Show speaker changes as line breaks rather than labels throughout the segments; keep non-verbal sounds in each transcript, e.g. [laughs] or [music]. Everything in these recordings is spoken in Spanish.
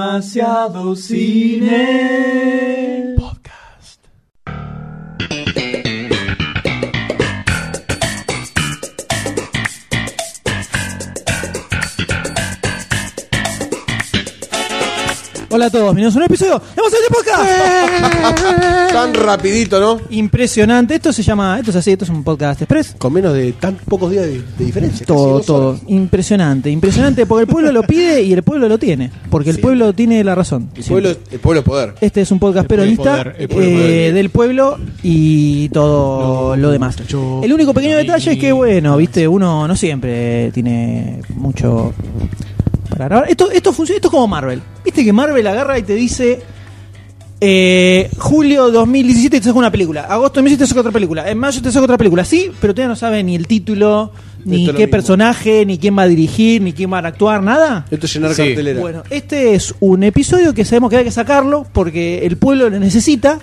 Demasiado cine.
Podcast.
Hola a todos, bienvenidos a un episodio de Demasiado Cine Podcast.
Tan rapidito, ¿no?
Impresionante, esto se llama, esto es así, esto es un podcast express.
Con menos de tan pocos días de, de diferencia.
Todo,
casi dos
todo.
horas.
Impresionante, impresionante porque el pueblo lo pide y el pueblo lo tiene. Porque el
Sí.
pueblo tiene la razón.
El
Sí.
pueblo, el pueblo es poder.
Este es un podcast
pueblo
peronista
poder, el pueblo
eh,
poder.
del pueblo y todo lo demás.
yo-
El único pequeño detalle es que, bueno, viste, uno no siempre tiene mucho para grabar. Esto, esto funciona, esto es como Marvel. Viste que Marvel agarra y te dice. Eh, julio 2017 te saco una película, agosto 2017 te saco otra película, en mayo te saco otra película, sí, pero todavía no sabe ni el título, ni
Esto es lo
qué
mismo.
personaje, ni quién va a dirigir, ni quién va a actuar, nada.
Esto es llenar
Sí.
cartelera.
Bueno, este es un episodio que sabemos que hay que sacarlo porque el pueblo lo necesita,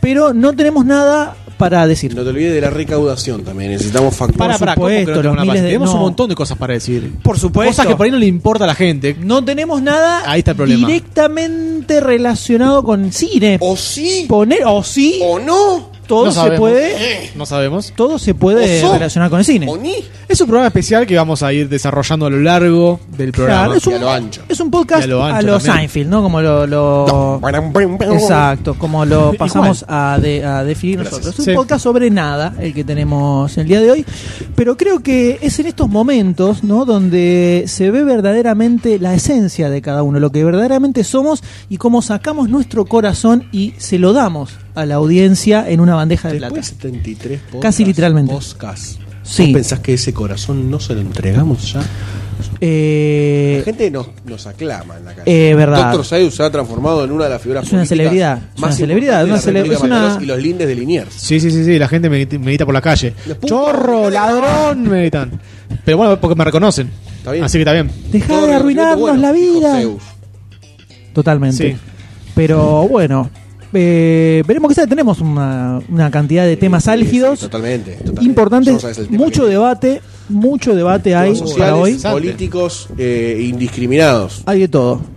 pero no tenemos nada para decir.
No te olvides de la recaudación también. Necesitamos
Para-
facturas.
pará, ¿cómo que no tenemos nada para decir?
Tenemos
No.
un montón de cosas para decir.
Por supuesto.
Cosas que por ahí no le importa a la gente.
No tenemos nada
Ahí está el problema.
directamente relacionado con cine.
¿O sí?
Poner, o sí,
¿O no?
todo
no
se
sabemos. Eh.
puede,
No sabemos.
todo se puede
¿O so?
relacionar con el cine.
¿O ni?
Es un programa especial que vamos a ir desarrollando a lo largo del programa.
Claro, es,
y
un,
a lo ancho.
es un podcast
Y a lo ancho
a lo
también.
Seinfeld, ¿no? Como lo... lo- Exacto, como lo
[laughs]
pasamos a, de- a definir nosotros. Es un
Sí.
podcast sobre nada, el que tenemos el día de hoy, pero creo que es en estos momentos, ¿no? Donde se ve verdaderamente la esencia de cada uno, lo que verdaderamente somos y cómo sacamos nuestro corazón y se lo damos a la audiencia en una bandeja de plata.
Después de 73 podcasts,
Casi literalmente.
podcasts. ¿Vos
Sí,
pensás que ese corazón no se lo entregamos ya?
eh,
La gente nos, nos aclama en la calle.
eh, verdad.
Doctor Sayus se ha transformado en una de las figuras
Es una
políticas
celebridad, es una
Más
celebridad,
importantes de
una cele-
la República
es una-
Matanzas y los lindes de Liniers.
Sí, sí, sí, sí, la gente me, me grita por la calle.
Los putos.
¡Chorro! ¡Ladrón! Me gritan. Pero bueno, porque me reconocen.
Está bien.
Así que está bien.
Dejá
Todo
de arruinarnos
bueno,
la
dijo
vida.
Zeus.
Totalmente.
Sí.
Pero bueno, eh, veremos que sea. Tenemos una, una cantidad de temas
Eh, Sí,
álgidos,
sí, totalmente, totalmente. Yo no
importantes,
sabes el tema
mucho
que-
debate, mucho debate hay
Temas
para
sociales,
hoy.
políticos eh, indiscriminados.
Hay de todo.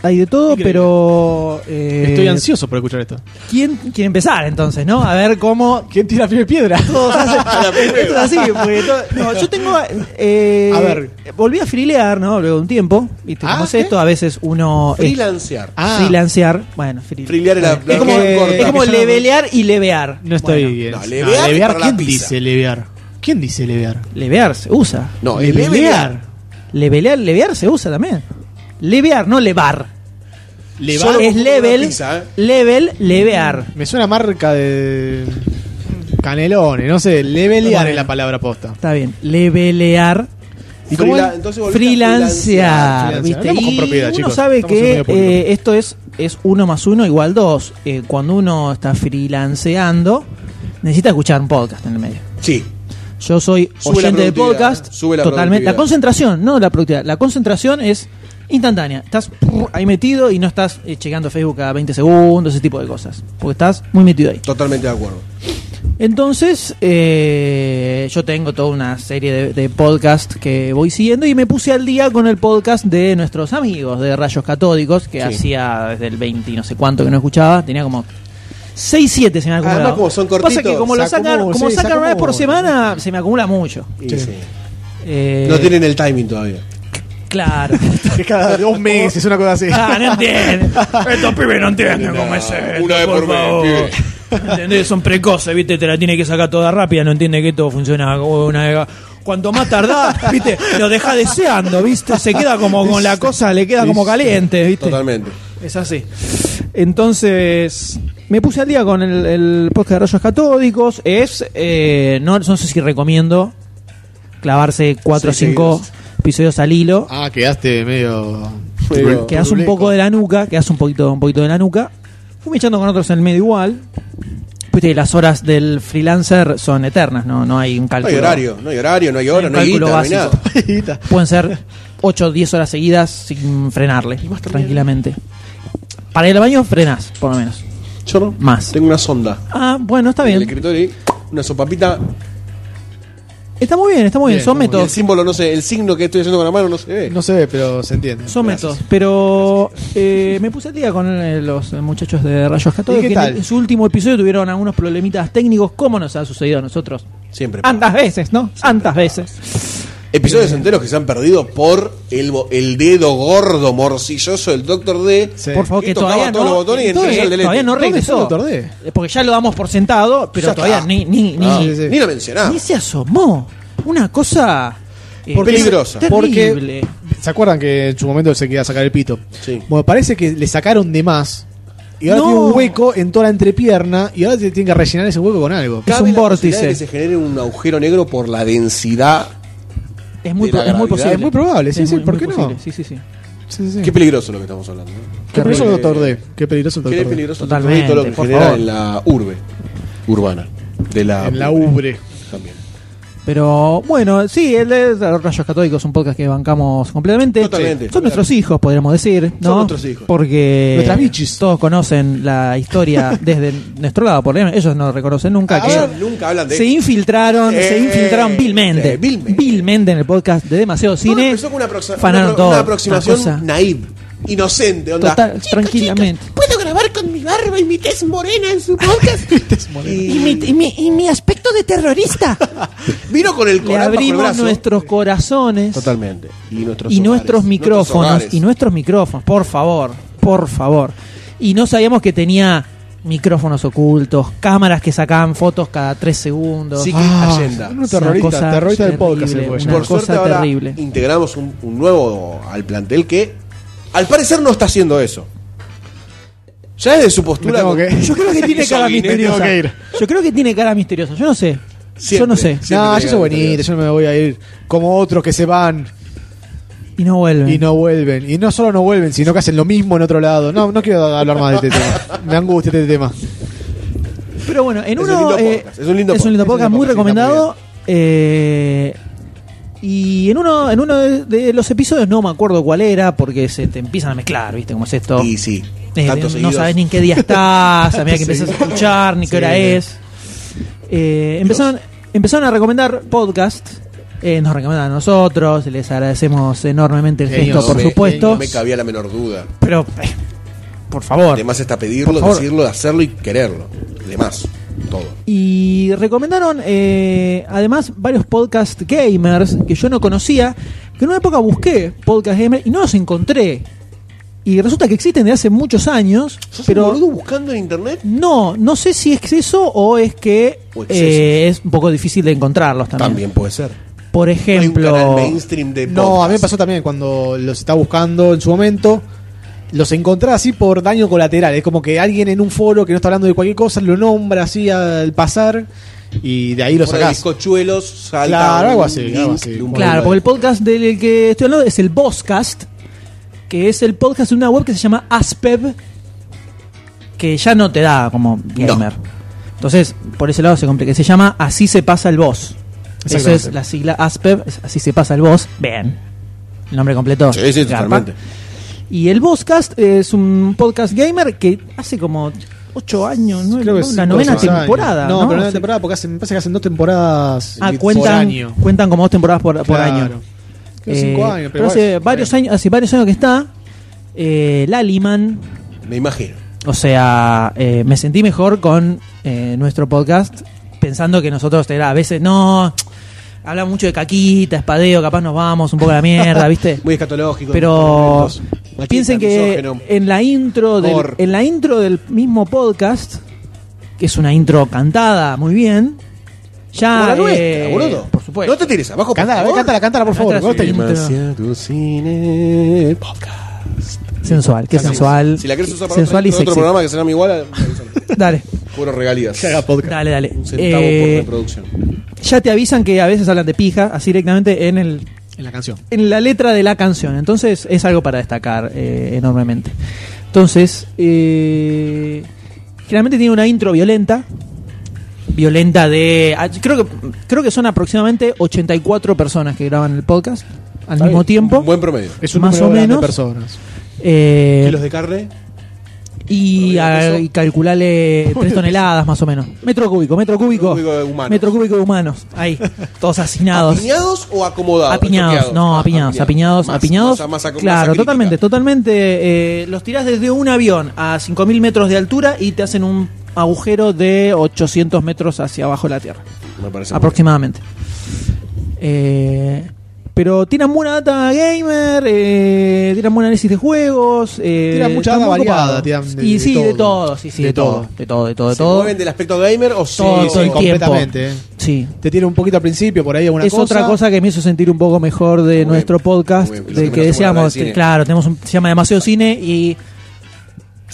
Hay de todo,
Increíble.
pero... eh,
Estoy ansioso por escuchar esto.
¿Quién quiere empezar entonces, no? A ver cómo...
¿Quién tira pie de piedra?
[laughs] Todos
[laughs]
hacen- Esto es así, porque todo- no, yo tengo... eh,
A ver.
Volví a frilear, ¿no? Luego de un tiempo. ¿Viste
Ah,
cómo es
¿qué?
esto? A veces uno... es-
Freelancear.
Ah.
Freelancear. Bueno, fril-
Frilear era-
bueno, es como,
que-
es como
que yo no-
levelear y levear.
No estoy
Bueno,
bien.
no, levear es para la
¿Quién
pizza.
dice levear? ¿Quién dice levear?
Levear se usa.
No, el
Levelear.
Levelear, levear se usa también. Levear, no levar.
Levar.
Solo
es
como una
level,
pizza, ¿eh?
level, levear.
Me suena a marca de canelones, no sé, levelear es la palabra [laughs] posta.
Está bien. Levelear.
¿Y cómo
Freela-
es?
entonces volviste a
Freelancear.
freelancear.
¿viste?
Hablamos con
Y
propiedad,
uno
chicos.
sabe
Estamos
que
en medio público.
eh, esto es, es uno más uno igual dos. Eh, cuando uno está freelanceando, necesita escuchar un podcast en el medio.
Sí.
Yo soy
Sube la
oyente de
productividad,
podcast.
¿eh? Sube la
totalmente. La
productividad.
concentración, no la productividad. La concentración es instantánea. Estás prr, ahí metido y no estás eh, checando Facebook a 20 segundos, ese tipo de cosas. Porque estás muy metido ahí.
Totalmente de acuerdo.
Entonces, eh, yo tengo toda una serie de, de podcasts que voy siguiendo y me puse al día con el podcast de nuestros amigos de Rayos Catódicos, que
Sí.
hacía desde el 20 y no sé cuánto que no escuchaba. Tenía como 6, 7 se me acumulado.
Además, como son
Pasa que
cortitos,
como lo
se
sacan,
acumula,
como
sí, se
sacan una vez por
acumula.
semana, se me acumula mucho.
Y
Sí.
sí.
Eh,
No tienen el timing todavía.
Claro. [laughs]
Que cada dos meses, una cosa así.
Ah, no entienden. Estos pibes no entienden cómo es esto,
Una vez por mes,
favor.
pibe.
¿Entendés? Son precoces, ¿viste? Te la tiene que sacar toda rápida. No entiende que todo funciona como una... Cuanto más tardás, ¿viste? Lo deja deseando, ¿viste? Se queda como con la cosa, le queda como caliente, ¿viste?
Totalmente.
Es así. Entonces, me puse al día con el, el podcast de rayos catódicos. Es, eh, no, no sé si recomiendo clavarse cuatro o
Sí,
cinco
seguidos.
episodios al hilo.
Ah, quedaste medio.
Pero-
Quedas un poco de la nuca, quedas un poquito, un poquito de la nuca. Fui echando con otros en el medio igual. Viste que las horas del freelancer son eternas, no, no hay un
No
cálculo.
hay horario, no hay horario, no hay hora,
Un
no hay
cálculo
guita, no hay
básico.
nada.
Pueden ser 8 o 10 horas seguidas sin frenarle, tranquilamente. Para ir al baño frenás, por lo menos.
Yo no.
Más.
Tengo una sonda.
Ah, bueno, está
En el
bien.
escritorio y una sopapita.
Está muy bien, está muy bien.
Bien, está
Son
muy
Y el
métodos.
símbolo, no sé, el signo que estoy haciendo con la mano no se ve.
[laughs] No se ve, pero se entiende.
Son métodos. Pero eh, me puse al día con eh, los muchachos de Rayos Católicos.
¿Y qué
que
tal?
En su último episodio tuvieron algunos problemitas técnicos, como nos ha sucedido a nosotros.
Siempre.
Tantas veces, ¿no? Tantas veces.
Episodios enteros que se han perdido por el, bo- el dedo gordo, morcilloso del Doctor D.
Sí.
Por favor,
Que
que
tocaba
todavía
todos
no,
los botones
todavía-
y entonces el delete.
todavía no
¿Dónde
regresó.
está el Doctor
Eh, Porque ya lo damos por sentado, pero
Ya
todavía
está.
ni, ni, ni,
Ah,
Sí, sí.
Ni lo mencionaba.
ni se asomó. Una cosa eh,
Porque- Peligrosa.
Terrible.
Porque, ¿se acuerdan que en su momento se quería sacar el pito?
Sí.
Bueno, parece que le sacaron de más. Y ahora
No.
tiene un hueco en toda la entrepierna. Y ahora se tiene que rellenar ese hueco con algo.
Ca-
Cabe
es un
la
vórtice.
posibilidad de Que se genere un agujero negro por la densidad.
Es muy,
de la
pro- es muy
gravedad.
posible.
Es muy probable, sí, sí,
muy-
¿por
muy
qué no?
posible, Sí, sí, sí.
Sí, sí.
Qué peligroso lo que estamos hablando. ¿no?
Qué peligroso el doctor D. Qué peligroso el
Qué
doctor D.
peligroso
Totalmente,
todo lo que
por
genera
favor.
en la urbe urbana. De la,
En la ubre.
también.
Pero bueno, sí, el de los Rayos Católicos es un podcast que bancamos completamente.
Totalmente.
Son nuestros hijos, podríamos decir. ¿no?
Son nuestros hijos.
Porque
Nuestras bichis.
todos conocen la historia
[laughs]
desde nuestro lado, por lo menos ellos no lo reconocen nunca.
A
que
ver, Ah, nunca hablan de
Se infiltraron, se
Eh,
infiltraron vilmente.
eh, vilmente.
vilmente en el podcast de Demasiado
Todo
Cine.
empezó con una, aproxa-
fanaron
una, pro-
todo,
una
una
aproximación
cosa.
naive, inocente, onda.
Total, tranquilamente.
pues,
¿Puedo grabar con mi barba y mi tez morena en su podcast?
Y
y, mi, y mi- y mi aspecto de terrorista.
vino con
[laughs]
el
Le
corazón bajo el
abrimos
brazo.
nuestros corazones.
Totalmente. Y nuestros,
y
hogares,
nuestros micrófonos
hogares.
y nuestros micrófonos, por favor, por favor. Y no sabíamos que tenía micrófonos ocultos, cámaras que sacaban fotos cada tres segundos.
Sí, Allenda.
un terrorista,
Ah, Una cosa
terrorista del podcast
terrible,
el güey.
una
Por
cosa
suerte ahora
terrible.
integramos un, un nuevo al plantel que al parecer no está haciendo eso. Ya desde su postura.
Me tengo
[laughs]
que-
Yo creo que
[laughs]
tiene
Eso
cara
vine,
misteriosa.
tengo que ir.
Yo creo que tiene cara misteriosa. Yo no sé. Yo
Siempre.
no sé.
Sí,
No,
me
yo soy
llega el interior.
bonito, yo no me voy a ir. Como otros que se van
Y no vuelve.
y no vuelven. Y no solo no vuelven, sino que hacen lo mismo en otro lado. No, no quiero hablar más de este tema. Me angustia este tema.
Pero bueno, en
Es un
uno.
lindo
eh,
podcast, es un lindo
podcast.
podcast,
Es un
muy
lindo podcast, está
recomendado. eh, y en uno, en uno de, de los episodios no me acuerdo cuál era, porque se te empiezan a mezclar, ¿viste? Como es esto.
Y sí.
Eh,
tantos
no
seguidos.
sabes ni en qué día
[laughs]
estás, a medida que empiezas a
seguidos.
escuchar, ni qué
Sí.
hora es. Eh, empezaron, empezaron a recomendar podcasts. eh, nos recomendan a nosotros, les agradecemos enormemente el
Genios,
gesto, por
me-
supuesto.
No me cabía la menor duda.
Pero, eh, por favor.
Además está pedirlo,
Por favor.
decirlo, hacerlo y quererlo. Además, todo.
Y recomendaron eh, además varios podcast gamers que yo no conocía, que en una época busqué podcast gamers y no los encontré. Y resulta que existen de hace muchos años,
¿Sos
pero
un boludo buscando en internet?
no, no sé si es eso o es que
O exceso.
eh, es un poco difícil de encontrarlos también.
También puede ser.
Por
No hay un
ejemplo,
canal mainstream de
No,
podcast.
a mí me pasó también cuando los estaba buscando en su momento. Los encontré así por daño colateral. Es como que alguien en un foro que no está hablando de cualquier cosa lo nombra así al pasar y de ahí lo
Por ahí
sacás.
bizcochuelos, salta
Claro,
un
algo así,
link
algo así.
de un
claro, porque
boludo.
el podcast del que estoy hablando es el Boscast, que es el podcast de una web que se llama Aspeb, que ya no te da como gamer. Entonces, por ese lado se complica. Se llama Así se pasa el boss. Eso
Exactamente.
es la sigla Aspeb, es Así se pasa el boss. Bien. El nombre completo.
Sí, sí,
Garpa.
totalmente.
Y el Boscast es un podcast gamer que hace como ocho años, ¿no?
Creo que
la
sí,
novena
por esos años.
temporada.
No,
No,
pero no
Sí.
la temporada porque hacen- me parece que hacen dos temporadas
Ah,
por
cuentan,
año.
cuentan como dos temporadas por, por
Claro.
año.
Creo
Eh,
cinco años, pero
hace
igual.
varios
Sí.
años, hace varios años que está. Eh, Laliman.
Me imagino.
O sea, eh, me sentí mejor con eh, nuestro podcast, pensando que nosotros era a veces, no, habla mucho de caquita, espadeo, capaz nos vamos un poco a la mierda,
[laughs]
¿viste?
Muy escatológico.
Pero
Momentos. Machista,
piensen que
misógino.
en la intro del,
Gore.
en la intro del mismo podcast, que es una intro cantada muy bien,
Como
ya
la nuestra,
eh,
boludo.
por supuesto.
No te tires abajo,
Cántala, a ver,
por favor.
cántala, cántala, por favor.
Cántala,
¿Cómo
sí.
te-
Demasiado cine podcast.
Sensual, qué sensual.
Si la querés usar para
sensual
otro,
y
otro
sexy.
programa que se llama igual, avísame.
[laughs] Dale,
puro regalías.
Que haga podcast.
dale, dale.
Un centavo
Eh,
por reproducción.
ya te avisan que a veces hablan de pija, así directamente en el
En la canción.
en la letra de la canción. Entonces es algo para destacar eh, enormemente. Entonces, eh, generalmente tiene una intro violenta. Violenta de... ah, Creo que, creo que son aproximadamente 84 personas que graban el podcast al
Está
mismo
bien,
tiempo.
Un buen promedio.
Es un
Más
número
o
grande
menos.
de personas.
Eh,
Kilos de carne.
Y,
Promedio
a-
peso.
y
[laughs]
calculale 3 toneladas más o menos. Metro cúbico, metro cúbico.
cúbico de humanos.
Metro cúbico de humanos. Ahí, todos hacinados.
¿Apiñados o acomodados?
Apiñados,
Choqueados.
no,
Ah,
apiñados, apiñados,
Más-
apiñados.
masa- masa- masa
claro,
crítica.
totalmente, totalmente. eh, los tirás desde un avión a 5.000 metros de altura y te hacen un agujero de 800 metros hacia abajo de la Tierra,
Me parece muy bien.
aproximadamente. Eh, pero tiran buena data gamer, eh, tiran buen análisis de juegos. eh,
Tiran mucha
están
data
muy
variada,
copados.
tiran de-
y
de
sí,
todo.
de todo, sí, sí,
De
de,
todo.
todo. De todo, de todo, de
¿Se
todo.
mueven del aspecto gamer o sí?
todo, todo el
sí,
tiempo.
completamente, eh.
Sí.
Te tira un poquito al principio, por ahí alguna
es
cosa.
otra cosa que me hizo sentir un poco mejor de
bien,
nuestro podcast,
muy bien, pero
de
también
que
hacemos hablar
decíamos,
de
que,
cine.
claro, tenemos un, se llama demasiado cine y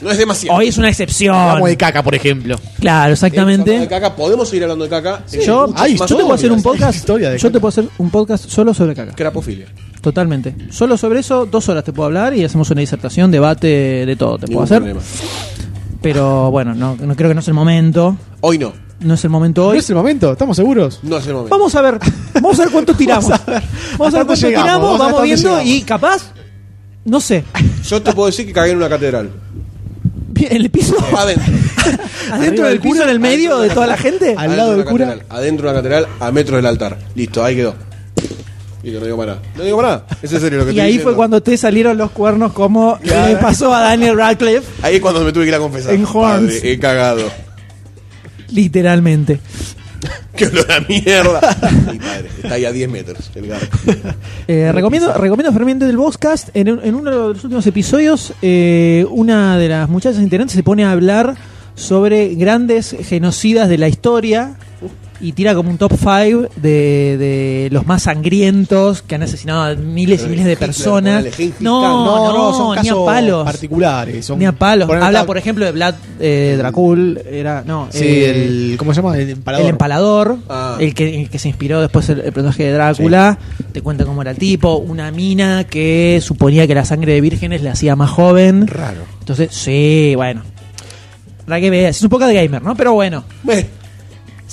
No es demasiado. Eh,
hoy es una excepción.
Hablamos de caca, por ejemplo.
Claro,
Seguimos hablando de
exactamente.
caca. Podemos seguir hablando de caca.
Yo,
hay
yo te
historias,
puedo hacer un
hay
podcast,
historia de
yo te
caca.
puedo hacer un podcast solo sobre caca,
Crapofilia.
totalmente. Solo sobre eso, dos horas te puedo hablar y hacemos una disertación, debate, de todo te puedo
Ningún
hacer.
problema.
Pero bueno, no, no creo que no es el momento,
Hoy no.
no es el momento
No
hoy.
es el momento, estamos seguros.
No es el momento.
Vamos a ver, vamos a ver cuánto tiramos. Vamos a ver,
hasta dónde
cuánto
llegamos,
tiramos,
vamos a ver
vamos
hasta
viendo
dónde
y capaz, no sé, [laughs]
Yo te puedo decir que cagué en una catedral.
en el piso.
Pa' Adentro.
Adentro del piso, en el medio de toda la gente.
Al lado
de
del
una
cura.
catedral. Adentro de una catedral, a metros del altar. Listo, ahí quedó. Y no digo para nada. No digo
[laughs]
para nada. Es en serio lo
Y
que estoy
ahí
diciendo.
fue cuando te salieron los cuernos como le pasó a Daniel Radcliffe,
Ahí es cuando me tuve que ir a confesar.
En Horns.
Padre, he cagado. [laughs]
literalmente.
Qué olor a mierda.
[laughs]
Mi padre, está ahí a 10 metros el gato.
Eh, recomiendo, recomiendo ferviente del Boxcast. En, un- en uno de los últimos episodios, eh, una de las muchachas integrantes se pone a hablar sobre grandes genocidas de la historia y tira como un top 5 de, de los más sangrientos que han asesinado a miles y
Pero
miles de
Hitler,
personas.
ponele, Hitler.
No, no,
son
ni a
casos
palos.
particulares. Son,
Ni a palos.
Ponele,
Habla,
está-
por ejemplo, de Vlad eh, Dracul. Era, no,
Sí,
eh,
el. ¿Cómo se llama? El empalador.
el empalador,
Ah.
el, que, el que se inspiró después el, el personaje de Drácula. Te cuenta cómo era el tipo. Una mina que suponía que la sangre de vírgenes la hacía más joven.
Raro.
Entonces, sí, bueno. Para que veas, es un poco de gamer, ¿no? Pero bueno,
Eh,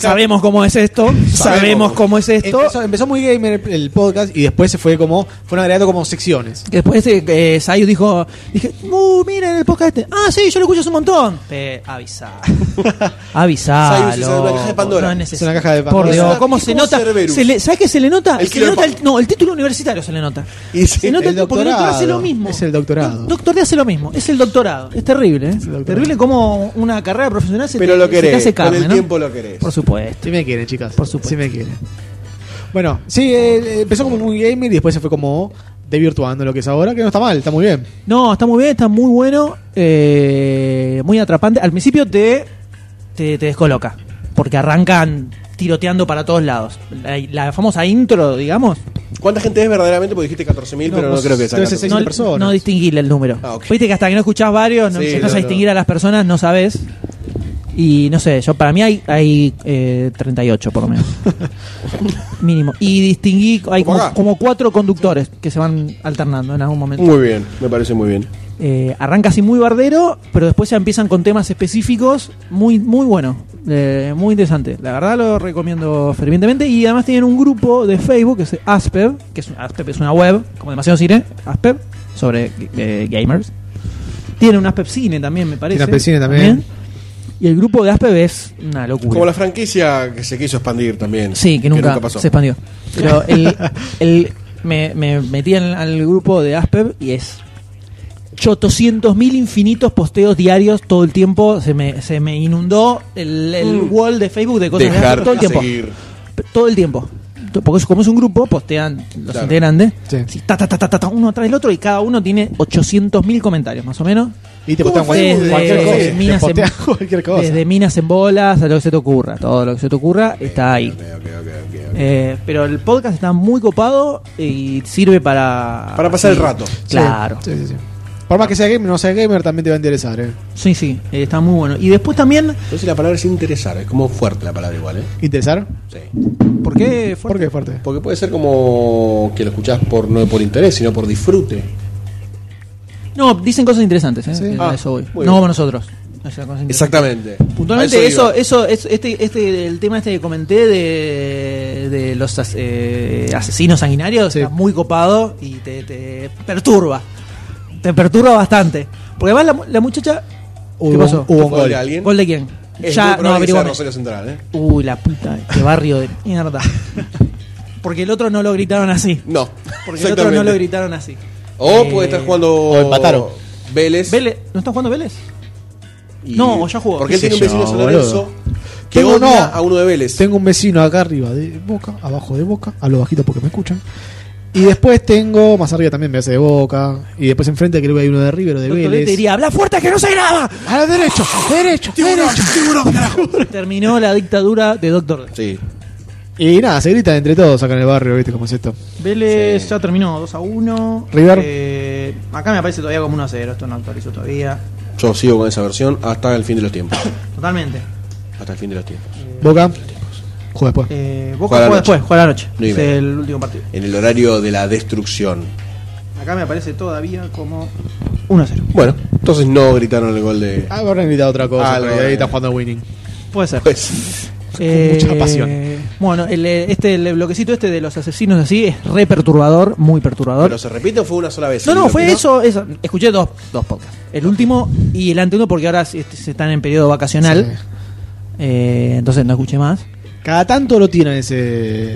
sabemos cómo es esto. Sabemos, Eh, cómo es esto.
Empezó, empezó muy gamer el, el podcast y después se fue como. Fueron agregando como secciones.
Que Después eh, eh, Sayu dijo, dije, uh, miren el podcast este. Ah, sí, yo lo escucho hace un montón. Te avisa. [laughs]
Sayu se
Avisa.
sale de una caja de Pandora.
Es una caja de Pandora.
Por
Es
Dios,
una-
¿cómo
es
se
como
nota?
Cerberus.
Se le- ¿Sabes qué se le nota?
El
se
killer
le nota
Pop.
el- no, el título universitario se le nota.
Y sí,
se nota
el
el, porque el doctor hace lo
doctorado.
mismo.
Es el doctorado.
Do- doctor D hace lo mismo. Es el doctorado. Es terrible, ¿eh?
doctorado.
Terrible como una carrera profesional se,
Pero
te,
lo
se te
querés.
hace carne,
Con el
¿no?
tiempo lo querés.
Por supuesto.
Si me quieren, chicas.
Por supuesto.
Si me quieren. Bueno, sí, eh, empezó como muy gamer y después se fue como desvirtuando lo que es ahora, que no está mal, está muy bien.
No, está muy bien, está muy bueno, eh, muy atrapante. Al principio te, te, te descoloca, porque arrancan tiroteando para todos lados. La, la famosa intro, digamos,
¿Cuánta gente es verdaderamente? Porque dijiste 14.000,
No,
pero no
pues,
creo que sea
debe ser
14.000.
seis
no,
personas.
no distinguir el número.
Ah, ok.
Viste que hasta que no escuchás varios, no
Sí,
empezás
no,
a
no.
distinguir a las personas, no sabes. Y no sé, yo para mí hay, hay eh, 38 por lo
[laughs]
menos. Mínimo. Y distinguí, hay
Como
como,
acá.
como cuatro conductores que se van alternando en algún momento.
Muy bien, me parece muy bien.
Eh, arranca así muy bardero, pero después ya empiezan con temas específicos. Muy, muy bueno, eh, muy interesante. La verdad lo recomiendo fervientemente. Y además tienen un grupo de Facebook que es Aspev, que es, un- Aspeb es una web, como demasiado cine, Aspev, sobre eh, gamers. Tiene un Aspev Cine también, me parece.
Tiene Aspev Cine también.
Y el grupo de Aspev es una locura.
Como la franquicia que se quiso expandir también.
Sí, que nunca,
pasó.
se expandió. Pero el, el- me, me metí en- al grupo de Aspeb y es chotocientos mil infinitos posteos diarios todo el tiempo. Se me, se me inundó el, el
Mm.
wall de Facebook de cosas de
Dejar
Aspeb todo el
de
tiempo.
seguir.
P- Todo el tiempo. To- Porque es- como es un grupo, postean los
Claro.
integrantes.
Sí.
así, ta, ta, ta, ta, ta, ta, uno tras el otro y cada uno tiene 800 mil comentarios más o menos.
Y te
¿Cómo
postean cualquier,
Desde
cualquier cosa.
desde
Te
minas en-
postean [laughs] cualquier cosa.
Desde minas en bolas a lo que se te ocurra. Todo lo que se te ocurra está ahí.
Ok, ok, ok, ok.
Eh, pero el podcast está muy copado y sirve para...
Para pasar el rato.
Claro.
Sí, sí, sí. Por más que sea gamer, no sea gamer, también te va a interesar, eh.
Sí, sí, eh, está muy bueno. Y después también...
Entonces la palabra es interesar, es como fuerte la palabra igual, ¿eh?
¿Interesar?
Sí.
¿Por qué?
¿Por qué fuerte?
Porque puede ser como que lo escuchás por, no por interés, sino por disfrute.
No, dicen cosas interesantes. ¿eh?
Sí.
Eh,
Ah,
eso voy.
muy
No
bien.
como nosotros. Es una cosa interesante.
Exactamente.
Puntualmente eso, eso, es- este, este, el tema este que comenté de, de los as- eh, asesinos sanguinarios
Sí.
está muy copado y te, te perturba. Te perturba bastante. Porque además la, mu- la muchacha
Hubo-
¿Qué pasó?
Hubo un
¿Fue
gol.
de alguien?
¿Gol de quién?
Es muy
ya no
probable que sea
averiguame.
Rosario Central, ¿eh?
Uy, la puta, qué barrio de mierda. Porque el otro no lo gritaron así.
No.
Porque el otro no lo
exactamente.
gritaron así.
O
Eh,
puede estar jugando.
o empataron.
Vélez.
Vélez, ¿no están jugando Vélez?
y-
No, ya jugó.
Porque él
Qué
tiene un
sé
vecino
yo,
San Lorenzo
boludo.
que
Tengo,
odia
no.
a uno de Vélez.
Tengo un vecino acá arriba de Boca, abajo de Boca, a lo bajito porque me escuchan. Y después tengo, más arriba también me hace de Boca. Y después enfrente creo que hay uno de River o de
Doctor D
Vélez.
te diría, habla fuerte que no se
[laughs]
graba.
A la derecho, derecho, derecho.
Terminó la dictadura de Doctor D.
Sí.
Y nada, se gritan entre todos acá en el barrio, ¿viste cómo es esto?
Vélez
Sí.
ya terminó 2 a 1.
River.
Eh, acá me aparece todavía como 1 a 0. Esto no actualizó todavía.
Yo sigo con esa versión hasta el fin de los [coughs] tiempos.
Totalmente.
Hasta el fin de los tiempos.
Boca, juega después.
Eh, Boca juega
Juega la noche.
después, juega la noche.
Nueve y
Es
media.
el último partido.
En el horario de la destrucción.
Acá me aparece todavía como 1 a 0.
Bueno, entonces no gritaron el gol de.
Ah, habrán gritado otra cosa,
Ah,
pero
no,
ahí
eh.
están jugando a winning.
Puede ser.
Pues,
mucha pasión.
Eh, Bueno, el, eh, este, el bloquecito este de los asesinos así es re perturbador, muy perturbador.
pero se repite o fue una sola vez.
No, no,
¿Lo
fue
que
eso, eso. Escuché dos, dos podcasts. El último y el anterior porque ahora sí, este, se están en periodo vacacional. Eh, entonces no escuché más.
Cada tanto lo tiran ese.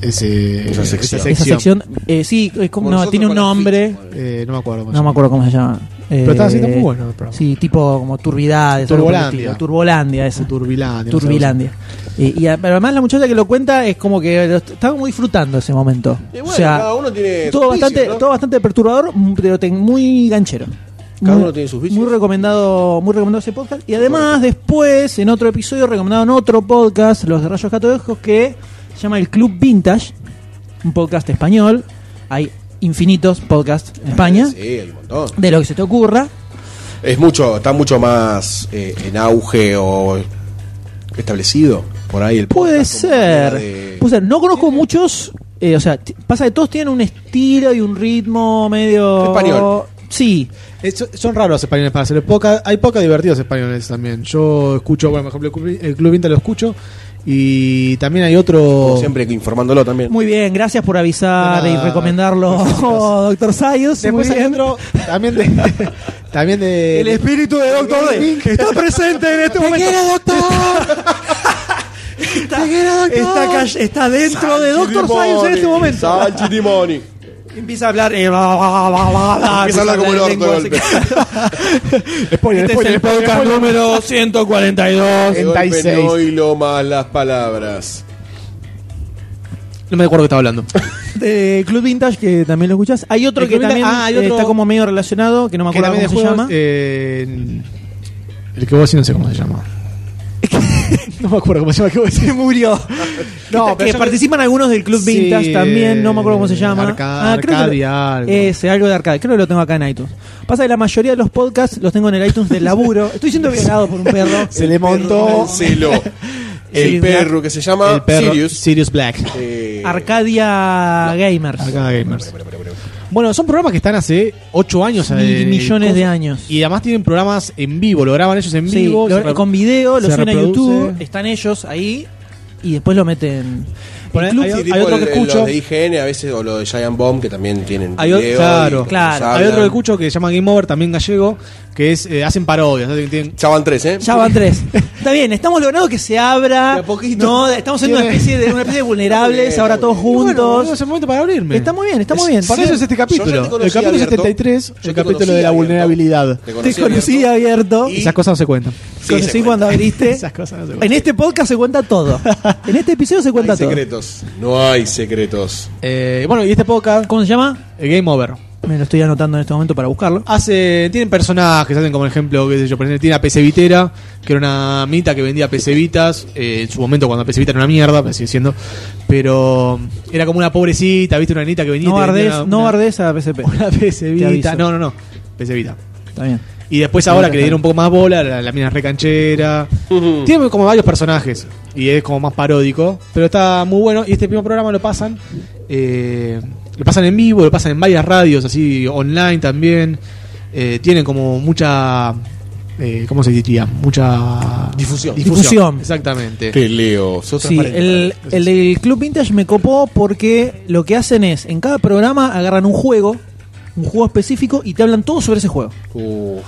ese
Esa sección.
Esa sección, eh, sí, eh,
Como
¿cómo- no,
nosotros
tiene un
con las
nombre.
fichas, boludo.
Eh, no me acuerdo.
No me acuerdo cómo se llama.
Pero estaba
Eh,
haciendo muy bueno el programa.
Sí, tipo como turbidades. algo por el
Turbolandia.
estilo. Turbolandia, esa.
Turbilandia. no sé,
Turbilandia. Y, y a- pero además la muchacha que lo cuenta es como que lo est- estaba muy disfrutando ese momento.
Y bueno,
o sea,
cada uno tiene
todo
sus vicios,
bastante,
¿no?
todo bastante perturbador, m- pero ten- muy ganchero.
Cada
Muy-
uno tiene sus vicios.
Muy recomendado, muy recomendado ese podcast. Y además, después, en otro episodio, recomendaron otro podcast, Los de Rayos Católicos, que se llama El Club Vintage, un podcast español. Hay infinitos podcasts en España.
Sí, hay un montón.
De lo que se te ocurra.
Es mucho, está mucho más eh, en auge o establecido por ahí el
Puede
podcast como manera
ser.
de-
Puede ser. No conozco muchos. eh, o sea, t- pasa que todos tienen un estilo y un ritmo medio.
Español.
Sí.
Es- son raros los españoles para hacer poca, hay pocas divertidos españoles también. Yo escucho, bueno, por ejemplo, el Club- el Club Vinta lo escucho y también hay otro.
como siempre informándolo también.
Muy bien, gracias por avisar
De
y
nada.
recomendarlo,
[laughs]
doctor Sayos.
Después
muy
hay
bien.
otro también de, [laughs] también de
espíritu de
Dr. D
está presente en este momento. doctor! está, está call- está dentro de Doctor Sayos en este momento.
Sanchi Dimoni.
Empieza a hablar. eh, bla, bla, bla, bla, bla,
Empieza a hablar como el
Ah,
orto de
lengua, así
golpe.
Spoiler,
Este es
spoiler,
el
spoiler,
podcast
spoiler.
número 142.
De golpe
36.
No hilo más las palabras.
No me acuerdo que estaba hablando.
De Club Vintage, que también lo escuchas. Hay otro
El
que
Club Vintage-
también
ah, hay
eh,
otro-
está como medio relacionado, que no me
Que
acuerdo cómo
también
se
de juegos,
llama.
eh, el que vos decís no sé cómo se
[laughs]
llama. no me acuerdo cómo se llama el que vos decís.
murió.
No, pero
que
yo-
participan algunos del Club
Sí,
Vintage también, no me acuerdo cómo se
eh,
llama. Ah,
Arca-
creo que lo-
Arcadia, algo.
Ese, algo de Arcadia. Creo que lo tengo acá en iTunes. Pasa que la mayoría de los podcasts los tengo en el iTunes del laburo.
[laughs]
Estoy siendo violado por un perro.
Se le montó
Celo. El
Sí,
perro que se llama
el perro
Sirius.
Sirius Black.
Eh,
Arcadia Gamers.
Arcana Gamers. Bueno, son programas que están hace 8 años.
Mil
eh,
millones de
cosas.
años.
Y además tienen programas en vivo, lo graban ellos en
Sí,
vivo.
lo-
se re-
con video, lo
se
suben a
reproduce.
YouTube, están ellos ahí y después lo meten.
Poné-
El club-
hay-
sí, tipo
hay otro que
el-
escucho.
Los de IGN a veces, o los de Giant Bomb, que también tienen.
Hay otro,
video
claro,
y
claro.
nos
Hay otro que
hablan.
escucho que se llama Game Over, también gallego, que es eh, hacen parodias. ¿sabes? Tienen-
Ya van tres, ¿eh?
Ya van tres. Está bien, estamos logrando que se abra.
De a poquito.
No, estamos en una
Tiene-
especie de, una especie de vulnerables,
Está
ahora
muy
todos
bien.
Y bueno, boludo,
juntos.
es el momento para abrirme.
Está muy bien, está muy bien.
Para
Sí.
eso es este
Yo ya
capítulo.
te conocí
el capítulo
abierto.
73,
Yo
el
te
capítulo
conocí
de la
abierto.
vulnerabilidad.
Te
Te
conocí
conocí
abierto.
abierto.
Y-
Esas cosas no se cuentan.
Sí,
conocí
se
cuando
cuentan. [laughs]
abriste.
Esas cosas no se cuentan.
En este podcast se cuenta todo. En este episodio se
No
cuenta
hay
todo.
secretos. No hay secretos.
Eh, bueno, y este podcast,
¿Cómo se llama?
eh, Game Over.
Me lo estoy anotando en este momento para buscarlo.
Hace, tienen personajes, hacen como ejemplo, qué sé yo, por ejemplo, tiene a PC Vitera, que era una mita que vendía PC Vitas, eh, en su momento cuando PC Vita era una mierda, pero sigue siendo, pero era como una pobrecita, viste, una nenita que venía
No
y te vendía
bardes,
una-
no
una-
bardes a PSP.
[laughs] Una PC
Te
Vita.
aviso.
No, no, no. PC Vita.
Está bien.
Y después
Sí,
ahora
ya
que le dieron
está.
un poco más bola, la, la mina es recanchera.
Ujú.
Tiene como varios personajes. Y es como más paródico. Pero está muy bueno. Y este primer programa lo pasan. eh, lo pasan en vivo, lo pasan en varias radios, así online también. Eh, tienen como mucha. eh, ¿Cómo se diría? Mucha.
Difusión.
Difusión.
Exactamente.
Te Este, leo. Sos
Sí,
transparente.
el, el del Club Vintage me copó porque lo que hacen es, en cada programa agarran un juego, un juego específico, y te hablan todo sobre ese juego.
Uh,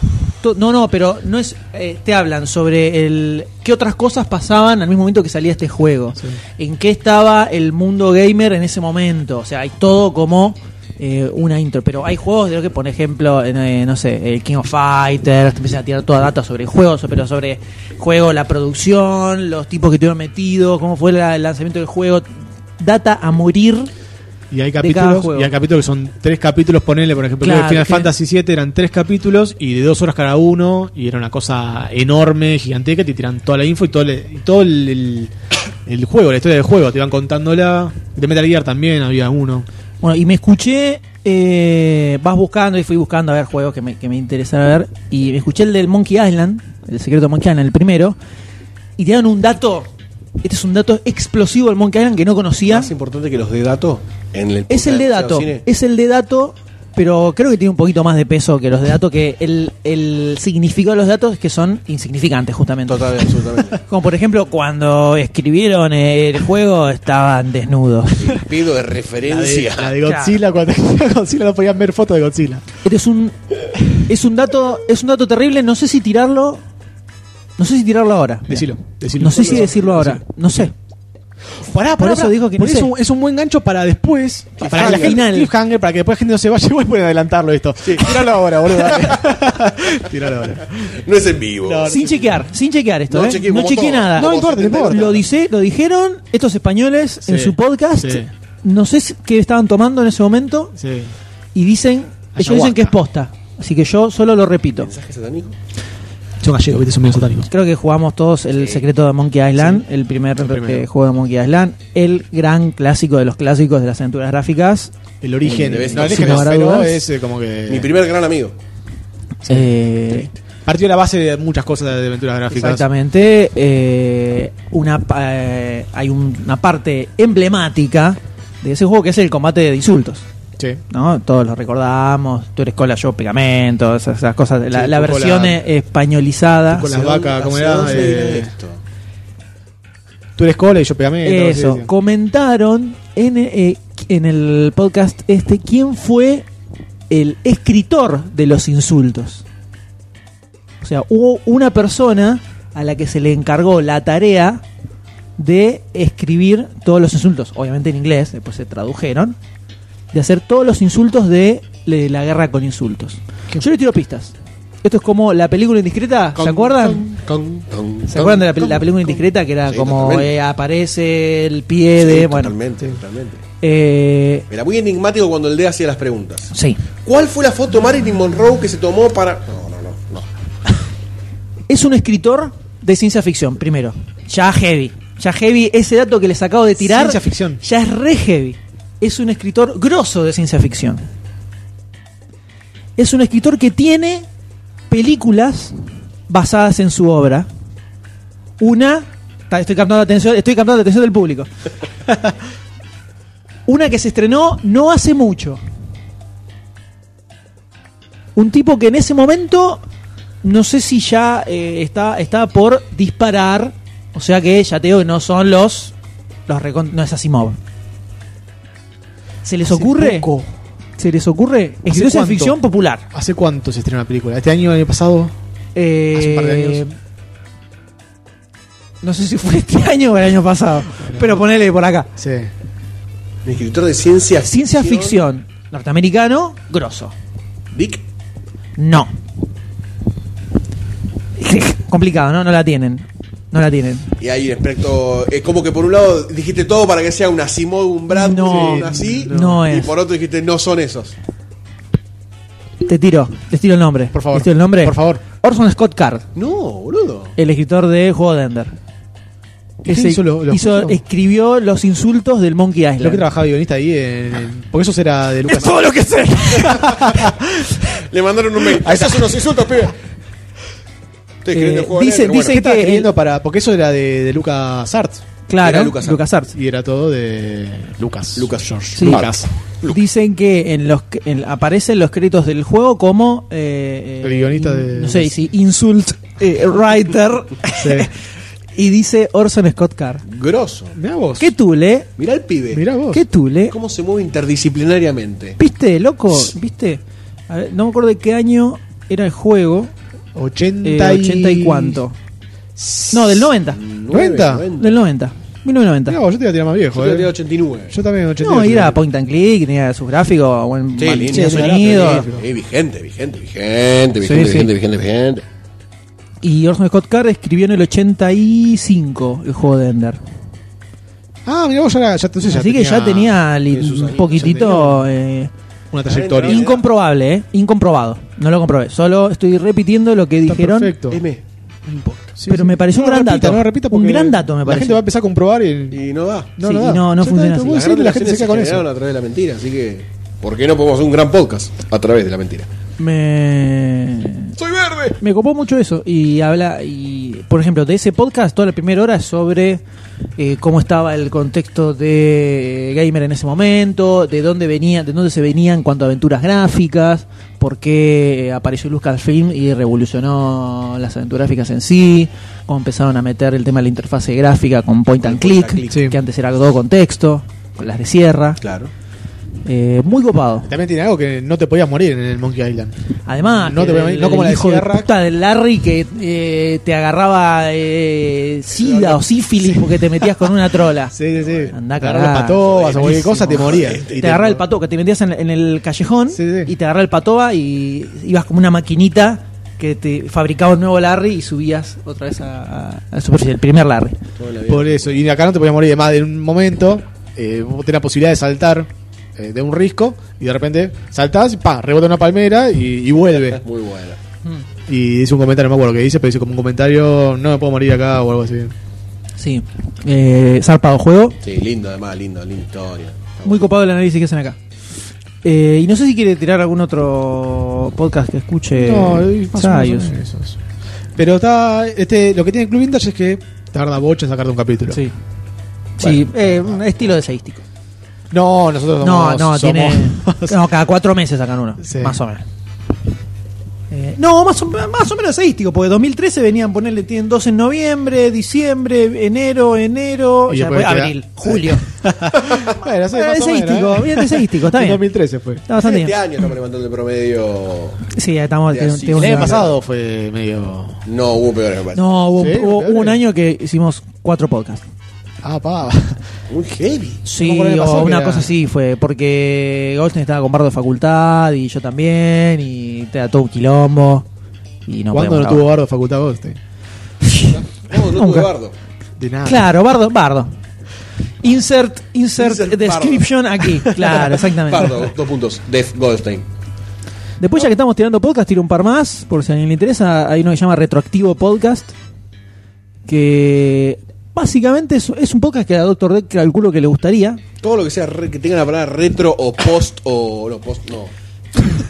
to- no, no, pero no es. eh, te hablan sobre el qué otras cosas pasaban al mismo momento que salía este juego. En qué estaba el mundo gamer en ese momento. O sea, hay todo como eh, una intro. Pero hay juegos, creo que por ejemplo, en, eh, no sé, el King of Fighters, te empiezan a tirar toda data sobre el juego, so- pero sobre juego, la producción, los tipos que tuvieron metidos, cómo fue la- el lanzamiento del juego. Data a morir.
Y hay
cada
capítulos,
juego.
y hay capítulos que son tres capítulos, ponele, por ejemplo, creo que
Claro,
Final
que-
Fantasy VII eran tres capítulos y de dos horas cada uno, y era una cosa enorme, gigantesca, te tiran toda la info y todo, el, y todo el, el- el juego, la historia del juego, te iban contándola. De Metal Gear también había uno.
Bueno, y me escuché, eh, vas buscando y fui buscando a ver juegos que me, que me interesara ver. Y me escuché el del Monkey Island, el secreto de Monkey Island, el primero. Y te dan un dato, este es un dato explosivo del Monkey Island que no conocía.
Más importante que los de dato en el
Es el de dato,
cine.
es el de dato, pero creo que tiene un poquito más de peso que los de dato, que el, el significado de los datos es que son insignificantes justamente.
Total, absolutamente.
Como por ejemplo, cuando escribieron el juego estaban desnudos.
Pido de
La de,
referencia.
la de Godzilla, cuando Godzilla no podían ver fotos de Godzilla.
Este es un es un dato es un dato terrible, no sé si tirarlo no sé si tirarlo ahora. Mira.
Decilo, decilo.
No sé si decirlo ahora, no sé.
Pará,
Por eso digo que
por
no
eso
sé.
es un buen gancho para después. Para que la
Cliffhanger.
gente, cliffhanger, para que después la gente no se vaya. [laughs] Igual pueden adelantarlo esto. Tíralo ahora, boludo. dale. Tíralo ahora.
No es en vivo.
No,
Sin chequear, sin chequear esto,
No
¿eh?
chequeé como
chequeé
todo.
nada.
No, no importa, no importa.
lo dice, lo dijeron estos españoles en
Sí,
su podcast.
sí.
No sé si- qué estaban tomando en ese momento
Sí.
y dicen, ellos dicen que es posta. Así que yo solo lo repito.
¿Mensaje satánico?
Son gallegos, viste, son medio satánicos.
Creo que jugamos todos el secreto de Monkey Island, el primer
primero.
eh, juego de Monkey Island, el gran clásico de los clásicos de las aventuras gráficas.
El origen.
Mm, debe ser.
No, el origen
Sin
no,
lugar a
pero
dudas.
es eh, como que.
Mi primer gran amigo.
Eh,
Partió la base de muchas cosas de aventuras gráficas.
Exactamente. eh, una, pa- eh, hay un- una parte emblemática de ese juego que es el combate de insultos.
Sí.
¿no? Todos lo recordamos. Tú eres cola, yo pegamento, esas, esas cosas. La,
Sí,
la
tú
versión
cola-
eh, españolizada.
Con
¿Hacia
las
dónde-
vacas, ¿cómo
hacia
era?
dónde
Eh,
viene esto?
Tú eres cola y yo pegamento.
Eh, Eso.
sí, sí.
Comentaron en, eh, en el podcast este quién fue el escritor de los insultos. O sea, hubo una persona a la que se le encargó la tarea de escribir todos los insultos, obviamente en inglés, después se tradujeron, de hacer todos los insultos de, de la guerra con insultos. Yo le tiro pistas. Esto es como la película indiscreta, ¿se acuerdan?
Con-
¿Se acuerdan de la, pel- la película indiscreta que era
Sí,
como
totalmente.
eh, aparece el pie de.
Sí,
bueno.
Totalmente, totalmente.
Eh,
Era muy enigmático cuando el D hacía las preguntas.
sí.
¿Cuál fue la foto Marilyn Monroe que se tomó para.? No, no, no. no.
Es un escritor de ciencia ficción, primero. Ya heavy. Ya heavy, ese dato que les acabo de tirar.
Ciencia ficción.
Ya es re heavy. Es un escritor grosso de ciencia ficción. Es un escritor que tiene películas basadas en su obra. Una. ta- Estoy captando la atención, estoy captando la atención del público. Una que se estrenó no hace mucho. Un tipo que en ese momento no sé si ya eh, está, está por disparar. O sea que ya te digo que no son los. los recon- no es Asimov. ¿Se les ocurre?
poco.
¿Se les ocurre?
¿Hace
Escritor de
cuánto?
ficción popular.
¿Hace cuánto se estrenó la película? ¿Este año, el año pasado?
Eh,
Hace un par de años.
No sé si fue este [laughs] año o el año pasado. Pero ponele por acá.
Sí.
Un escritor de ciencia.
Ciencia ficción norteamericano, grosso.
Dick.
No. Complicado, ¿no? No la tienen. No la tienen.
Y ahí, respecto. Es eh, como que por un lado dijiste todo para que sea un Asimov, un Brad,
No,
un así.
no. No
y
es.
por otro dijiste, no son esos.
Te tiro, les tiro el nombre.
Por favor.
¿Les tiro el nombre?
Por favor.
Orson Scott Card,
No, boludo.
el escritor de Juego de Ender.
¿Qué hizo lo- los
hizo-
juegos?
escribió los insultos del Monkey Island.
Lo que trabajaba guionista ahí en. en- porque eso era
[laughs]
de Lucas.
todo lo que sé.
[laughs]
Le mandaron un mail. A esos unos insultos, pibe. Estoy escribiendo
Eh,
el juego de
dicen-
Leandro,
dicen-
¿Qué estaba
que
escribiendo para.? Porque eso era de, de Lucas Arts.
Claro,
Era
Lucas
LucasArts.
LucasArts.
Y era todo de Lucas.
Lucas George.
Sí.
Lucas.
Dicen que en los que- en- aparecen los créditos del juego como eh, eh,
El guionista de-
no sé si insult eh,
[laughs]
writer [laughs] y dice Orson Scott Card.
bueno. Grosso.
Mirá vos.
¿Qué tule?
Mirá el pibe.
Mirá vos.
¿Qué tule?
Cómo se mueve interdisciplinariamente.
¿Viste, loco? ¿Viste? A ver, no me acuerdo de qué año era el juego. Eh,
80 y...
80 y cuánto. No, del 90.
¿Noventa?
Del 90. 1990.
No, yo te iba a tirar más viejo.
Yo
eh.
tenía 89.
Yo también, 80.
No, ir a point and click, tenía sus gráficos, buen
Sí,
buen
línea,
sonido.
Sí, Eh, vigente, vigente, vigente, vigente,
Sí, sí.
vigente, vigente, vigente.
Y Orson Scott Card escribió en el 85 el juego de Ender.
Ah, mira, vos ya, era- ya, entonces
Así que ya tenía li- un
sus añitos,
poquitito eh,
una
Ahí
trayectoria.
entra-
incomprobable, ¿eh? Incomprobado. No lo comprobé. Solo estoy repitiendo lo que
Está
dijeron.
perfecto.
M.
No importa. Sí,
Pero
sí.
me pareció
No
un
lo
gran
repita,
dato.
no lo repita
Un
porque
gran dato, me
La
parece.
gente va a empezar a comprobar y.
Y no da.
No,
Sí,
no, da.
y no- no
Ya está, esto
funciona así.
puede
Las
ser,
grandes
la gente se queda
naciones
con
se
eso.
generaron a través de la mentira, así que... ¿Por qué no podemos hacer un gran podcast a través de la mentira?
Me...
¡Soy verde!
me copó mucho eso. Y habla, y por ejemplo, de ese podcast, toda la primera hora es sobre eh, cómo estaba el contexto de eh, Gamer en ese momento, de dónde venía, de dónde se venía en cuanto a aventuras gráficas, por qué eh, apareció Lucasfilm y revolucionó las aventuras gráficas en sí, cómo empezaron a meter el tema de la interfase gráfica con point and
Point
click,
and click.
Sí.
que antes era todo con texto, con las de sierra.
Claro.
Eh, muy copado.
También tiene algo que no te podías morir en el Monkey Island.
Además,
No
que
te voy a-
el,
no como la
el hijo de
sierra.
puta de Larry que eh, te agarraba eh, sida o sífilis porque te metías con una trola.
Sí, sí, sí.
Andá a
Agarrar las
cagar.
patobas o cualquier
Buenísimo.
cosa, te morías.
[laughs] Te agarraba el patoba, que te metías en, en el callejón
Sí, sí.
y te agarraba el patoba y ibas como una maquinita que te fabricaba un nuevo Larry y subías otra vez a, a- a la superficie, el primer Larry.
Por eso, y acá no te podías morir. Además, en un momento, eh, vos tenés la posibilidad de saltar eh, de un risco y de repente saltás, pa, rebota una palmera y, y vuelve.
Muy buena.
Hmm. Y dice un comentario, no me acuerdo lo que dice, pero dice como un comentario, no me puedo morir acá o algo así.
Sí, eh, zarpado juego.
Sí, lindo además, lindo, linda historia.
Muy copado el análisis que hacen acá. Eh, y no sé si quiere tirar algún otro podcast que escuche.
No, es más o menos
Sayus.
son esos. Pero está, este, lo que tiene el Club Vintage es que tarda bocha en sacarte un capítulo.
Sí. Sí, eh, un estilo de seístico.
No, nosotros
No,
somos-
no,
somos- [laughs]
tiene. No, cada cuatro meses sacan uno.
Sí.
Más o menos. Eh, no, más o, más o menos seístico, porque 2013 venían ponerle, tienen dos en noviembre, diciembre, enero, enero,
Y
ya
después
después
queda-
abril,
[laughs]
julio.
Bueno, sí,
Eh,
más o
seístico,
menos, ¿eh?
bien, es
[laughs]
seístico, está
En
bien.
2013 fue.
Está bastante
este
bien.
año estamos levantando el promedio.
Sí, estamos.
De
tiene-
así.
tiene un
El año
nivel.
pasado fue medio.
No hubo peores me parece.
No, hubo,
Sí,
hubo-
peor.
hubo un año que hicimos cuatro podcasts.
Ah, pa. [laughs]
Muy heavy.
No me
Sí,
acuerdo qué
o
pasó, que
una
era-
cosa así fue, porque Goldstein estaba con bardo de facultad y yo también, y te da todo un quilombo. Y no
¿Cuándo
podíamos
no tuvo bardo facultad Goldstein?
No, no tuve
Nunca.
bardo.
De nada.
grabar. Claro, bardo, bardo. Insert, insert,
Insert
description aquí,
[laughs]
claro, exactamente.
Bardo, dos puntos. Def Goldstein.
Después ya que estamos tirando podcast, tiro un par más, por si a alguien le interesa, hay uno que se llama Retroactivo Podcast, que básicamente es, es un podcast que a Doctor Deck calculo que le gustaría,
Todo lo que sea re- que tenga la palabra retro o post o. No, post
[laughs]
no.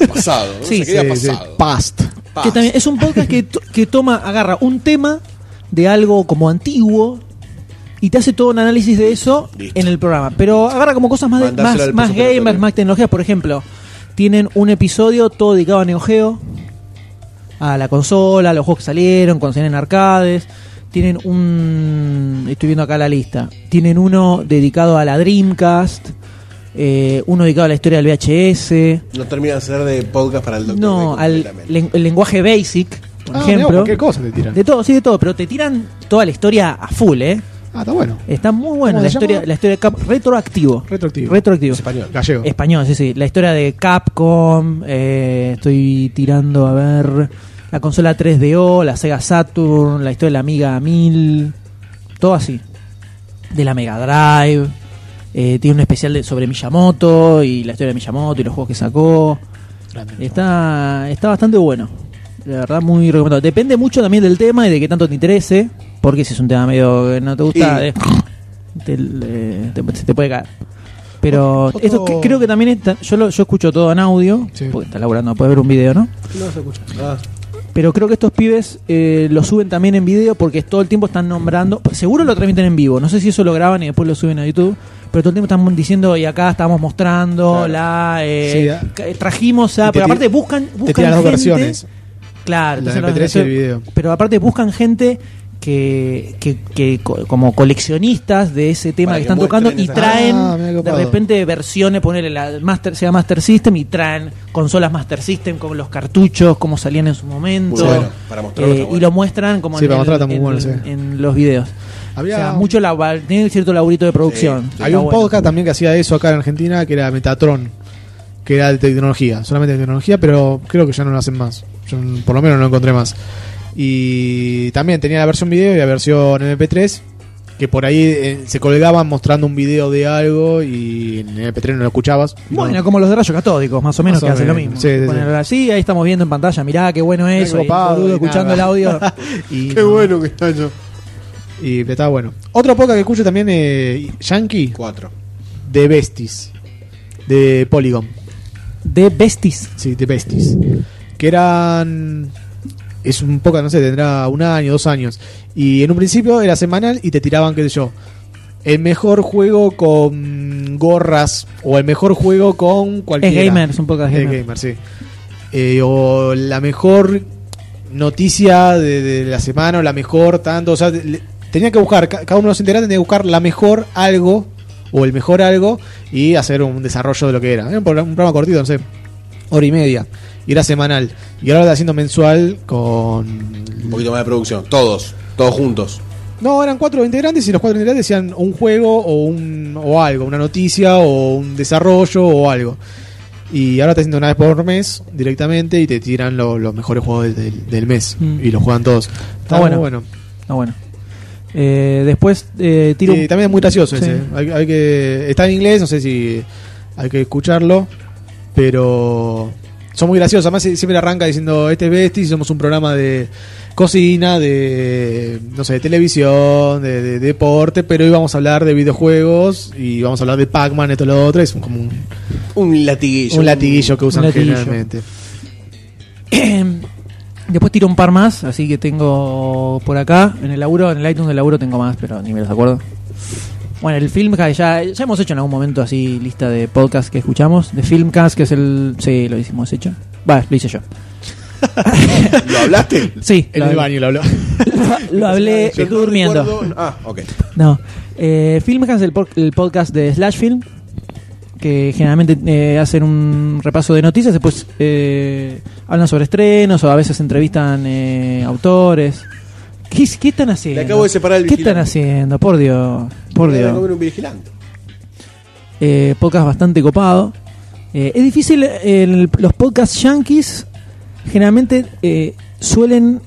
Pasado. No
Sí,
sé qué había
Sí, sí,
pasado.
past.
Past.
Que también es un podcast que, to- que toma, agarra un tema de algo como antiguo y te hace todo un análisis de eso
Listo.
en el programa. Pero agarra como cosas más, de-
Mandársela
más,
al
más
peso
gamers,
pelotero.
más tecnologías. Por ejemplo, tienen un episodio todo dedicado a Neo Geo, a la consola, a los juegos que salieron, cuando salieron en arcades. Tienen un. Estoy viendo acá la lista. Tienen uno dedicado a la Dreamcast. eh, uno dedicado a la historia del VHS.
No termina de ser de podcast para el doctor.
No,
Deco,
al
completamente.
len- el lenguaje basic, por
Ah, mirá,
ejemplo.
cualquier cosa te tiran.
De todo, sí, de todo, pero te tiran toda la historia a full, ¿eh?
Ah, está bueno.
Está muy buena
¿Cómo
la
se
historia,
llama?
la historia de Cap retroactivo.
Retroactivo.
Retroactivo.
Español.
Gallego.
Español, sí, sí. La historia de Capcom, eh, estoy tirando a ver la consola 3DO, la Sega Saturn, la historia de la Amiga 1000, todo así. De la Mega Drive, eh, tiene un especial de- sobre Miyamoto y la historia de Miyamoto y los juegos que sacó.
Grande.
Está, está bastante bueno. La verdad, muy recomendado. Depende mucho también del tema y de qué tanto te interese. Porque si es un tema medio que no te gusta,
Sí.
eh, te, eh, te- se te puede caer. Pero
Otro-
esto que- creo que también está. Yo, lo- yo escucho todo en audio.
Sí.
Porque está laburando, puede ver un video, ¿no?
No se escucha. Ah,
Pero creo que estos pibes eh, lo suben también en video porque todo el tiempo están nombrando. Seguro lo transmiten en vivo. No sé si eso lo graban y después lo suben a YouTube. Pero todo el tiempo están diciendo, y acá estamos mostrando,
Claro.
la eh,
Sí, ah.
ca- trajimos a.
Y te
Pero
tira-
aparte buscan, buscan
Te tiran las dos
gente-
versiones.
Claro,
La
entonces
MP3 y el
entonces-
video.
Pero aparte buscan gente que, que- que co- como coleccionistas de ese tema
Para
que
que
están tocando
muestren
y
esa-
traen
Ah, mirá qué
de
copado.
repente versiones, ponerle la Master, sea Master System y traen consolas Master System con los cartuchos, como salían en su momento. eh,
Muy bueno, para mostrarlo está
y
bueno.
lo muestran como
Sí,
en,
para
el-
mostrarlo está muy
en-
bueno, sí.
en los videos.
Había-
O sea, mucho labor, tiene cierto laburito de producción.
Sí,
Está
Había un
bueno.
podcast también que hacía eso acá en Argentina, que era Metatron, que era de tecnología, solamente de tecnología, pero creo que ya no lo hacen más. Yo n- por lo menos no lo encontré más. Y también tenía la versión video y la versión MP3, que por ahí eh, se colgaban mostrando un video de algo y en MP3 no lo escuchabas.
Bueno, como los de rayos catódicos, más o menos,
Más o
que hacen lo
menos,
mismo.
sí, sí, sí.
Ponerlo así, ahí estamos viendo en pantalla, mirá qué bueno eso. y el
copado,
boludo
y nada.
escuchando
[laughs]
el audio.
Y
Qué
no.
bueno que está yo.
Y pero estaba bueno. Otro podcast que escucho también, eh, Yankee,
Cuatro.
de Besties, de Polygon.
De Besties.
Sí, de Besties. Que eran. Es un poco, no sé, tendrá un año, dos años. Y en un principio era semanal y te tiraban, qué sé yo, el mejor juego con gorras o el mejor juego con
Es
cualquier.
gamer, es un podcast
Es
gamer.
gamer, sí. Eh, o la mejor noticia de, de la semana o la mejor tanto. O sea, le- tenía que buscar, ca- cada uno de los integrantes tenía que buscar la mejor algo o el mejor algo y hacer un desarrollo de lo que era. Era un programa, un programa cortito, no sé, hora y media. Y era semanal. Y ahora lo está haciendo mensual con...
Un poquito más de producción. Todos. Todos juntos.
No, eran cuatro integrantes y los cuatro integrantes decían un juego o, un, o algo, una noticia o un desarrollo o algo. Y ahora te haciendo una vez por mes directamente y te tiran lo- los mejores juegos del, del mes.
Mm.
Y los juegan todos. Está
bueno.
muy bueno.
Ah, bueno. Eh, después eh, tiro
Y
un-
también es muy gracioso
Sí.
ese. ¿eh? Hay, hay que, está en inglés, no sé si hay que escucharlo. Pero son muy graciosos. Además, sie- siempre arranca diciendo: Este es Besties, somos un programa de cocina, de no sé, de televisión, de, de deporte. Pero hoy vamos a hablar de videojuegos y vamos a hablar de Pac-Man, esto, lo otro. Es un- como un,
Un latiguillo.
un latiguillo que
un
usan
latiguillo.
generalmente.
[clears throat] después tiro un par más, así que tengo por acá. En el laburo, en el iTunes del laburo tengo más, pero ni me los acuerdo. Bueno, el Filmcast ya, ya hemos hecho en algún momento así lista de podcasts que escuchamos. De Filmcast, que es el. Sí, lo hicimos hecho. Va, lo hice yo. [laughs]
¿Lo hablaste?
Sí,
En
lo
el
hablé.
baño lo habló.
[laughs] Lo, hablé
Yo no
durmiendo.
recuerdo- Ah, ok.
No. Eh, Filmcast, el, por- el podcast de Slash Film, que generalmente eh, hacen un repaso de noticias, después eh, hablan sobre estrenos o a veces entrevistan eh, autores. ¿Qué, es- qué están haciendo?
Le acabo de separar el
¿Qué
vigilante.
están haciendo? Por Dios. Por
Me voy a comer
Dios.
un vigilante.
Eh, podcast bastante copado. Eh, es difícil, eh, el- los podcasts yankees generalmente eh, suelen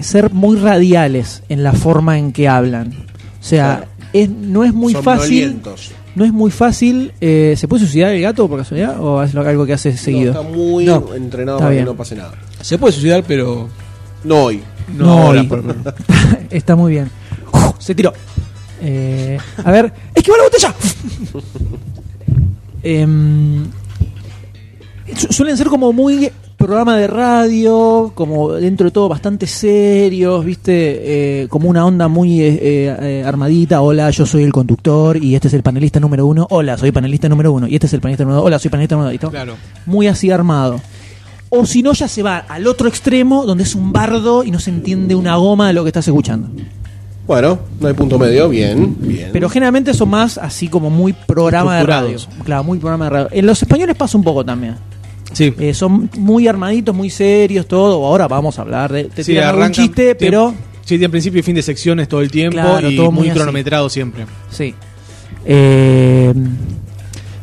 ser muy radiales en la forma en que hablan. O sea,
Claro.
es, no es muy fácil.
Somnolientos.
No es muy fácil. eh, ¿Se puede suicidar el gato por casualidad o es lo- algo que hace seguido?
No, está muy
No.
entrenado
Está
para
bien.
que no pase nada.
Se puede suicidar, pero.
No hoy.
No,
ahora,
y- [laughs]
por- por-
Está muy bien. Uf, se tiró. Eh, a ver, esquivó la botella. Em, su- suelen ser como muy programa de radio, como dentro de todo bastante serios, viste, Eh, como una onda muy eh, eh, eh, armadita. Hola, yo soy el conductor y este es el panelista número uno. Hola, soy panelista número uno y este es el panelista número dos. Hola, soy panelista número dos. ¿viste?
Claro.
muy así armado. O si no, ya se va al otro extremo, donde es un bardo y no se entiende una goma de lo que estás escuchando.
Bueno, no hay punto medio. Bien, bien.
Pero generalmente son más así como muy programa de radio.
Estructurados.
Claro, muy programa de radio. En los españoles pasa un poco también.
Sí.
Eh, son muy armaditos, muy serios, todo. Ahora vamos a hablar de. Te tiran algún
arrancan
chiste,
tiemp-
pero.
Sí, tiene principio y fin de secciones todo el tiempo
Claro,
y
todo muy
muy
así.
cronometrado siempre.
Sí. Eh,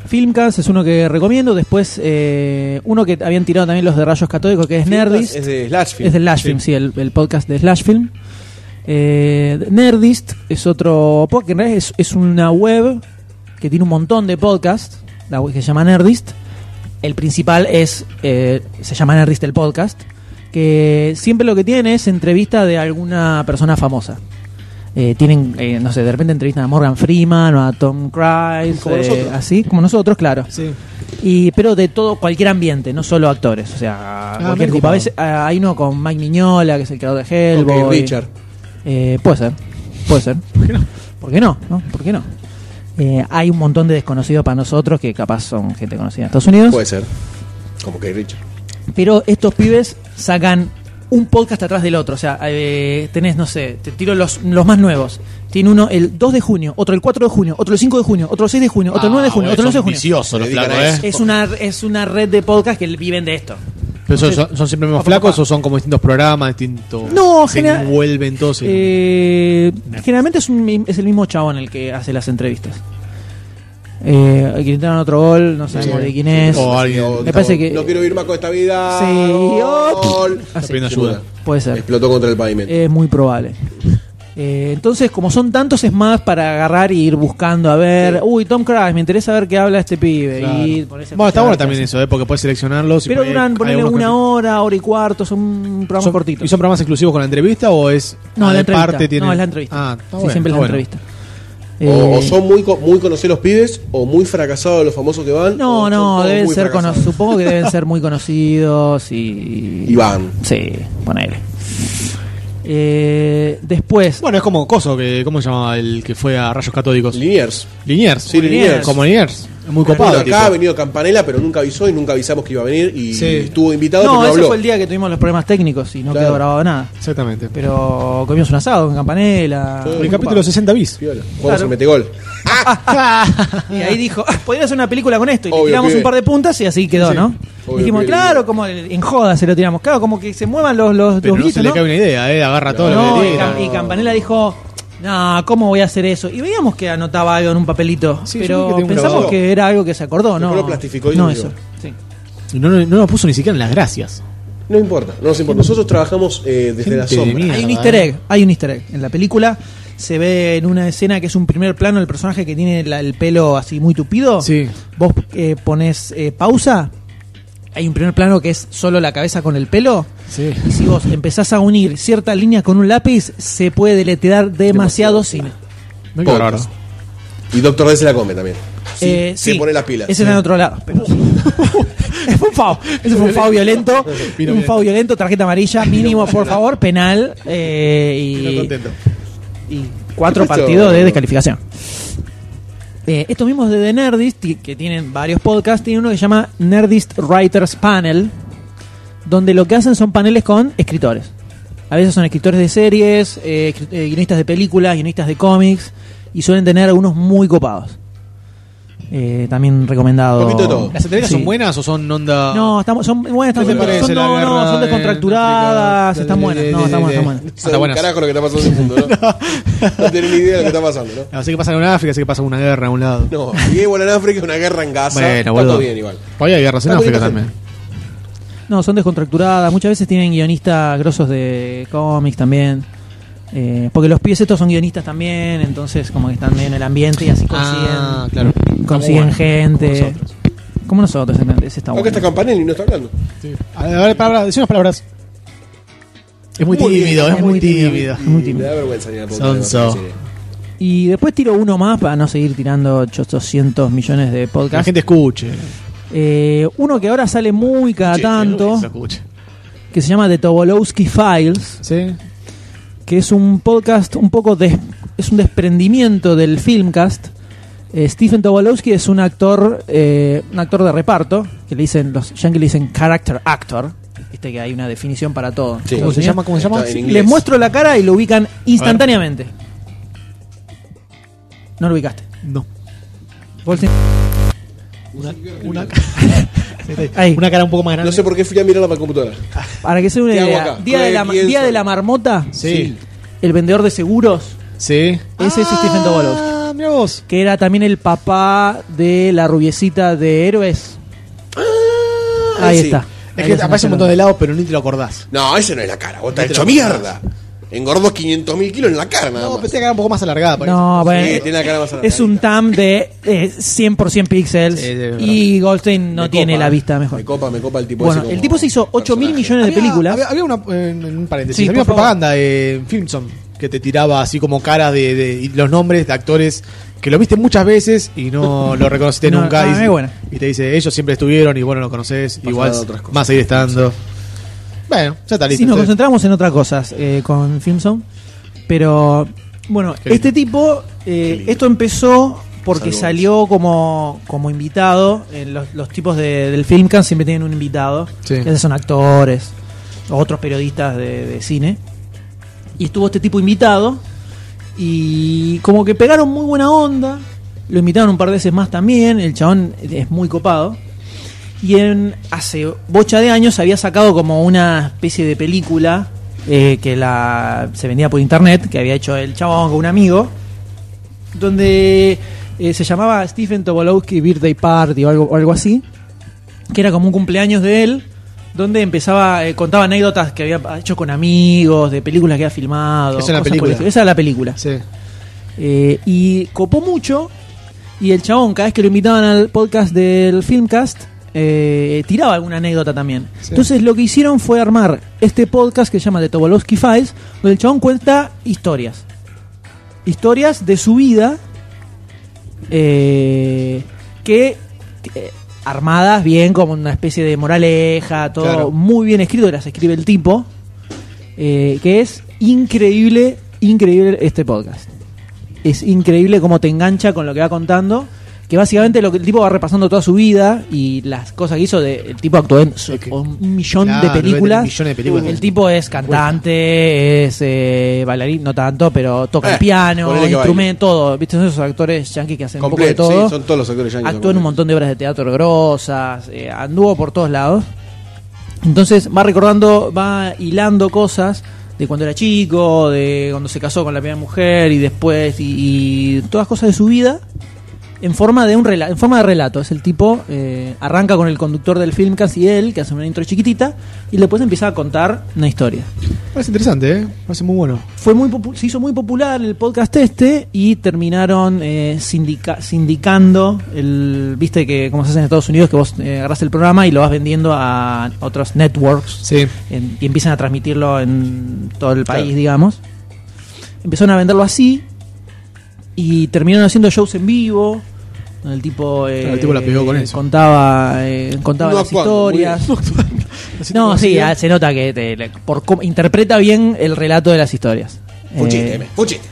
Filmcast es uno que recomiendo. Después, eh, uno que habían tirado también los de Rayos Católicos, que es Nerdist.
Es de Slash Film.
Es de Slash Film, sí, el, el podcast de Slash Film. Eh, Nerdist es otro podcast, en realidad es, es una web que tiene un montón de podcasts, la web que se llama Nerdist. El principal es, eh, se llama Nerdist el podcast, que siempre lo que tiene es entrevista de alguna persona famosa. Eh, tienen, eh, no sé, de repente entrevistan a Morgan Freeman o a Tom Cruise,
Como
eh,
nosotros.
así, como nosotros, claro.
Sí.
Y, pero de todo, cualquier ambiente, no solo actores. O sea, cualquier
mira
tipo.
qué
A veces ah, hay uno con Mike Miñola, que es el creador de Hellboy.
Ok, Richard.
Eh, puede ser, puede ser. [laughs] ¿Por qué no? ¿No? ¿Por qué no? Eh, hay un montón de desconocidos para nosotros que capaz son Pues. gente conocida en Estados Unidos.
Puede ser. Como que Richard.
Pero estos pibes sacan un podcast atrás del otro. O sea, eh, tenés, no sé, te tiro los, los más nuevos. Tiene uno el 2 de junio, otro el 4 de junio, otro el 5 de junio, otro el 6 de
Ah,
junio, otro el 9 de junio, otro el 11 de junio.
viciosos los
Se dedican
flacos,
a
¿eh?
eso.
Es una, es una red de podcast que viven de esto.
Pero son, son- son siempre mismos
Papá,
flacos
papá.
o son como distintos programas, distintos.
No,
se
genera-
envuelven todos. en-
Eh, generalmente es, un mi- es el mismo chabón el que hace las entrevistas. Eh, al que intentaron otro gol, no sabemos
Sí.
de quién es.
O alguien.
O,
Me parece que-
No quiero vivir más con esta vida.
Sí, oh,
gol.
así.
pidiendo ayuda.
Puede ser.
Explotó contra el pavimento.
Es muy probable. Eh, entonces, como son tantos, es más para agarrar y ir buscando a ver. Uy, Tom Cruise, me interesa ver qué habla este pibe.
Claro.
Y ponerse a
Bueno, está
escuchar
bueno
qué
también
hace.
eso, ¿eh? porque puedes seleccionarlos. y
Pero
por ahí
duran,
hay
ponele
algunos
una
que-
hora, hora y cuarto. Son programas
son-
cortitos.
¿Y son programas exclusivos con la entrevista o es.?
no, la entrevista.
aparte tiene-
No, es la entrevista.
Ah,
Sí, siempre es la entrevista.
O, o
Eh,
son muy, co- muy conocidos los pibes, o muy fracasados los famosos que van. o
No,
son
no,
todos
deben
muy
ser cono-
fracasados.
supongo que deben ser muy conocidos y...
Y van.
Sí, ponele. Eh, después,
Bueno, es como Coso, que, ¿cómo se llamaba el que fue a Rayos Catódicos?
Liniers.
Liniers.
Sí, Liniers.
Como Liniers. Es muy
Ha venido
copado.
acá ha
tipo.
venido Campanella, pero nunca avisó y nunca avisamos que iba a venir. Y
Sí.
estuvo invitado,
no,
pero no
ese
habló.
fue el día que tuvimos los problemas técnicos y no
Claro.
quedó grabado nada.
Exactamente.
Pero comimos un asado en Campanela.
Sí.
el capítulo 60 [laughs] bis.
Piola. Juan
Claro.
se mete gol.
[laughs]
Ah,
Y ahí dijo, "Ah, podría hacer una película con esto. Y
Obvio,
le tiramos
pibe.
un par de puntas y así quedó,
Sí.
¿no?
Obvio,
Dijimos,
pibe.
claro, como el- en joda se lo tiramos. Claro, como que se muevan los, los,
Pero
los
no se
gritos,
le
¿no?
cae una idea, ¿eh? Agarra todo lo
No,
que
y,
le
Cam- y Campanella dijo, no, ¿cómo voy a hacer eso? Y veíamos que anotaba algo en un papelito,
Sí, yo vi que
pero
tenía un
pensamos
grabador.
que era algo que se acordó,
Después
¿no?
lo plastificó y
no,
lo
eso.
dio.
sí.
Y no, no, no nos puso ni siquiera en las gracias.
No importa, no nos importa. Nosotros trabajamos eh, desde la
Gente de
sombra.
mierda,
Hay un
¿eh?
easter egg, hay un easter egg. En la película se ve en una escena que es un primer plano el personaje que tiene la- el pelo así muy tupido.
Sí.
Vos eh, pones eh, pausa. Hay un primer plano que es solo la cabeza con el pelo.
Sí.
Y si vos empezás a unir cierta línea con un lápiz, se puede deletear demasiado, cine.
No
Podcast. Y Doctor D se la come también. Sí,
Eh,
se
sí.
pone las pilas.
Ese era en otro lado. pero- [laughs] fue un FAO. Ese fue un FAO violento. un FAO violento, tarjeta amarilla, mínimo, por favor, penal. eh,
contento.
y, y cuatro
Esto-
partidos de descalificación. Eh, estos mismos de The Nerdist, que, que tienen varios podcasts, tienen uno que se llama Nerdist Writers Panel, donde lo que hacen son paneles con escritores. A veces son escritores de series, eh, escri- eh, guionistas de películas, guionistas de cómics, y suelen tener algunos muy copados. Eh, también recomendado.
Un poquito de todo.
¿Las entrevistas
Sí.
son buenas o son onda.?
No, estamos, son buenas,
¿Qué te
están,
parece
son,
la
no, no,
guerra
son
en
descontracturadas,
África?
están buenas, no, están buenas, están buenas.
Son
Hasta buenas.
Carajo lo que está pasando en el mundo, [laughs] ¿no? no tienen ni idea de lo que está pasando, ¿no?
No, sé que pasa en una África, sé que pasa una guerra a un lado.
No, y es bueno en África, una guerra en Gaza. está
Bueno,
todo
boludo.
bien igual.
Hoy hay guerras en
Está
África
bonita
también.
No, son descontracturadas, muchas veces tienen guionistas grosos de cómics también. eh, porque los pibes estos son guionistas también, entonces como que están medio en el ambiente y así consiguen,
Ah, claro.
consiguen
Como-
gente.
como nosotros.
Como nosotros, exactamente, ese está
Acá
bueno.
está Campanelli y no está hablando.
Sí. A ver, a ver, palabras, decí unas palabras. Es muy,
Muy bien,
tímido, es muy tímido.
Es muy
Y Me
tímido.
da vergüenza ir a podcast.
Sonso.
Sí.
Y después tiro uno más para no seguir tirando 800 millones de
Que la
podcasts.
gente escuche.
Eh, uno que ahora sale muy cada tanto,
Se escuche.
que se llama The Tobolowski Files,
Sí.
que es un podcast un poco de, es un desprendimiento del filmcast. Eh, Stephen Tobolowski es un actor, eh, un actor de reparto, que le dicen los yankees le dicen character actor. Viste que hay una definición para todo.
Sí.
¿Cómo se
Señor,
llama? ¿Cómo se llama?
Está en inglés.
Les muestro la cara y lo ubican instantáneamente. No lo ubicaste.
No.
Vos sí-
Una, una, [laughs]
Ahí.
una cara un poco más grande.
No sé por qué fui a mirar la computadora.
Para que se den una
¿Qué hago
idea.
acá?
Día de, la,
¿Quién soy?
día de la marmota,
Sí.
el vendedor de seguros,
Sí.
ese es Stephen Tobolowsky.
Ah, mira vos.
que era también el papá de la rubiecita de Héroes. Ahí
Ah, sí.
está.
Es
Ahí
que
está,
aparece
señor.
un montón de lados, pero ni te lo acordás.
No, ese no es la cara. Vos estás
No te
hecho
lo
mierda. Engordó 500.000 kilos en la cara, nada
No,
más.
pensé que era un poco más alargada. parece.
No, bueno.
Sí, tiene la cara más
es un TAM de eh, 100% píxeles
Sí, sí, es
y Goldstein no
Me
tiene
copa, eh.
la vista mejor.
Me copa, me copa el tipo
Bueno,
ese como
el tipo se hizo 8 mil
personaje.
millones de
Había-
películas.
Había, había una, eh, en, en un paréntesis,
Sí,
había
por favor.
propaganda eh, en Filmson que te tiraba así como caras de, de- y los nombres de actores que lo viste muchas veces y [laughs] no lo reconociste
No,
nunca.
ah,
y,
es buena.
y te dice, ellos siempre estuvieron y bueno, lo conoces, igual
otras cosas.
más seguir estando. Bueno, ya está listo.
si nos
entonces.
concentramos en otras cosas eh, con Filmson, pero bueno,
Qué lindo.
este tipo, eh, esto empezó porque
Saludos.
salió como, como invitado. eh, los, los tipos de- del Filmcast siempre tienen un invitado,
Sí.
que a veces son actores, otros periodistas de, de cine. Y estuvo este tipo invitado. Y como que pegaron muy buena onda. Lo invitaron un par de veces más también. El chabón es muy copado. Y en, hace bocha de años había sacado como una especie de película eh, que la, se vendía por internet, que había hecho el chabón con un amigo, donde eh, se llamaba Stephen Tobolowski Birthday Party o algo, o algo así, que era como un cumpleaños de él, donde empezaba, eh, contaba anécdotas que había hecho con amigos, de películas que había filmado.
Esa era la
cosas por el
película.
estilo. Esa era la película.
Sí.
Eh, y copó mucho. Y el chabón, cada vez que lo invitaban al podcast del Filmcast, eh, tiraba alguna anécdota también.
Sí.
Entonces lo que hicieron fue armar este podcast que se llama The Tobolowski Files, donde el chabón cuenta historias. Historias de su vida eh, que eh, armadas bien como una especie de moraleja, todo
Claro.
muy bien escrito, las escribe el tipo, eh, que es increíble, increíble este podcast. Es increíble cómo te engancha con lo que va contando, que básicamente lo que el tipo va repasando toda su vida y las cosas que hizo, de, el tipo actuó en so-
Ok.
un millón
Claro,
de
debe tener
películas.
millones de películas.
El tipo es cantante, es eh, bailarín, no tanto, pero toca
Eh,
el piano,
ponele que baile.
instrumento, todo. ¿Viste? Son esos actores yankees que hacen
Completo,
un poco de todo.
sí, son todos los actores yankees.
Actuó en un montón de obras de teatro grosas, eh, anduvo por todos lados. Entonces va recordando, va hilando cosas de cuando era chico, de cuando se casó con la primera mujer y después, y, y todas cosas de su vida en forma de un rela- en forma de relato. Es el tipo, eh, arranca con el conductor del film casi él, que hace una intro chiquitita, y después empieza a contar una historia
Parece interesante, ¿eh? Parece muy bueno.
fue muy popu- se hizo muy popular el podcast este y terminaron eh, sindica- sindicando el viste que como se hace en Estados Unidos que vos eh, agarrás el programa y lo vas vendiendo a otros networks
Sí.
en- y empiezan a transmitirlo en todo el país
Claro.
digamos empezaron a venderlo así y terminaron haciendo shows en vivo donde el tipo eh,
Claro, el tipo la pegó con eso.
contaba eh, contaba
No
las
actuando, muy bien.
historias
[laughs]
no, sí, ah, se nota que te- le- por cómo- interpreta bien el relato de las historias. Eh,
Fuchiste, fuchiste.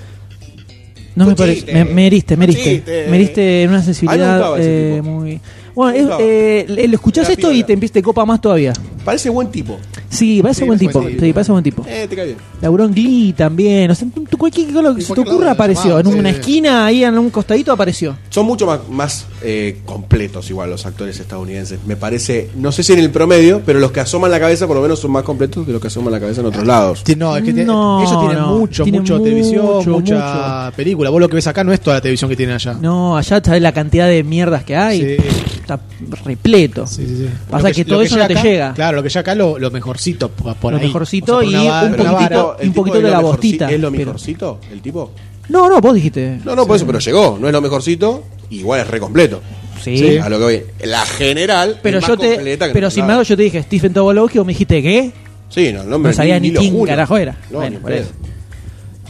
no me
fuchiste.
parece. Me, me heriste, me heriste.
Fuchiste.
Me heriste en una
A mí me
sensibilidad
gustaba ese
eh,
tipo.
muy. Bueno,
Me
es-
gustaba.
eh, le- le escuchás
Era
esto y
piola.
te, empi- te copa más todavía.
Parece buen tipo.
Sí, parece
Sí,
buen
es buen
tipo.
tipo.
Sí, parece buen tipo.
Eh, te cae bien.
Laburó en Glee también. O sea, tú- tú cualquier cosa
Sí,
que se te
cualquier lado
ocurra
de
apareció.
llamado,
En
sí,
una
sí.
esquina, ahí en un costadito apareció.
Son mucho más, más, eh, completos igual los actores estadounidenses. Me parece, no sé si en el promedio, pero los que asoman la cabeza por lo menos son más completos que los que asoman la cabeza en
Ah,
otros lados.
Ti- No, es que ti-
No,
ellos tienen
no,
mucho,
tienen
mucho televisión,
mucho,
mucha película. Vos lo que ves acá no es toda la televisión que tienen allá.
No, allá sabes la cantidad de mierdas que hay.
Sí.
Está repleto.
Sí, sí, sí.
Pasa
Lo
que todo
lo
eso no te
acá-
llega.
Claro, lo que llega acá lo, lo mejorcito por por
Lo
ahí.
mejorcito
por una
y
vara- una
un
el
poquitito-
vara.
tipo- el
un
tipo
poquito
es
de
lo
la
mejorci-
bostita,
¿Es lo
pero-
mejorcito el tipo?
No, no, vos dijiste.
No, no, por eso, pero llegó. No es lo mejorcito. Igual es re completo.
Sí.
Sí.
A lo que voy. La general.
Pero
es más
yo te.
completa que
Pero
en
sin
otros
embargo,
lados.
yo te dije Stephen Tobolowsky, vos me dijiste que.
Sí, no, el nombre
No sabía ni
lo
quién
juro.
carajo era.
No,
Bueno,
ni
por
pedo.
eso.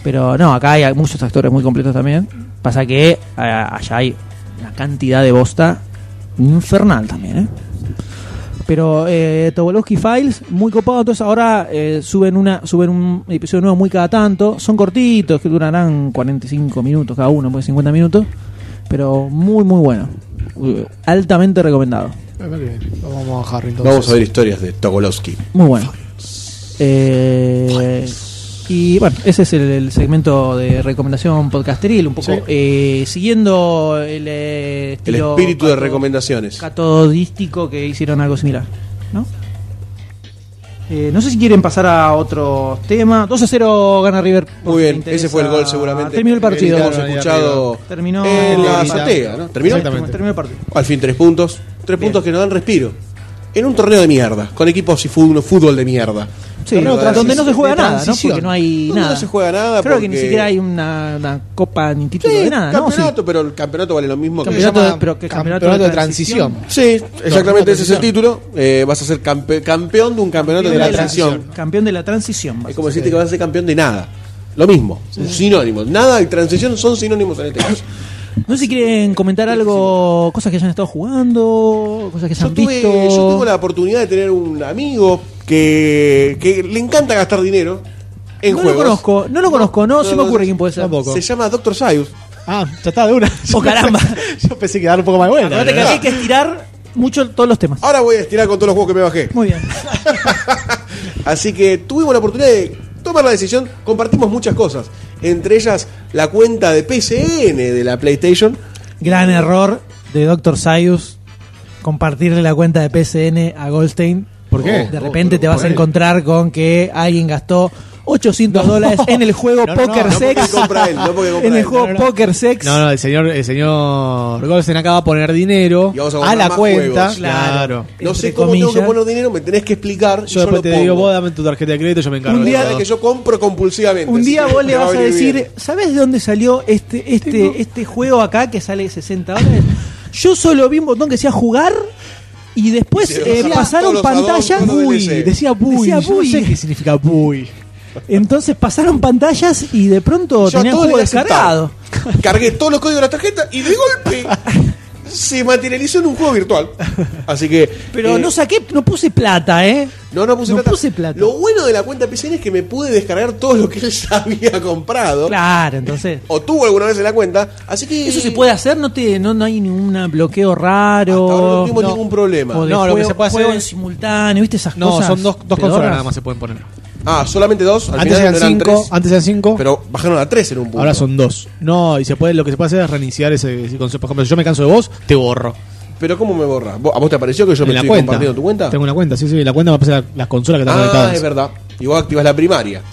Pero no, acá hay muchos actores muy completos también. Pasa que eh, allá hay una cantidad de bosta infernal también, ¿eh? Pero eh, Tobolowski Files, muy copado. Entonces ahora eh, suben una suben un episodio nuevo muy cada tanto. Son cortitos, que durarán 45 minutos cada uno, pues 50 minutos. Pero muy, muy bueno. Uh, Altamente recomendado.
Lo Vamos a bajar entonces.
Vamos a ver historias de Tokolowski.
Muy bueno. Eh, y bueno, ese es el, el segmento de recomendación podcasteril, un poco
Sí.
eh, siguiendo el, eh,
El
estilo
espíritu de
cato-
recomendaciones.
Catodístico que hicieron algo similar, ¿no? Eh, no sé si quieren pasar a otro tema. 2 a 0 gana River. por
Muy
si
bien,
te
ese fue el
interesa.
gol seguramente.
Terminó el partido.
Que hemos
Claro, ahí
escuchado
arriba.
Terminó
en la
Ahorita.
azotea, ¿no? ¿Terminó?
Exactamente.
Terminó el partido.
Al fin tres puntos. Tres
Bien.
puntos que nos dan respiro. En un torneo de mierda, con equipos y fútbol, fútbol de mierda.
Sí,
Torneo de
donde no
transición.
se juega
de
nada, ¿no?
transición.
Porque no hay
No,
nada.
no se juega nada
Creo que ni
porque-
siquiera hay una, una copa ni título
Sí,
de nada, ¿no? Sí.
campeonato, pero el campeonato vale lo mismo que
Campeonato
Se
de-
llama
pero que campeonato
campeonato
de
de transición.
Sí, exactamente ese es el
transición.
título. Eh, vas a ser campe- campeón de un campeonato de
Campeón
la
de la
transición.
transición.
Campeón de la transición. vas
Es como decirte que vas a ser campeón de nada. Lo mismo, sinónimos. Nada y transición son sinónimos en este caso.
a ser. No sé si quieren comentar algo, cosas que hayan estado jugando, cosas que
Yo,
hayan
tuve,
visto.
yo tengo la oportunidad de tener un amigo que, que le encanta gastar dinero en
no lo
juegos.
conozco, no lo conozco, no,
No,
se
no,
me
no,
ocurre
no,
quién puede ser.
tampoco.
Se llama Dr. Sayus.
Ah, ya está, de una.
[laughs]
Yo pensé-
Oh, caramba.
[laughs] Yo pensé que dar un poco más buena.
Acordate que
la
acá
verdad.
hay que estirar mucho todos los temas.
Ahora voy a estirar con todos los juegos que me bajé.
Muy bien.
Así que tuvimos la oportunidad de tomar la decisión, compartimos muchas cosas, entre ellas la cuenta de PSN de la PlayStation.
Gran error de Dr. Sayus compartirle la cuenta de PSN a Goldstein.
¿Por qué?
De repente te vas a encontrar con que alguien gastó 800 dólares en el juego
No, no,
Poker
No porque
Sex.
compra él, no porque compra
en el
él.
juego
no, no.
Poker Sex.
No, no, el señor, el señor Goldstein acaba de poner dinero
Y vamos a
a,
comprar
la
más
cuenta.
juegos.
Claro.
No sé
entre
cómo tengo
comillas.
que poner dinero, me tenés que explicar.
Yo después
lo
te digo,
pongo.
vos dame tu tarjeta de crédito, yo me encargo.
Un
de
día
todo.
que yo compro compulsivamente.
Un día
así que
vos le
me va
vas a
venir
decir,
bien.
¿sabes de dónde salió este, este, este juego acá que sale 60 dólares? Yo solo vi un botón que decía jugar y después
Sí,
eh,
todos
pasaron
los
pantallas.
add-ons, todo
Buy,
DLC.
decía Buy.
Decía
yo
Buy.
No sé qué significa Buy.
Entonces pasaron pantallas y de pronto
Yo a
tenían juego
todos le voy a
descargado.
aceptar. Cargué todos los códigos de la tarjeta y de golpe se materializó en un juego virtual. Así que.
Pero
eh,
no saqué, no puse plata, ¿eh?
No, no puse,
No
plata.
puse plata.
Lo bueno de la cuenta PCN es que me pude descargar todo lo que [laughs] él ya había comprado.
Claro, entonces.
O tuvo alguna vez en la cuenta. Así que.
Eso se puede hacer, no te no, no hay ningún bloqueo
Hasta
raro.
ahora no tuvimos ningún problema.
O de
No, lo que
juego-
se puede hacer
juego en
es-
simultáneo, ¿viste esas
No,
cosas?
son dos, dos
pedorras?
consolas nada más se pueden poner.
Ah, solamente dos. Al
Antes
final
eran
no eran
cinco,
tres.
antes eran cinco.
Pero bajaron a tres en un punto.
Ahora son dos. No, y se puede, lo que se puede hacer es reiniciar ese, ese concepto. Por ejemplo, si yo me canso de vos, te borro.
Pero ¿cómo me borra? ¿Vos- ¿A vos te apareció que yo me
en la
estoy
cuenta.
compartiendo tu cuenta?
Tengo una cuenta, sí, sí. en La cuenta me aparece la- las consolas que están
ah,
conectadas.
es verdad. Y vos activas la primaria.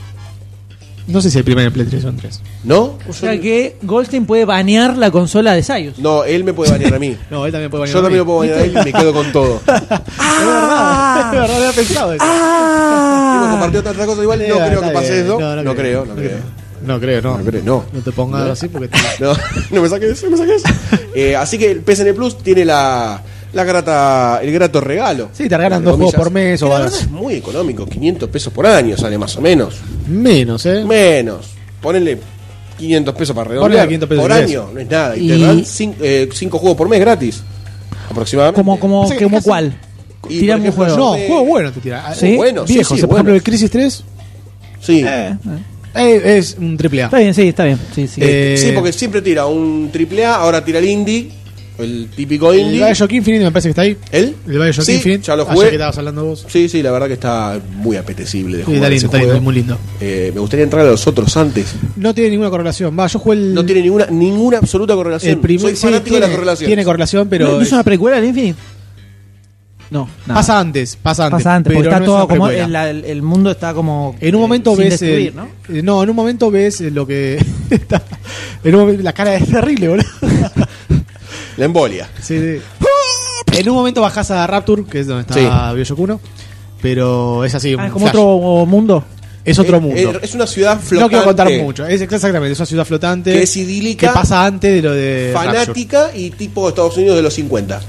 No sé si el primer en Play 3 o en 3.
¿No?
O sea que Goldstein puede banear la consola de Sayus.
No, él me puede bañar
[laughs]
a mí.
No, él también puede
Yo también lo puedo bañar a él y me quedo con
[laughs]
todo.
Ah. Es verdad, había pensado eso.
Y me compartió tantas cosas igual. Ah. No
Eh,
creo
está
que pase
bien.
eso. No, creo, no creo. [laughs]
No creo, no.
No creo, no.
No te pongas así porque te...
No, no me saques, no me saques.
[laughs]
Eh, así que el PSN Plus tiene la, la grata, el grato regalo.
Sí, te regalan
Entre
dos juegos
comillas.
por mes o
Que la
algo
verdad
así.
Es muy económico, 500 pesos por año sale más o menos.
Menos, ¿eh?
Menos. Ponele 500 pesos para redondear.
Ponele 500 pesos
por
de
año, no es nada. Y, te
Y-
dan 5 juegos por mes gratis. Aproximadamente.
Como, como,
Pasa que
como
casi-
cuál.
Y,
Tirame
por
un
ejemplo,
juego.
No,
Eh,
juego bueno te tira.
Sí,
bueno, sí,
viejos.
sí,
o sea, por
bueno.
ejemplo, el Crisis 3
Sí.
eh, es un triple A.
Está bien, sí, está bien. Sí, sí.
Eh,
sí, porque siempre tira un triple A, ahora tira el indie, el típico
El
indie.
Bioshock Infinite me parece que está ahí.
¿El?
El Bioshock
Sí,
Infinite.
ya lo
ayer
jugué.
que estabas hablando vos.
Sí, sí, la verdad que está muy apetecible de
Sí,
jugar.
está
ese
lindo, está lindo,
juego.
es muy lindo.
Eh, me gustaría entrar a los otros antes.
No tiene ninguna correlación. Va, yo jugué el.
No tiene ninguna, ninguna absoluta correlación.
el primer-
Soy
sí,
fanático
tiene,
de la correlación.
Tiene correlación, pero.
¿No- ¿No es
es-
una precuela del Infinite? No. nada.
pasa antes, pasa antes.
Pasa antes, porque
pero
está
no es
todo
una
como.
precuela.
El, la- el- el mundo está como.
En un
eh,
momento
sin
ves.
destruir,
el-
¿no?
eh, ¿no? en un momento ves eh, lo que. [laughs] está- en un momento- la cara es terrible,
[laughs]
boludo.
La embolia.
Sí, sí. En un momento bajás a Rapture, que es donde está
Sí.
Bioshock 1. Pero es así.
Ah,
un
es como
flash.
otro mundo.
es otro
Eh,
mundo.
eh, es una ciudad flotante.
no quiero contar mucho. Es exactamente, es una ciudad flotante.
Que es idílica.
Que pasa antes de lo de. eh, Rapture.
Fanática y tipo Estados Unidos de los 50.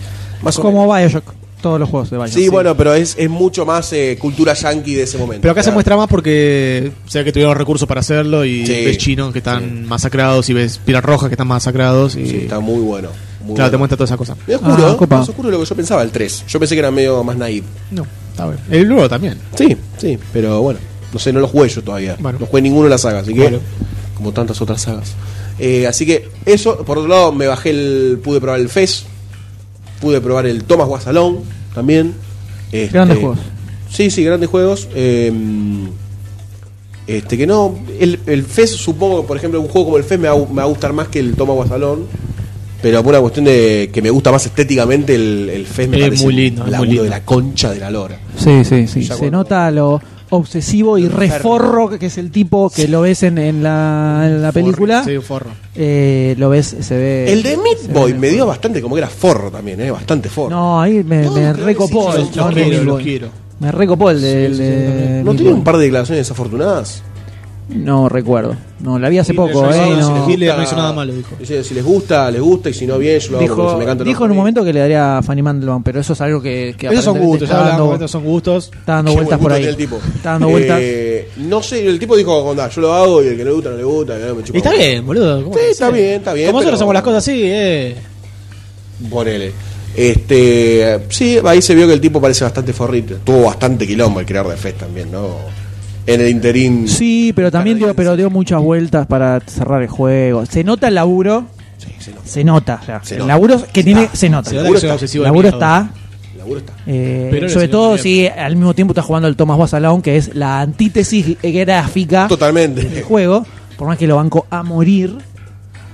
Más o
como
menos.
Bioshock. Todos los juegos de Bioshock.
Sí, bueno, pero es, es mucho más eh, cultura yankee de ese momento.
Pero acá se
Claro.
muestra más porque o sea que tuvieron recursos para hacerlo y
Sí.
ves chinos que están masacrados y ves pilas rojas que están masacrados y
Sí, está muy bueno. Muy
claro, te
bueno.
muestra toda esa cosa.
Me oscuro,
Ah, copa.
más oscuro de lo que yo pensaba, el 3. Yo pensé que era medio más naive.
No, está bien. El nuevo también.
Sí, sí, pero bueno, no sé, no lo jugué yo todavía.
Bueno.
No jugué ninguno de las sagas, así que.
Bueno.
Como tantas otras sagas. Eh, así que eso, por otro lado, me bajé el. Pude probar el Fez. Pude probar el Thomas Guasalón también. Este,
Grandes juegos.
Sí, sí, grandes juegos. eh, este que no. El, el Fez, supongo, por ejemplo, un juego como el Fez me va, a gu- me va a gustar más que el Thomas Guasalón. Pero por una cuestión de que me gusta más estéticamente el, el Fez me
Es
parece
muy
un
lindo, es muy
laburo
lindo.
de la concha de la lora.
Sí, sí, sí.
Ya
Se
cuando-
nota lo obsesivo y reforro que es el tipo que lo ves en, en la, en la película.
Sí, un forro.
Eh, lo ves, se ve.
El de Meat
se ve
Boy
en el
me dio bastante, como que era forro también, ¿eh? Bastante forro.
No, ahí me,
No,
me
claro que
recopó
sí,
el
los
chabón de
quiero,
Meat
los
Boy.
quiero.
Me recopó el de. el
sí,
de
yo también.
¿No
Meat
tenía
Boy.
un par de declaraciones desafortunadas?
No recuerdo. No, la vi hace poco,
Jones,
eh.
no,
y
no,
no.
sí, Hitler no hizo nada malo, dijo.
Dice, si les gusta, les gusta, y si no, bien, yo lo hago porque se
Dijo,
me canta el
dijo
ojo.
en un momento que le daría a Fanny Mandelbaum, pero eso es algo que. que
Esos son
aparentemente
gustos, ya
está
hablamos,
dando,
estos son gustos.
está dando
Qué buen
vueltas por
gusto
ahí.
tenía el tipo.
Está dando
Eh,
vueltas.
no sé, el tipo dijo, "Onda, yo lo hago y el que le gusta, no le gusta. y no me
Y
chupa
está
huevo".
bien, boludo. ¿cómo
Sí,
que
está
sí?
bien, está bien,
Como nosotros
pero-
hacemos las cosas así, eh.
Ponele. Este, sí, ahí se vio que el tipo parece bastante forrito. Tuvo bastante quilombo el creador de Fest también, ¿no? En el interín.
Sí, pero también dio, pero dio muchas vueltas para cerrar el juego. Se nota el laburo,
Sí, se nota.
se nota. o sea,
Se
el
nota.
laburo que tiene, se nota.
Se nota
El
laburo
que soy
está.
obsesivo
laburo
de mierda.
está.
El laburo seguro está.
Eh,
Pero
sobre
le
todo
salió
si al mismo tiempo está jugando el Thomas Basalón, que es la antítesis gráfica del [laughs]
Totalmente.
juego. Por más que lo banco a morir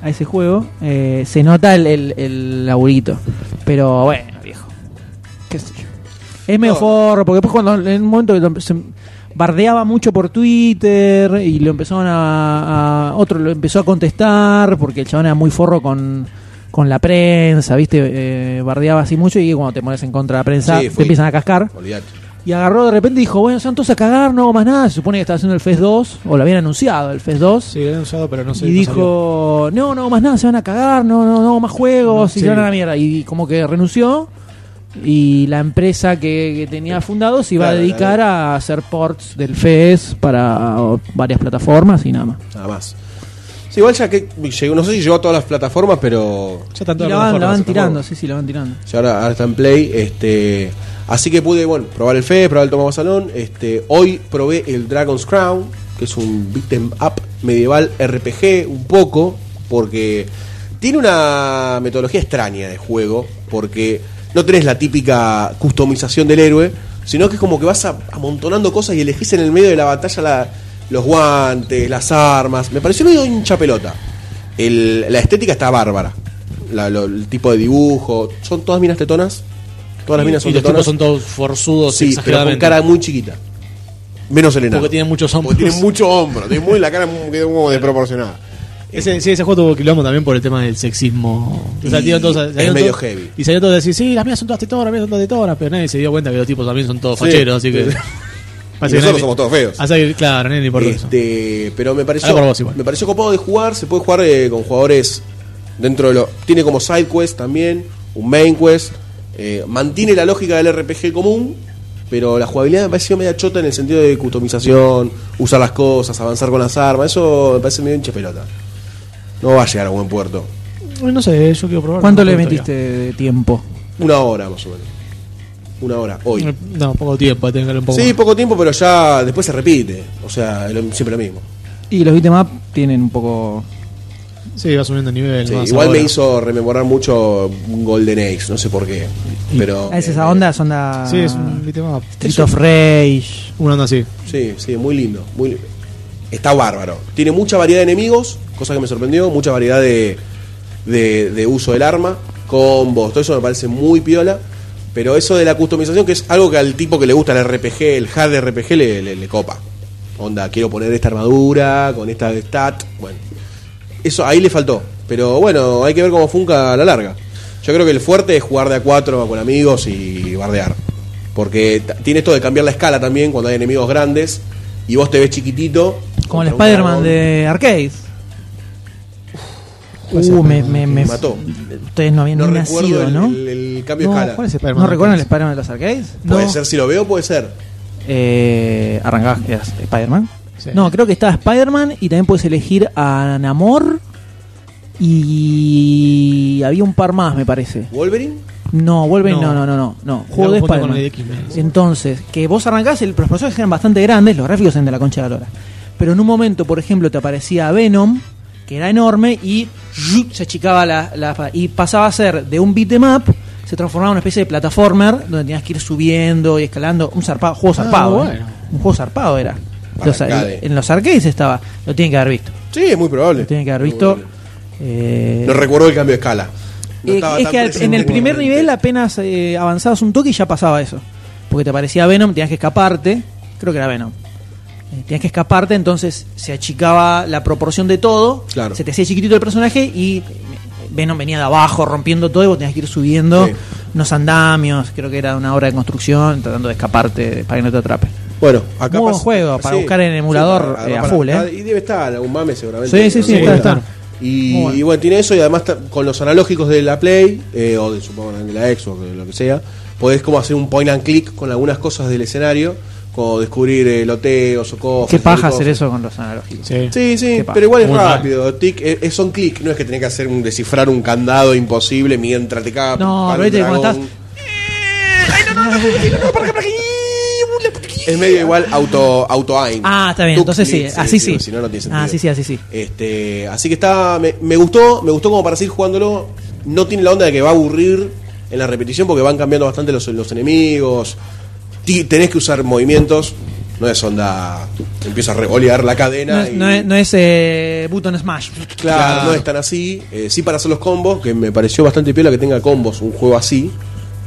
a ese juego, eh, se nota el, el, el laburito. Pero bueno, viejo. Qué sé yo. Es medio
No.
forro, porque después cuando en un momento que lo empe- se bardeaba mucho por Twitter y lo empezaron a, a- otro lo empezó a contestar porque el chabón era muy forro con, con la prensa, ¿viste? Eh, bardeaba así mucho y cuando te pones en contra de la prensa
Sí,
te
fue-
empiezan a cascar.
Olvídate.
Y agarró de repente y dijo, bueno, sean todos a cagar, no hago más nada. Se supone que estaba haciendo el FES 2, o lo habían anunciado, el FES 2.
Sí, lo habían usado, pero no sé.
y
no salió.
dijo, no, no hago más nada, se van a cagar, no, no, no hago más juegos,
No,
y se van a
sí.
la mierda. Y como que renunció. Y la empresa que, que
Eh,
tenía fundado se iba a
Claro,
dedicar a hacer ports del FES para o, varias plataformas y nada más.
Nada más. Sí, igual ya que llegó, no sé si llegó a todas las plataformas, pero
Ya están
Y
todas las
la van, la
plataformas,
van
supongo.
tirando, sí, sí, la van tirando.
ya ahora, ahora está en Play. Este, así que pude, bueno, probar el Fe, probar el Tomás Salón. Este, hoy probé el Dragon's Crown, que es un beat'em up medieval RPG, un poco, porque tiene una metodología extraña de juego, porque no tenés la típica customización del héroe, sino que es como que vas a- amontonando cosas y elegís en el medio de la batalla la- los guantes, las armas. Me pareció medio hincha pelota. El- la estética está bárbara. La- lo- el tipo de dibujo. Son todas minas tetonas. Todas las
y
minas son
los tipos
tetonas.
son todos forzudos,
sí, pero con
exageradamente.
cara muy chiquita. Menos el enano.
porque tienen muchos hombros.
Porque tiene mucho hombro. Tiene muy, la cara muy, quedó como desproporcionada.
Ese, sí, ese juego tuvo quilombo también por el tema del sexismo.
Y
salieron
es
salieron
medio
todos-
heavy.
Y salieron todos a decir, sí, las mías son todas tetonas, las mías son todas tetonas, pero nadie se dio cuenta que los tipos también son todos
Sí.
facheros, [laughs] así que...
Sí.
Parece
Y
que
nosotros somos todos feos.
Así que, claro, nadie le importa eso.
Este, pero me pareció,
Habla por vos igual.
me pareció copado de jugar. Se puede jugar eh, con jugadores dentro de lo. Tiene como side quest también, un main quest. eh, mantiene la lógica del RPG común, pero la jugabilidad me pareció media chota en el sentido de customización, usar las cosas, avanzar con las armas. Eso me parece medio hincha pelota. No va a llegar a buen puerto.
Uy, No sé, yo quiero probar. No
¿Cuánto le
juego
metiste de tiempo?
Una hora más o menos. Una hora, hoy.
todavía. No, poco tiempo, tengo que darle un poco.
Sí,
más.
poco tiempo, pero ya después se repite. O sea, lo- siempre lo mismo.
Y los bitmap tienen un poco
sí, va subiendo nivel.
Sí,
más
igual
ahora.
me hizo rememorar mucho un Golden Age, no sé por qué. Pero,
Ah, Es
eh,
esa onda, es onda.
Sí, es un beat'em up.
Street of Rage.
Una onda así.
Sí, sí, muy lindo. Muy, li- está bárbaro. Tiene mucha variedad de enemigos, cosa que me sorprendió, mucha variedad de, de, de uso del arma, combos, todo eso me parece muy piola. Pero eso de la customización, que es algo que al tipo que le gusta el RPG, el hard RPG, le, le- le copa. Onda, quiero poner esta armadura, con esta stat. Bueno, eso ahí le faltó. Pero bueno, hay que ver cómo funca a la larga. Yo creo que el fuerte es jugar de a cuatro con amigos y bardear. Porque t- tiene esto de cambiar la escala también cuando hay enemigos grandes y vos te ves chiquitito.
Como
contra
el
un
Spider-Man
dragón.
de Arcade. Uh, me, me, me
mató.
Ustedes no habían
No
ni
recuerdo
nacido,
el,
¿no?
el- el cambio
No,
de escala.
¿cuál es el Spider-Man
¿No recuerdan el
Arcade?
Spider-Man de los arcades?
Puede
no.
ser, si lo veo, puede ser.
Eh, arrancabas, que eras Spider-Man.
Sí.
No, creo que estaba Spider-Man y también puedes elegir a Namor. Y había un par más, me parece.
¿Wolverine?
No, Wolverine, no,
No.
no, no, no. no.
Lo
Juego de
confundo con
Spider-Man.
el de X-Men.
Entonces, que vos arrancás, el, los personajes eran bastante grandes, los gráficos eran de la concha de la lora. Pero en un momento, por ejemplo, te aparecía Venom, que era enorme, y ¡zhup! se achicaba la, la- Y pasaba a ser de un beat'em up, se transformaba en una especie de plataformer, donde tenías que ir subiendo y escalando. Un zarpado, juego
Ah,
zarpado. ¿eh?
bueno.
Un juego zarpado era.
Para
Los-
arcade.
en los arcades estaba. Lo tienen que haber visto.
Sí, es muy probable.
Lo tienen que haber visto. Eh,
No recuerdo el cambio de escala. No
eh,
estaba
es
tan
que al- en
presente
el primer
como-
nivel apenas eh, avanzabas un toque y ya pasaba eso. Porque te parecía Venom, tenías que escaparte. Creo que era Venom. Eh, Tenías que escaparte, entonces se achicaba la proporción de todo.
Claro.
Se te hacía chiquitito el personaje y eh, Venom venía de abajo rompiendo todo y vos tenías que ir subiendo
Sí.
unos andamios. Creo que era una obra de construcción tratando de escaparte para que no te atrapen.
Bueno, acá
Muy buen
pasa-
juego para buscar en emulador,
para-
eh, a
para-
full,
ah,
eh.
Y debe estar algún mame seguramente.
Sí, sí, sí,
No sé.
debe estar.
Y
Muy
y
bueno.
bueno. tiene eso y además ta- con los analógicos de la Play eh, o de, supongo, de la Xbox, de lo que sea, podés como hacer un point and click con algunas cosas del escenario, como descubrir eh, loteos o cosas.
Qué paja
cosas.
hacer eso con los analógicos.
Sí.
Sí, sí,
Qué paja.
pero igual es
Muy mal.
rápido. Tic, eh, es, son clic, no es que tenés que hacer un, descifrar un candado imposible mientras te caga.
No,
para un
pero viste, cuando
dragón.
estás- ¡Eh!
Es medio igual auto auto aim.
Ah, está bien,
Tuk,
entonces sí,
clic,
así sí.
digo, Si no, no tiene sentido.
Ah, sí, sí, así sí.
Este, así que está, me, me gustó, me gustó como para seguir jugándolo. No tiene la onda de que va a aburrir. en la repetición porque van cambiando bastante los, los enemigos. Ti- tenés que usar movimientos. No es onda. Empieza a revolear la cadena.
No es,
y-
no es- no es, eh, Button Smash.
Claro, no es tan así. Eh, sí para hacer los combos, que me pareció bastante piola que tenga combos un juego así.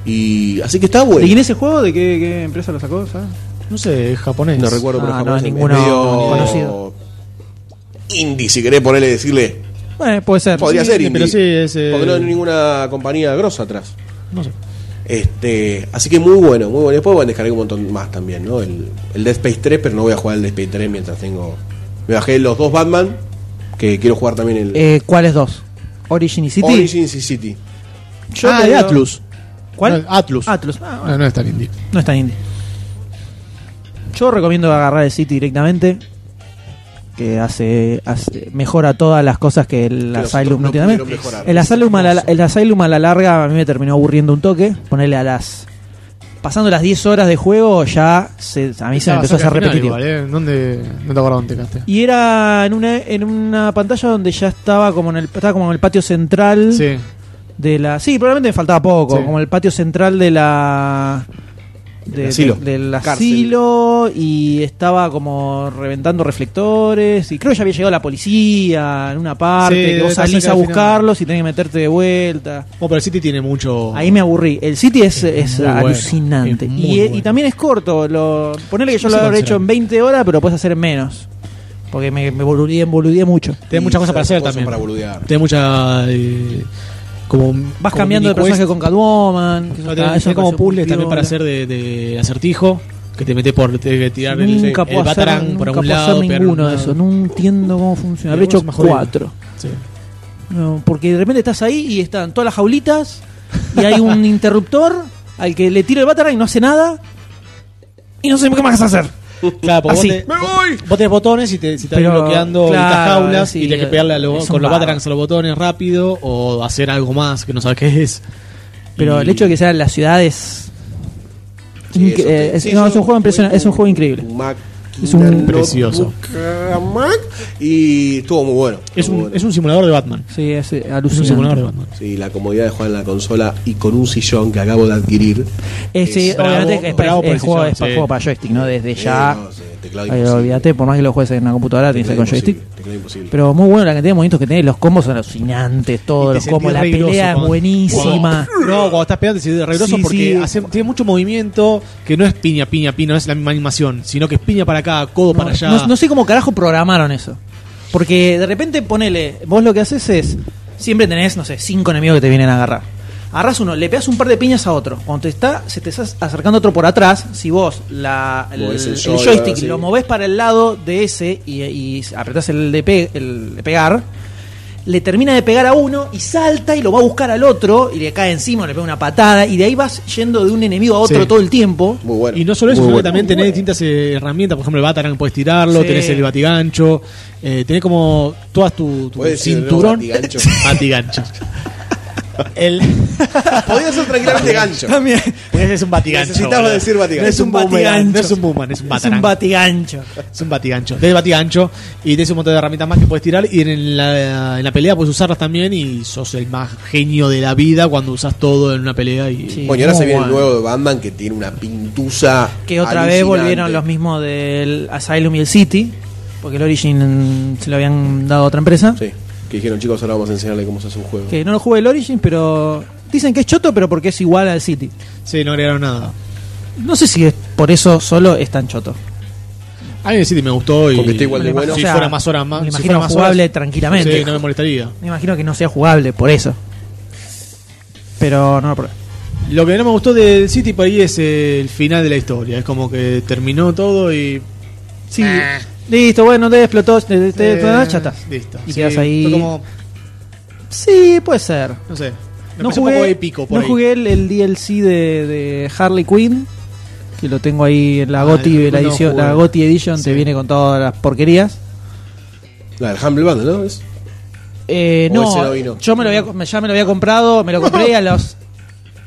Y así que está
¿De quién
bueno.
es el juego? ¿De qué, qué empresa lo sacó? ¿sabes?
No sé, es japonés.
No recuerdo, pero
Ah,
japonés
no,
es
ninguno
medio
conocido.
indie, si querés ponerle decirle.
Bueno, puede ser.
Podría
Sí.
ser indie.
pero Eh, sí, es, eh,
Porque no hay ninguna compañía grosa atrás.
No sé.
Este, así que muy bueno, muy bueno. Después van a descargar un montón más también, ¿no? El, el Dead Space 3, pero no voy a jugar el Dead Space 3 mientras tengo. Me bajé los dos Batman, que quiero jugar también el
Eh, ¿Cuáles dos? Origin y City.
Origins y City.
Yo
ah,
te
de
digo-
Atlus.
¿Cuál?
No, Atlus.
Atlus. Ah, bueno.
No, no es tan indie.
No es tan indie. Yo recomiendo agarrar el City directamente. Que hace, hace- mejora todas las cosas que el
los otros
Asylum
no
no tiene.
pudieron mejorar.
El Asylum, a la, el Asylum a la larga a mí me terminó aburriendo un toque. Ponerle a las. Pasando las 10 horas de juego, ya se- a mí se me empezó a hacer repetitivo.
¿eh? ¿Dónde, no te acuerdas dónde quedaste?
Y era en una, en una pantalla donde ya estaba como en el, estaba como en el patio central
Sí.
de la. Sí, probablemente me faltaba poco.
Sí.
Como el patio central de la. de-
El asilo.
de- del
Cárcel.
asilo. Y estaba como reventando reflectores. Y creo que ya había llegado la policía en una parte.
Sí,
que vos
pasa
salís
que
a
al final-
buscarlos y tenés que meterte de vuelta.
Bueno, pero el City tiene mucho.
Ahí me aburrí. El City es,
Oh. Es
es
muy bueno,
alucinante.
es muy
y, y
bueno.
también es corto. Lo, ponele que
No
yo
sé
lo habré
cuánto
hecho en 20 horas, pero puedes hacer en menos. Porque me, me boludeé, boludeé mucho.
Tiene
Y
muchas cosas para hacer
cosas
también.
para boludear.
Tiene mucha. eh, como,
Vas cambiando de personaje con Catwoman. que eso
No,
está-
tenés-
eso
tenés
me
como
pareció
puzzles
muy
también para
piola.
hacer de, de acertijo. Que te metes por. Te, que tirar el,
nunca
el
puedo hacer,
batarang
nunca
por
puedo
algún
hacer
lado. pegar
ninguno
un
de
lado.
eso. No entiendo cómo funciona. Habré
Y algunos
hecho
más jodidos.
cuatro.
Sí.
No, porque de repente estás ahí y están todas las jaulitas y hay un interruptor al que le tiro el batarang y no hace nada. Y no sé qué más hacer.
Claro, porque
Así.
vos, te- vos tenés botones y te, si te
Pero,
vas bloqueando y
claro,
estas jaulas
sí, eh,
y tenés que pegarle a los-
es un
con los
vago.
batarangs a los botones rápido o hacer algo más que no sabes qué es.
Pero
Y-
el hecho de que sea en las ciudades. eh,
Sí, eso te-
es,
sí,
no, es un juego impresionante, es un juego increíble.
Mac-
Es un-
notebook,
Precioso.
ah, Mac, y estuvo muy bueno.
Es
muy
un,
bueno.
es un simulador de Batman.
Sí, es eh,
Es un simulador de
alucinante.
Batman.
Sí, la comodidad de jugar en la consola y con un sillón que acabo de adquirir.
Eh, sí, obviamente
Es
bravo,
que es para-
bravo por
el
el
juego
sillón,
es para
sí.
juego para joystick, ¿no? Desde ya.
Eh, no, sí, teclado
Ay,
imposible.
olvídate, por más que lo juegues en una computadora, tienes que
Teclado
hacer con joystick.
imposible, teclado imposible.
Pero muy bueno la cantidad de movimientos que tenés, los combos son alucinantes, todos
Y te
los
sentís
combos, la
re groso
pelea es
cuando-
buenísima.
cuando- no, cuando estás pegando te sientes re groso
Sí,
porque
sí.
hace- tiene mucho movimiento que no es piña, piña, piña, no es la misma animación, sino que es piña para acá, codo
No,
para allá.
no- no sé cómo carajo programaron eso. Porque de repente ponele, vos lo que haces es, siempre tenés, no sé, cinco enemigos que te vienen a agarrar. Agarras uno, le pegas un par de piñas a otro. Cuando te está, se te está acercando otro por atrás, si vos la, el,
Movés el
el
shoulder,
joystick
sí.
lo movés para el lado de ese y, y apretás el de, pe- el de pegar, le termina de pegar a uno y salta y lo va a buscar al otro y le cae encima, le pega una patada y de ahí vas yendo de un enemigo a otro
Sí.
todo el tiempo.
Muy bueno.
Y no solo eso,
muy
sino que
bueno.
también tenés
[laughs]
distintas eh, herramientas, por ejemplo el Batarang puedes tirarlo,
Sí.
tenés el batigancho, eh, tenés como todas tu, tu
Puedes decir de nuevo
cinturón.
batigancho.
[laughs] batigancho. el
Podía ser tranquilamente gancho.
También.
ese es un batigancho.
Necesitaba
boludo.
decir batigancho.
No es un
Batigancho.
boomerang, no es un boomerang, es un
Es un
batarang.
batigancho.
Es un batigancho. Tenés batigancho y tenés un montón de herramientas más que puedes tirar. Y en la, en la pelea puedes usarlas también. Y sos el más genio de la vida cuando usas todo en una pelea. Y,
Sí.
Bueno, y ahora
Muy
se viene el
bueno.
nuevo de Batman que tiene una pintusa.
Que otra vez
alucinante.
volvieron los mismos del Asylum y el City. Porque el Origin mm, se lo habían dado a otra empresa.
Sí, que dijeron, chicos, ahora vamos a enseñarle cómo se hace un juego.
Que no lo jugué el Origin, pero dicen que es choto, pero porque es igual al City.
Sí, no agregaron nada.
No sé si es por eso solo es tan choto.
A mí el City me gustó. Y,
Porque está igual de
si
bueno.
O sea,
fuera más horas más.
me
si
imagino
fuera más
jugable tranquilamente.
Sí, no me molestaría.
Me imagino que no sea jugable por eso. Pero no lo probé.
Lo que no me gustó del City por ahí es eh, el final de la historia. Es como que terminó todo y.
Sí. Listo, bueno, te explotó, te, te-
eh,
ya está.
Listo.
Y
Sí,
quedas ahí.
fue como.
Sí, puede ser.
No sé. Me
No
pareció
jugué,
un poco épico por
no
ahí.
jugué el, el DLC de, de Harley Quinn, que lo tengo ahí en la
Ah,
GOTY,
el
la,
no
edición,
jugué.
la GOTY Edition, te
Sí.
viene con todas las porquerías.
La del Humble Bundle, ¿no? Es-
Eh,
O ese no
no,
vino.
yo me lo había, me- ya me lo había comprado, me lo compré y a los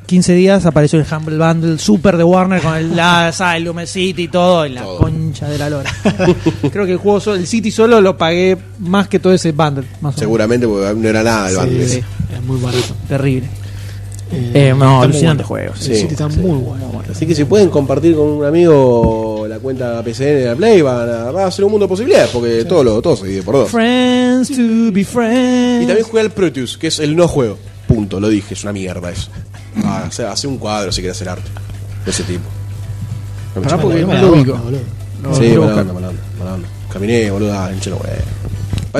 15 días apareció el Humble Bundle Super de Warner con el la Asylum, el City y todo, y la
Todo.
concha de
[laughs]
la lora. Creo que el juego, solo- el City solo lo pagué más que todo ese bundle, más o menos.
Seguramente, porque no era nada el
Sí,
Bundle.
sí, Es muy barato.
Terrible. Eh, no, alucinante
alucinante
juego.
El City está muy bueno.
Así que si pueden compartir con un amigo la cuenta PCN de la Play, van a, va a ser un mundo de posibilidades, porque todo, lo, todo se divide por dos.
Friends to be friends.
Y también jugué al Proteus, que es el no juego. Punto, lo dije, es una mierda eso. Ah, o sea, hace un cuadro si querés hacer arte de ese tipo. No me
Pará,
chupa
porque
la
es
bola.
muy lógico.
Sí,
lo
mala
busco.
onda, mala onda, mala onda. Caminé, boludo, ah, hinche la hueá. Para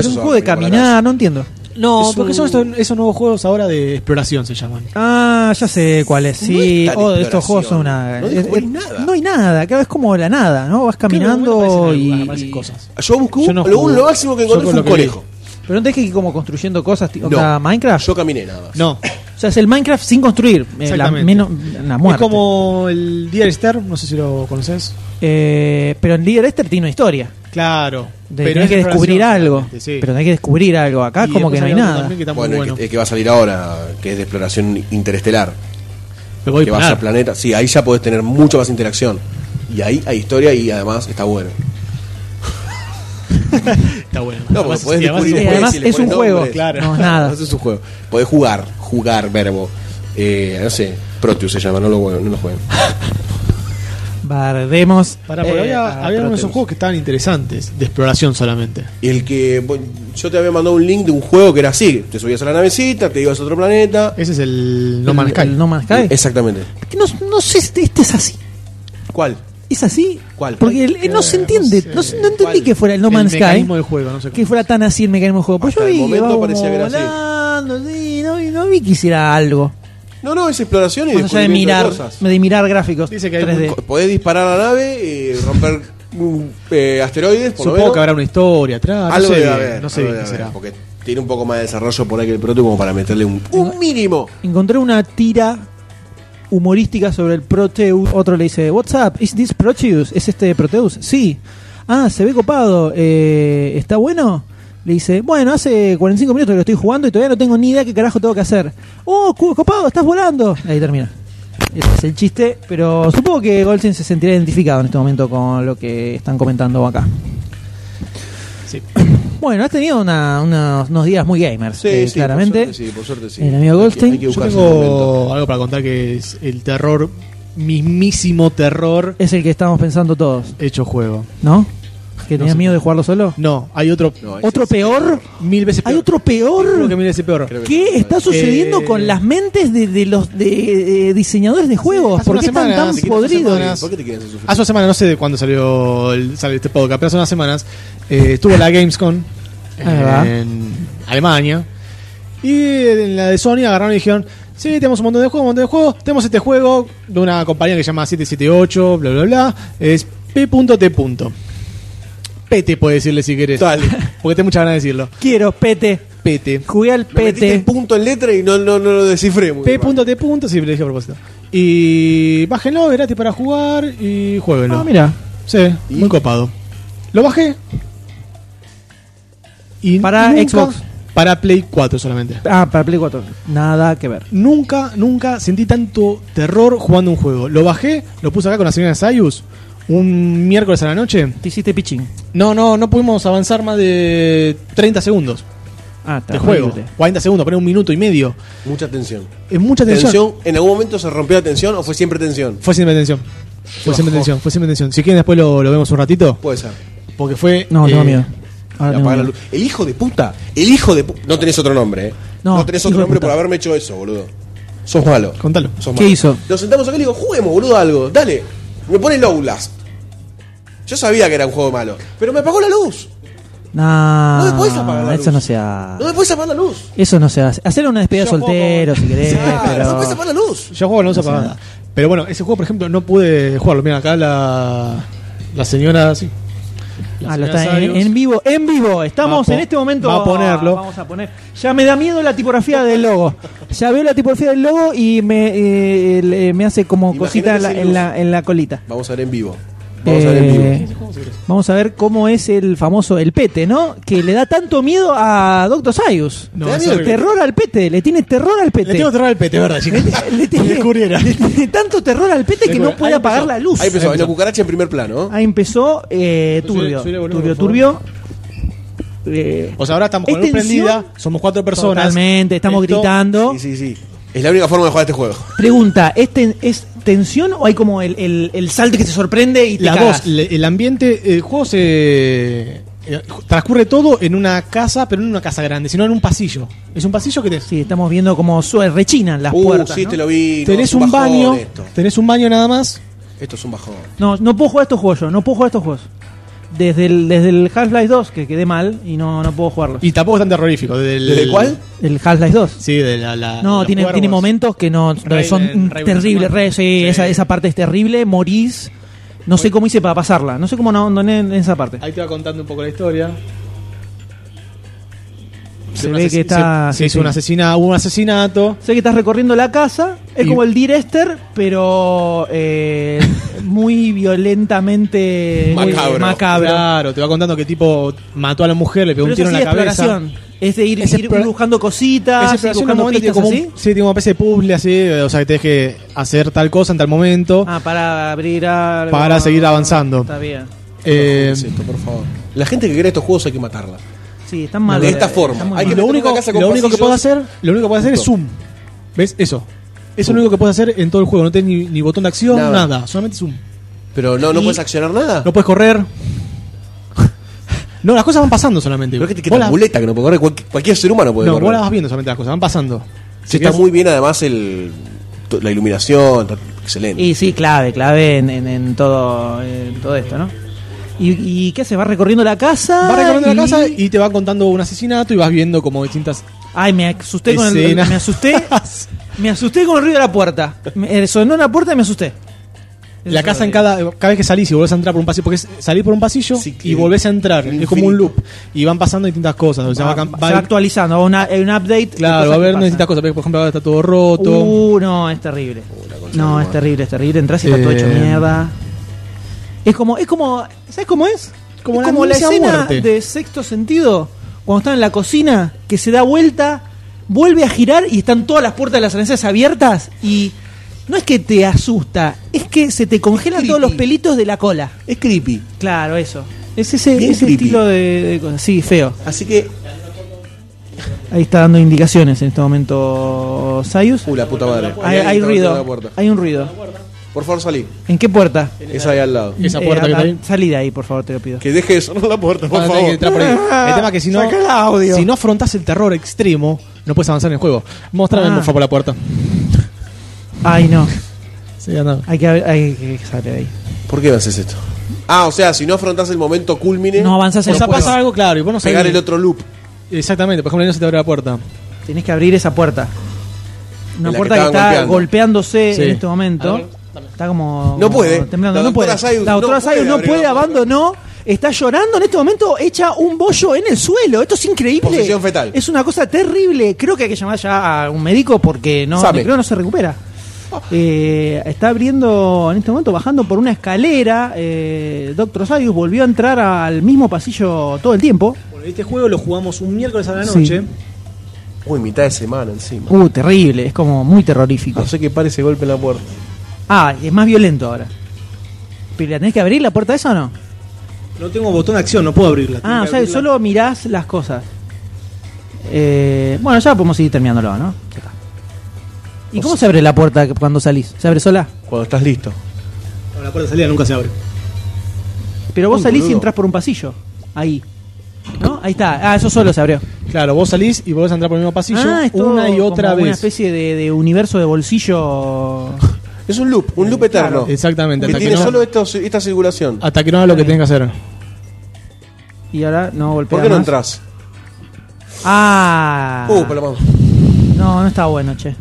Es
eso
un
se
juego
va
de
a venir por la
caminar, no entiendo.
No,
Es
porque
un-
son estos, esos nuevos juegos ahora de exploración se llaman.
Ah, ya sé cuál es. Sí,
No es tan
oh, de estos
exploración.
juegos son una.
No
es-
descubrís
es-
nada.
no hay nada, claro, es como la nada, ¿no? Vas caminando
Aparecen
y.
algunas, aparecen cosas.
casa. Yo busqué un-
Yo no
lo,
jugué.
lo máximo que
Yo
encontré
con
fue
lo
un
que vi.
conejo.
Pero no tenés que Ah. ir como construyendo cosas, tipo
No.
Minecraft.
Yo caminé nada más.
No,
O sea, es el Minecraft sin construir. eh, la,
Exactamente.
menos, la
es
muerte.
como el Dear Esther, no sé si lo conoces.
Eh, pero en Líder Este tiene una historia.
Claro,
De, tenés que descubrir algo. Pero tenés que descubrir algo. Acá como que no hay nada.
Bueno, el que, el que va a salir ahora, que es de exploración interestelar,
Me voy
que
a
vas a
parar.
planeta. Sí, ahí ya podés tener mucha más interacción. Y ahí hay historia y además está bueno.
Está bueno.
No,
Además,
porque podés
sí, además
es un-
descubrir juegos
además
y le
es un
pones
juego,
nombres.
claro. No es nada.
Además es un juego. Podés jugar, jugar, verbo. Eh, no sé, Proteus se llama, no lo, jueguen, no lo jueguen.
Bardemos.
Pará, porque
eh,
ah,
había,
a
había algunos de
Proteus.
esos juegos que estaban interesantes, de exploración solamente.
Y el que. bueno, Yo te había mandado un link de un juego que era así: te subías a la navecita, te ibas a otro planeta.
Ese es el No
El-
Man's Sky.
el No Man's Sky.
Exactamente.
No, no sé, este, este es así.
¿Cuál?
¿Es así?
¿Cuál?
Porque el- eh, no se entiende. No, se- no entendí
¿Cuál?
que fuera el No Man's
el
Sky.
mecanismo del juego, no sé
Que
cómo.
fuera tan así el mecanismo del juego. Pues
Hasta
yo
el
vi que
momento
iba como
parecía que era así.
volando, sí, no, vi- no vi que hiciera algo.
No, no, es exploración y
Más allá de
descubrimiento de
mirar,
cosas.
de mirar gráficos.
Dice que hay
3D.
un
Co- Podés disparar a la nave y romper mm, eh, asteroides, por lo
Supongo
menos.
que habrá una historia atrás. Ah, No
algo
sé,
debe
bien,
haber,
no sé bien qué
algo debe haber,
será.
Porque tiene un poco más de desarrollo por ahí que el proto como para meterle un, un mínimo.
Encontré una tira humorística sobre el Proteus. Otro le dice, What's up? Is this Proteus? ¿Es este Proteus? Sí. Ah, se ve copado. Eh, ¿Está bueno? Le dice, bueno, hace 45 minutos que lo estoy jugando y todavía no tengo ni idea qué carajo tengo que hacer. ¡Oh, cu- copado! ¡Estás volando! Ahí termina. Ese es el chiste, pero supongo que Goldstein se sentirá identificado en este momento con lo que están comentando acá.
Sí.
Bueno, has tenido una- unos, unos días muy gamers,
Sí,
eh,
sí,
claramente.
Por suerte, sí, por suerte sí.
El amigo
Hay que-
Goldstein.
Hay que
Yo
Yo
buscarse un momento.
tengo algo para contar que es el terror, mismísimo terror
Es el que estamos pensando todos.
hecho juego.
¿No? ¿Que
No
tenías
sé.
miedo de jugarlo solo?
No, hay otro
No, ese
¿Otro
es el
peor?
mil veces peor.
¿Hay otro
Creo que
peor?
mil veces peor.
Creo que
¿Qué
no,
está
eh.
sucediendo
Eh,
con las mentes de, de los de, de diseñadores de juegos?
hace
¿Por
una
qué están
semana,
tan
hace quince
podridos?
semanas.
¿Por qué te quieren hacer sufrir?
Hace una semana, no sé de cuándo salió el- sale este podcast, pero hace unas semanas eh, estuvo la Gamescom
Ahí va.
en Alemania. Y en la de Sony agarraron y dijeron: Sí, tenemos un montón de juegos, un montón de juegos. Tenemos este juego de una compañía que se llama 778, bla, bla, bla. Es P.T. Pete puede decirle si querés.
Dale.
Porque tengo muchas ganas de decirlo.
Quiero, pete.
Pete.
Jugué al
Me metiste el
pete.
punto en letra y no, no, no lo descifré muy mal.
P.T. punto, sí, le dije a propósito. Y bájenlo, gratis para jugar y jueguenlo.
Ah, mira.
Sí, muy copado. Lo bajé. Y
Para Xbox.
Para Play 4 solamente.
Ah, para Play 4. Nada que ver.
Nunca, nunca sentí tanto terror jugando un juego. Lo bajé, lo puse acá con la señora Sayus un miércoles a la noche.
Te hiciste pichín.
No, no, no pudimos avanzar más de 30 segundos
Ah, está
de juego.
horrible.
40 segundos, pero un minuto y medio.
Mucha tensión.
Es mucha tensión.
¿Tensión? ¿En algún momento se rompió la tensión o fue siempre tensión?
Fue siempre tensión. Fue siempre tensión, fue siempre tensión. Si quieren después lo, lo vemos un ratito.
Puede ser.
Porque fue...
No, tengo
eh,
miedo. Ahora
Le
tengo
apagan la
miedo.
luz. El hijo de puta. El hijo de puta. No tenés otro nombre, ¿eh?
No,
No, tenés
hijo
otro
de
nombre
puta.
por haberme hecho eso, boludo. Sos malo.
Contalo.
Sos
¿Qué
malo.
hizo?
Nos sentamos acá y le digo, juguemos, boludo, algo. Dale. Me pone Low Last. Yo sabía que era un juego malo. Pero me apagó la luz. No me podés apagar
No,
la
eso
luz.
no se hace.
No me puedes apagar la luz.
Eso no se hace. Hacer una despedida
Yo
soltero, si querés.
[laughs] Ah,
pero...
No me puedes apagar la luz.
Yo juego la luz apagada. Pero bueno, ese juego, por ejemplo, no pude jugarlo. Mira, acá la, la señora. Sí. La
Ah,
señora
lo está en,
Sayos.
en vivo, en vivo. Estamos
Va a po-
en este momento.
va a ponerlo.
Vamos a poner. Ya me da miedo la tipografía del logo. Ya veo la tipografía del logo y me, eh, el- eh, me hace como cosita
Imagínate
en la,
sin
en,
luz.
la, en la colita.
Vamos a ver en vivo. Vamos a ver en
Eh,
vivo.
vamos a ver cómo es el famoso el pete, ¿no? Que le da tanto miedo a Doctor Sayus.
No,
le da
es
miedo,
horrible.
terror al pete, le tiene terror al
Le
pete.
tengo que cerrar el pete, ¿verdad, chicos? [laughs]
Le tiene-
descubriera.
le tiene [laughs] tanto terror al pete que
Descubriera.
no puede
Ahí
apagar
empezó.
la luz.
Ahí empezó. La cucaracha en primer plano. ¿no?
Ahí empezó eh, turbio,
Subile- subile el volumen,
turbio,
por
turbio. Eh,
O sea, ahora estamos con
¿Es
la luz prendida,
tensión?
somos cuatro personas.
Totalmente, estamos
Esto-
gritando.
Sí, sí, sí. Es la única forma de jugar este juego.
Pregunta, ¿es, ten- es tensión o hay como el, el, el salto que te sorprende y te
la
cagas?
voz, le- el ambiente, el juego se eh, transcurre todo en una casa, pero no en una casa grande, sino en un pasillo. Es un pasillo que te,
Sí, estamos viendo como sue- rechinan las
uh,
puertas.
sí,
¿no?
te lo vi. no,
tenés
es un
un
bajón
baño,
Esto.
tenés un baño nada más.
Esto es un bajón.
No, no puedo jugar estos juegos yo, no puedo jugar estos juegos. Desde el, desde el Half-Life 2, que quedé mal y no, no puedo jugarlos.
Y tampoco es tan terrorífico. Del,
¿Desde cuál?
¿El Half-Life 2?
Sí, de la. la- de
No,
los
tiene,
cuervos.
tiene momentos que no
Raven-
son
Raven
terribles.
Superman.
Re- sí,
Sí.
Esa, esa parte es terrible, morís. No sé cómo hice para pasarla, no sé cómo no abandoné en esa parte.
Ahí te va contando un poco la historia.
Se
Un
ve
ases-
que está.
Se, se
sí,
hizo
sí.
un asesina- hubo un asesinato.
Sé que estás recorriendo la casa, es
Y-
como el Dear Esther, pero
[laughs]
eh, muy violentamente muy
Macabro.
macabro.
Claro, te va contando que tipo mató a la mujer, le pegó un
Pero eso
tiro en
sí
la
es
cabeza.
exploración. Es de ir,
Es
ir- ir
explora-
buscando
Esa
cositas, ir
exploración en un
buscando
momento tiene
pistas
como un-
así.
sí, tiene una especie de puzzle así, eh, o sea que tenés que hacer tal cosa en tal momento.
Ah, para abrir algo. Ah,
Para seguir avanzando.
Está bien.
Eh,
Es esto, por favor. La gente que crea estos juegos hay que matarla.
Sí, están mal.
De esta forma.
Están muy
Hay
mal.
que
lo
meter
único,
una casa con
lo único que
pasillos.
puedo hacer, lo único que puedo hacer es zoom. ¿Ves? Eso. Es lo único que puedes hacer en todo el juego. No tenés ni, ni botón de acción,
Nada.
nada. solamente zoom.
Pero no, no
Y-
puedes accionar nada.
No puedes correr. no, las cosas van pasando solamente.
Pero que te
Vos
queda
las-
muleta que no puede correr. Cualquier, cualquier ser humano puede
no,
correr.
vos las vas viendo solamente las cosas, van pasando.
Sí, está muy bien además el, to- la iluminación. to- Excelente.
Y sí, clave, clave en, en- en todo, en todo esto, ¿no? ¿Y, y qué hace? ¿Va recorriendo la casa?
Vas recorriendo la casa y te va contando un asesinato y vas viendo como distintas
Ay, me asusté con el...
escenas. [laughs]
Me asusté... me asusté con el ruido de la puerta. Me- eh, sonó la puerta y me asusté. Eh, Eso
La casa en
es horrible.
cada, cada vez que salís y volvés a entrar por un pasillo, porque es salir por un pasillo
Sí, que-
y volvés a entrar, es como un loop. Y van pasando distintas cosas. O sea, va,
Va,
cam-
va
va-
actualizando, va una- hay un update. de
claro,
cosas
va a
que
haber
pasan.
distintas cosas. Por ejemplo, ahora está todo roto.
Uh, no, es terrible.
Uh,
no, es terrible, es terrible. Entras y está todo hecho
Eh.
mierda. Es como, es como, ¿sabes cómo es?
Como
es
la
como la
anuncia
escena
muerte.
de sexto sentido, cuando están en la cocina, que se da vuelta, vuelve a girar y están todas las puertas de las cenizas abiertas y no es que te asusta, es que se te congelan
creepy.
todos los pelitos de la cola.
Es creepy.
Claro, eso. Es ese,
Bien
ese
creepy.
estilo de, de cosa. Sí, feo.
Así que.
Ahí está dando indicaciones en este momento Sayus.
Uh, la puta madre.
Hay,
Alguien
hay
está golpeando la
ruido.
puerta.
Hay un ruido.
Por favor, salí.
¿En qué puerta? Eh,
Es ahí al lado.
Esa puerta que
a-
está ahí.
Salí de ahí, por favor, te lo pido.
Que deje de sonar la puerta, por
Ah,
Van a tener que
favor.
entrar por
[laughs]
ahí. El tema es que si no,
Saca el audio.
si no afrontas el terror extremo, no puedes avanzar en el juego. Mostrame,
Ah.
por favor, la puerta.
Ay, no.
Sí, anda.
Hay que, hay que salir de ahí.
¿Por qué haces esto? Ah, o sea, si no afrontás el momento culmine,
No avanzas
O
en
sea,
la
pasa
puerta.
algo claro y vos no sabés.
pegar el otro loop.
Exactamente, por ejemplo, ahí no se te abre la puerta.
Tienes que abrir esa puerta. Una
En la
puerta
que
que, está
estaban golpeando.
golpeándose
Sí.
en este momento. Está como.
No
como
puede.
temblando.
La
no puede.
doctora Sayus
la
no
doctora
puede
Sayus no
abrir
puede,
la puerta.
abandonó. Está llorando en este momento, echa un bollo en el suelo. Esto es increíble.
Posición fetal.
Es una cosa terrible. Creo que hay que llamar ya a un médico porque no,
Sabe. Ah.
creo no se recupera. Eh, está abriendo en este momento, bajando por una escalera. Eh, Doctor Sayus volvió a entrar al mismo pasillo todo el tiempo.
Bueno, este juego lo jugamos un miércoles a la
Sí. noche.
Uy, mitad de semana encima.
Uh, terrible. Es como muy terrorífico.
No sé qué pare ese golpe en la puerta.
Ah, y es más violento ahora. ¿Pero la tenés que abrir la puerta esa o no?
No tengo botón de acción, no puedo abrirla.
Ah, o sea, solo mirás las cosas. Eh, bueno, ya podemos seguir terminándolo, ¿no? Ya está. ¿Y cómo se abre la puerta que- cuando salís? ¿Se abre sola?
Cuando estás listo.
La puerta de salida nunca se abre.
Pero vos
Un
salís y
boludo.
entrás por un pasillo. Ahí. ¿No? Ahí está. Ah, eso solo se abrió.
Claro, vos salís y volvés a entrar por el mismo pasillo
ah, es todo
una y otra
como Una
vez.
especie de, de universo de bolsillo.
Es un loop, un loop
Claro,
eterno.
Exactamente,
que
hasta que,
tiene
no,
solo estos- esta circulación.
Ah,
hasta que no hagas lo que tenés que hacer.
Y ahora no golpea
¿Por qué no
más.
entras?
Ah.
Uh, por la mano.
no, no está bueno, che.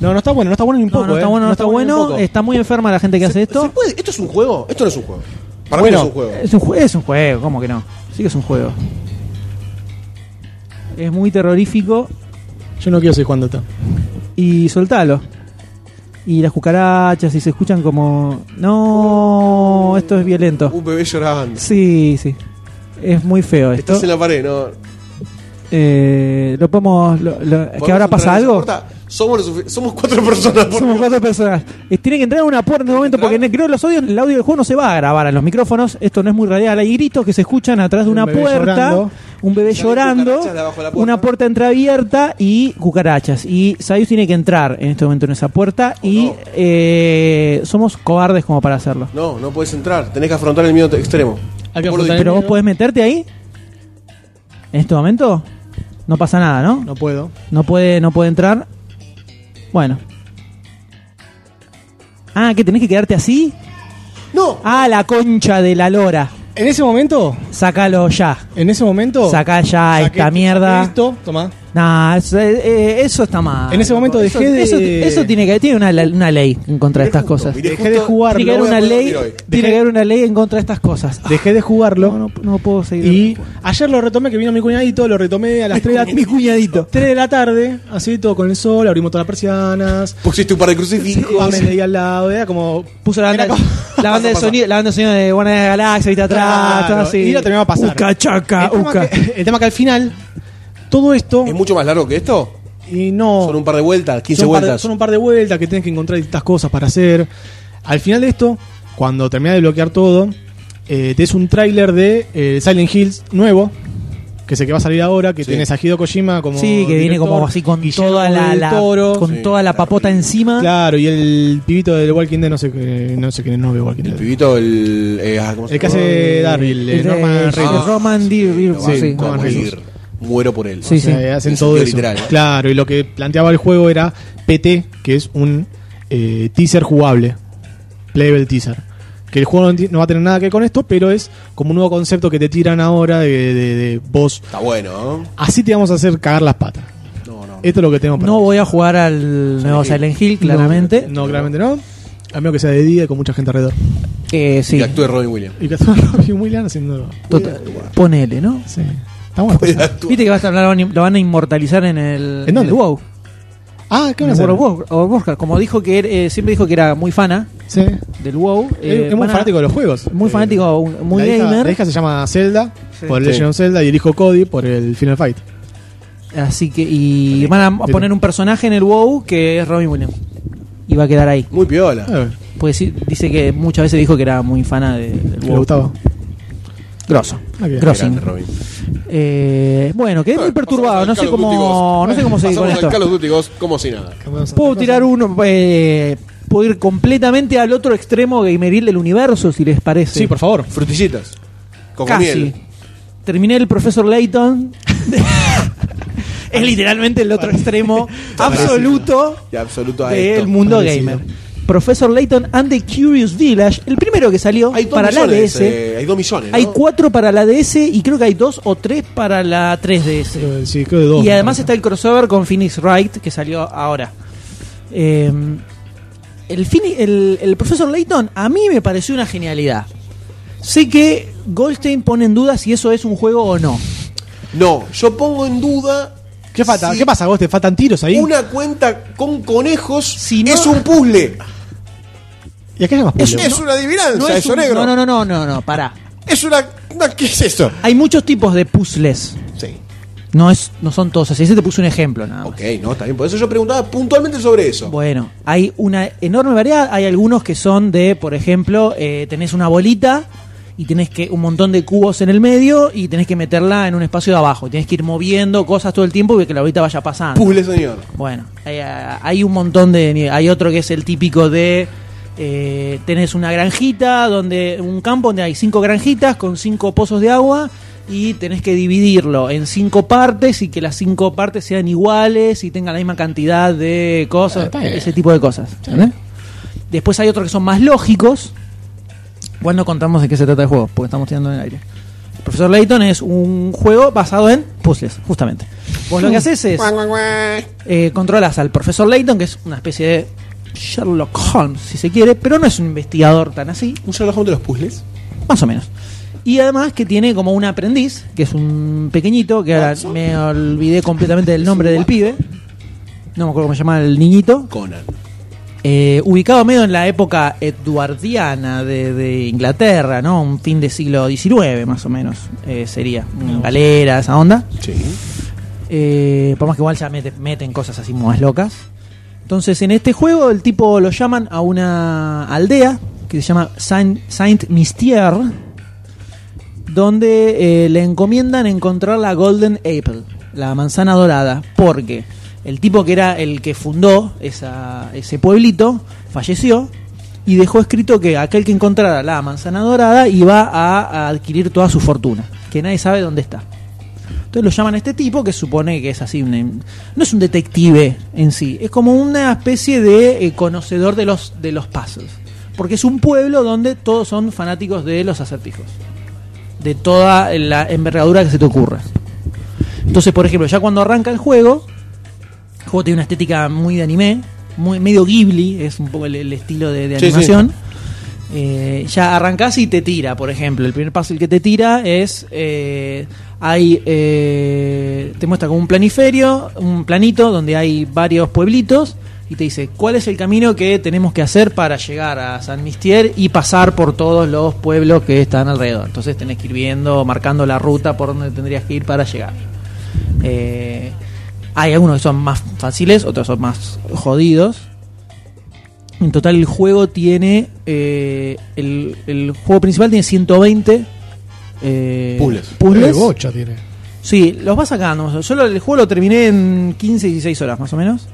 No, no está bueno, no está bueno ni un
No,
poco.
no está
eh.
bueno, no, está,
ni un
bueno.
poco.
Está muy enferma la gente que hace esto.
¿Se puede? ¿Esto es un juego? Esto no es un juego. Para
Bueno,
mí no es un juego.
Es un, jue- es un juego, ¿cómo que no? Sí que es un juego. Es muy terrorífico
Yo no quiero seguir jugando esto.
y soltalo. Y las cucarachas, y se escuchan como. No, esto es violento.
Un bebé llorando.
Sí, sí. Es muy feo esto.
Estás en la pared, ¿no?
Eh, lo podemos. lo- lo- ¿Que ahora
¿Podemos
pasa
entrar en esa
algo?
puerta? Somos, lo sufi- somos cuatro [laughs] personas. por
Somos
favor.
cuatro personas. Eh, Tienen que entrar en una puerta en este momento porque ne- creo los audios, el audio del juego no se va a grabar a los micrófonos. Esto no es muy radial. Hay gritos que se escuchan atrás de
Un
una
bebé
puerta.
llorando.
un bebé
Salen
llorando,
cucarachas de abajo de la puerta.
una puerta entreabierta y cucarachas. Y Sayus tiene que entrar en este momento en esa puerta y
no.
eh, somos cobardes como para hacerlo.
No, no puedes entrar. Tenés que afrontar el miedo extremo.
Hay que
Por lo
afrontar el
Pero vos
miedo.
podés meterte ahí. En este momento no pasa nada, ¿no?
No puedo.
No puede, no puede entrar. Bueno. Ah, que tenés que quedarte así.
No.
Ah, la concha de la lora.
En ese momento,
Sácalo ya.
en ese momento.
Sacá ya
Oh. saqué-
esta mierda.
Listo, tomá.
Nah, eso, eh, eh, eso está mal.
En ese momento
Eso-
dejé de-
Eso, eso tiene que tiene una, una ley en contra de estas cosas.
Miré
Dejé de
justo-
jugar,
Tiene que haber
lo voy a
una
poder
ley,
ver hoy.
tiene que haber una ley en contra de estas cosas. Ah,
Dejé de jugarlo.
no, no, no puedo seguir.
Y ayer lo retomé, que vino mi cuñadito, lo retomé a las 3 de la [laughs]
mi cuñadito.
3 de la tarde, así todo con el sol, abrimos todas las persianas,
Pusiste un par de crucifijos.
Pame leí al lado, era como
Puso la
[laughs]
banda,
Era como-
la banda de
Pasa, pasa.
sonido, la banda de sonido de Buena Galaxia, ahorita atrás,
Claro,
todo así.
y la terminó de pasar.
Uca, chaca,
el, tema
uca.
que, el tema que al final todo esto
¿Es mucho más largo que esto?
y no
Son un par de vueltas, 15
son un par de-
vueltas.
son un par de vueltas que tienes que encontrar distintas cosas para hacer. Al final de esto, cuando terminas de bloquear todo, eh, te es un tráiler de eh, Silent Hills nuevo. Que es el que va a salir ahora, que
Sí.
tienes a Hideo Kojima como.
Sí, que viene
director,
como así con
Guillermo
toda la,
del
la-
Toro.
con
Sí,
toda la papota encima.
Claro, y el pibito de The Walking Dead, no sé, qué- no sé quién es, no veo Walking
El
Dead.
pibito, el. eh, ah, ¿cómo se
El que
llama? Ah,
hace Daryl, eh,
El de-
Norman Reedus.
el Roman Dir- Dir-
Lo banco
Ah, sí.
a
Norman
morir. Muero por él.
Sí,
O sea, hacen
En
todo eso.
sentido literal, ¿eh?
Claro, y lo que planteaba el juego era PT, que es un eh, teaser jugable, playable teaser. Que el juego no, ti- no va a tener nada que ver con esto, pero es como un nuevo concepto que te tiran ahora de, de- de vos.
Está bueno, ¿no?
Así te vamos a hacer cagar las patas.
No, no.
Esto es lo que tengo para
No
vos.
voy a jugar al nuevo
Hill.
Silent Hill, claramente.
No, claramente no. A menos que sea de día y con mucha gente alrededor.
Eh,
Y
sí,
actúe Robin Williams.
Y que estaba [laughs] Robin Williams haciendo.
total. ponele, ¿no?
Sí. Está
[laughs]
bueno.
Actúa.
Viste que vas a hablar, lo van a- lo van a inmortalizar en el,
¿En dónde?
el WoW.
Ah, ¿qué
En
van a hacer?
el World of Warcraft, o Warcraft. Como dijo que era- eh, siempre dijo que era muy fana
Sí.
del Wow. eh,
es muy
van a-
fanático de los juegos.
Muy
Eh,
fanático, un- muy
la hija-
gamer.
la hija se llama Zelda por
Sí.
Legend of Zelda y el hijo Cody por el Final Fight.
Así que, y van a
Pero-
poner un personaje en el WoW que es Robin Williams. Y va a quedar ahí.
Muy piola.
Eh,
Porque sí, dice que muchas veces dijo que era muy fana de- del
le
WoW.
gustaba.
Grosso.
Ah, bien.
Grosso.
Grande, Robin.
Eh, bueno, quedé muy
Bueno,
perturbado. No
pasamos al
sé
Call of Duty
cómo,
Ghost.
no sé cómo seguir con
Pasamos
esto.
al Call of Duty Ghost como si nada.
Puedo tirar uno. eh, puedo ir completamente al otro extremo gameril del universo, si les parece.
Sí, por favor.
Frutillitas. Con
Casi.
miel.
Terminé el profesor Layton. [laughs] es literalmente el otro extremo
[laughs]
absoluto
Y absoluto a
del
esto.
mundo
Parecido.
gamer. Profesor Layton and the Curious Village, el primero que salió
Hay dos
para la
millones.
DS.
eh, hay dos millones. ¿no?
Hay cuatro para la DS y creo que hay dos o tres para la 3DS.
Creo- Sí, creo de dos.
Y
me
además
parece.
está el crossover con Phoenix Wright que salió ahora. Eh, el, Phini- el, el profesor Layton a mí me pareció una genialidad. Sé que Goldstein pone en duda si eso es un juego o no.
No, yo pongo en duda.
¿Qué, falta?
si
¿Qué pasa, vos? ¿Te faltan tiros ahí?
Una cuenta con conejos
Si no-
es un puzzle.
¿Y acá llamas
Es-
puzzle?
Es una adivinanza,
No
eso,
es un-
negro.
no, no, no, no, no, no, pará.
Es una, una- ¿Qué es eso?
Hay muchos tipos de puzzles.
Sí.
No, es, no son todos así. Ese te puse un ejemplo nada más.
Ok, no, está bien. Por eso yo preguntaba puntualmente sobre eso.
Ah, Bueno, hay una enorme variedad. Hay algunos que son de, por ejemplo, eh, tenés una bolita y tenés que un montón de cubos en el medio y tenés que meterla en un espacio de abajo. Tenés que ir moviendo cosas todo el tiempo y que la bolita vaya pasando.
Puzzle, señor.
Bueno, hay, ah, hay un montón de... nive- Hay otro que es el típico de... eh, tenés una granjita, donde un campo donde hay cinco granjitas con cinco pozos de agua y tenés que dividirlo en cinco partes y que las cinco partes sean iguales y tengan la misma cantidad de
Ah,
cosas,
está bien.
ese tipo de cosas.
bien.
Después hay otros que son más lógicos. Igual no contamos de qué se trata el juego, porque estamos tirando en el aire. El profesor Layton es un juego basado en puzzles, justamente. Vos lo que haces es eh, controlas al profesor Layton, que es una especie de Sherlock Holmes, si se quiere, pero no es un investigador tan así,
¿Un Sherlock Holmes de los puzzles?
más o menos. Y además que tiene como un aprendiz, que es un pequeñito, que ahora
Watson.
me olvidé completamente del nombre del pibe. No me acuerdo cómo se llama el niñito.
Conan.
Eh, ubicado medio en la época eduardiana de, de Inglaterra, ¿no? Un fin de siglo XIX, más o menos, eh, sería. Una galera, esa onda.
Sí.
Eh, por más que igual ya mete- meten cosas así más locas. Entonces, en este juego, el tipo lo llaman a una aldea que se llama Saint, Saint Mystier. donde eh, le encomiendan encontrar la Golden Apple, la manzana dorada, porque el tipo que era el que fundó esa- ese pueblito falleció y dejó escrito que aquel que encontrara la manzana dorada iba a, a adquirir toda su fortuna, que nadie sabe dónde está. Entonces lo llaman a este tipo que supone que es así, una- no es un detective en sí, es como una especie de eh, conocedor de los, de los puzzles, porque es un pueblo donde todos son fanáticos de los acertijos, de toda la envergadura que se te ocurra. Entonces, por ejemplo, ya cuando arranca el juego, el juego tiene una estética muy de anime, muy medio Ghibli, es un poco el, el estilo de, de
Sí, sí.
animación. Eh, ya arrancás y te tira, por ejemplo. El primer puzzle que te tira es. eh, hay. eh, te muestra como un planiferio, un planito donde hay varios pueblitos. Y te dice cuál es el camino que tenemos que hacer para llegar a San Mistier y pasar por todos los pueblos que están alrededor. Entonces tenés que ir viendo, marcando la ruta por donde tendrías que ir para llegar. Eh, hay algunos que son más fáciles, otros son más jodidos. En total el juego tiene... eh, el, el juego principal tiene 120... eh,
Puzzles.
puzzles.
Eh, bocha tiene.
Sí, los vas sacando. Yo lo- el juego lo terminé en 15, 16 horas más o menos.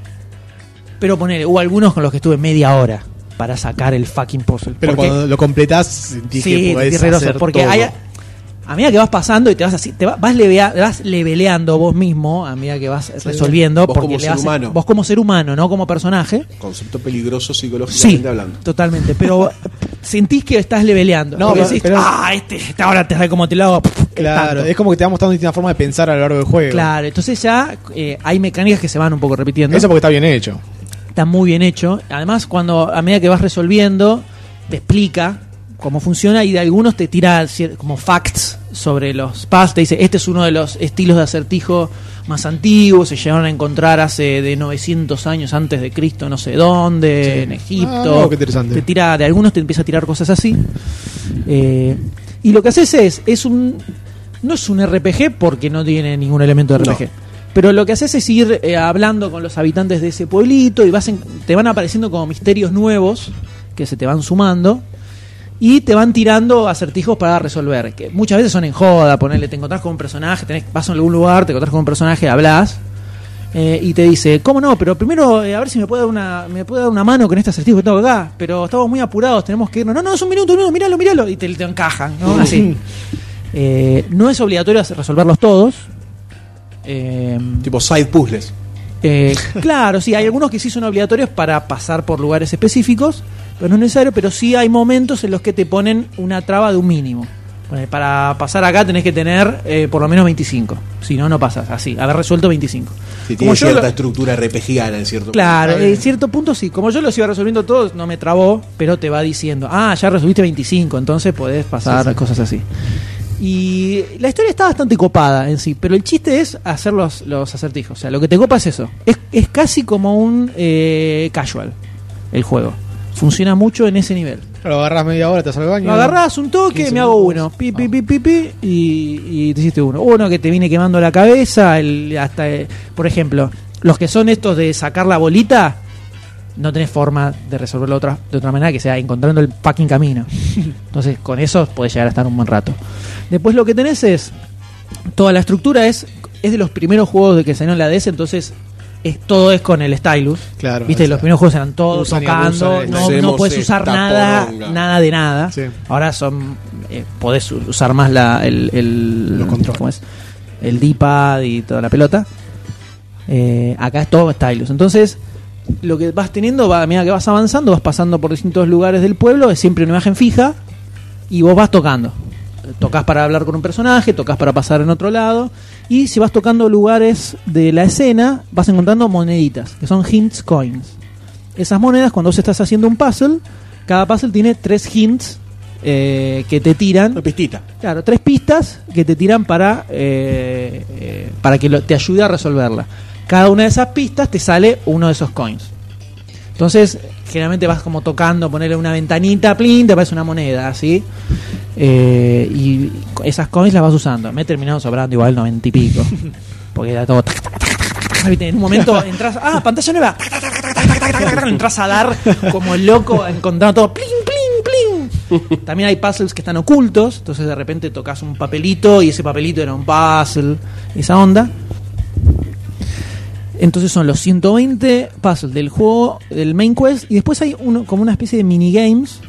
Pero ponele, hubo algunos con los que estuve media hora para sacar el fucking puzzle.
Pero
Porque-
cuando lo completás, sentí
sí,
que podés
tierreroso,
hacer
porque
todo.
hay- a medida que vas pasando y te vas así, te va- vas, levea- vas leveleando vos mismo a medida que vas resolviendo,
Vos
porque
como
le
ser
vas-
humano.
vos como ser humano, no como personaje.
Concepto peligroso psicológicamente
Sí,
hablando.
totalmente,
[laughs]
pero sentís que estás leveleando.
No,
porque
pero-
decís,
pero-
ah, este, este ahora te re como te lo hago.
Claro,
tanto.
es como que te va mostrando distintas formas de pensar a lo largo del juego.
Claro, entonces ya eh, hay mecánicas que se van un poco repitiendo.
Eso porque está bien hecho.
está muy bien hecho. Además, cuando a medida que vas resolviendo, te explica cómo funciona y de algunos te tira cier- como facts sobre los paths. Te dice, este es uno de los estilos de acertijo más antiguos, se llegaron a encontrar hace de 900 años antes de Cristo, no sé dónde, en Egipto.
Ah, no, qué interesante.
Te tira, de algunos te empieza a tirar cosas así. Eh, y lo que haces es, es un. No es un RPG porque no tiene ningún elemento de
No.
RPG. Pero lo que haces es ir eh, hablando con los habitantes de ese pueblito y vas en- te van apareciendo como misterios nuevos que se te van sumando y te van tirando acertijos para resolver. Que muchas veces son en joda, ponerle, te encontrás con un personaje, tenés, vas a algún lugar, te encontrás con un personaje, hablas eh, y te dice, ¿cómo no? Pero primero, eh, a ver si me puede dar una, me puede dar una mano con este acertijo que tengo acá. Pero estamos muy apurados, tenemos que irnos. No, no, es un minuto, no, míralo, míralo. Y te, te encajan, ¿no? Así. Eh, no es obligatorio hacer- resolverlos todos. Eh,
Tipo side puzzles.
eh, claro, sí, hay algunos que sí son obligatorios para pasar por lugares específicos, pero no es necesario, pero sí hay momentos en los que te ponen una traba de un mínimo. Bueno, para pasar acá tenés que tener eh, por lo menos 25, si no, no pasas, así, haber resuelto 25.
Si
Como
tiene
yo
cierta
lo-
estructura repegiana en cierto
Claro, en cierto punto sí. Como yo los iba resolviendo todos, no me trabó, pero te va diciendo, ah, ya resolviste 25, entonces podés pasar cosas así. Y la historia está bastante copada en sí, pero el chiste es hacer los, los acertijos. O sea, lo que te copa es eso. Es, es casi como un eh, casual el juego. Funciona mucho en ese nivel.
Lo agarras media hora, te vas al baño.
Lo agarrás un toque,
15
me hago uno.
minutos.
Pi, pi, pi, pi, pi, y, y te hiciste uno. Uno que te viene quemando la cabeza. el- hasta, eh, por ejemplo, los que son estos de sacar la bolita, no tenés forma de resolverlo otra, de otra manera que sea encontrando el
[laughs]
fucking camino. Entonces, con eso podés llegar a estar un buen rato. Después, lo que tenés es. Toda la estructura es, es de los primeros juegos de que salieron en la DS, entonces. Es, todo es con el stylus.
Claro,
Viste,
o sea,
los primeros juegos eran todos
usan y
tocando.
abusan el
No,
stylus.
no puedes
Hacemos
usar
esta
nada,
poronga.
nada de nada.
Sí.
Ahora son eh, podés u- usar más la, el, el,
Los controles.
¿cómo es? el D-pad y toda la pelota. Eh, acá es todo stylus. Entonces, lo que vas teniendo, va, mira que vas avanzando, vas pasando por distintos lugares del pueblo, es siempre una imagen fija y vos vas tocando. Tocas para hablar con un personaje, tocas para pasar en otro lado. Y si vas tocando lugares de la escena, vas encontrando moneditas, que son hints coins. Esas monedas, cuando vos estás haciendo un puzzle, cada puzzle tiene tres hints eh, que te tiran.
Una pistita.
Claro, tres pistas que te tiran para, eh, eh, para que lo- te ayude a resolverla. Cada una de esas pistas te sale uno de esos coins. Entonces, generalmente vas como tocando, ponerle una ventanita, plin, te aparece una moneda, así. Eh, y esas coins las vas usando. Me he terminado sobrando igual noventa y pico. Porque era todo. tac, tac, tac, tac, tac, ¿viste? En un momento entras. Ah, pantalla nueva. tac, tac, tac, tac, tac, tac, tac, tac, Entras a dar como loco, encontrando todo. Plin, plin, plin. También hay puzzles que están ocultos, entonces de repente tocas un papelito y ese papelito era un puzzle, esa onda. Entonces son los 120 puzzles del juego, del main quest, y después hay uno como una especie de minigames,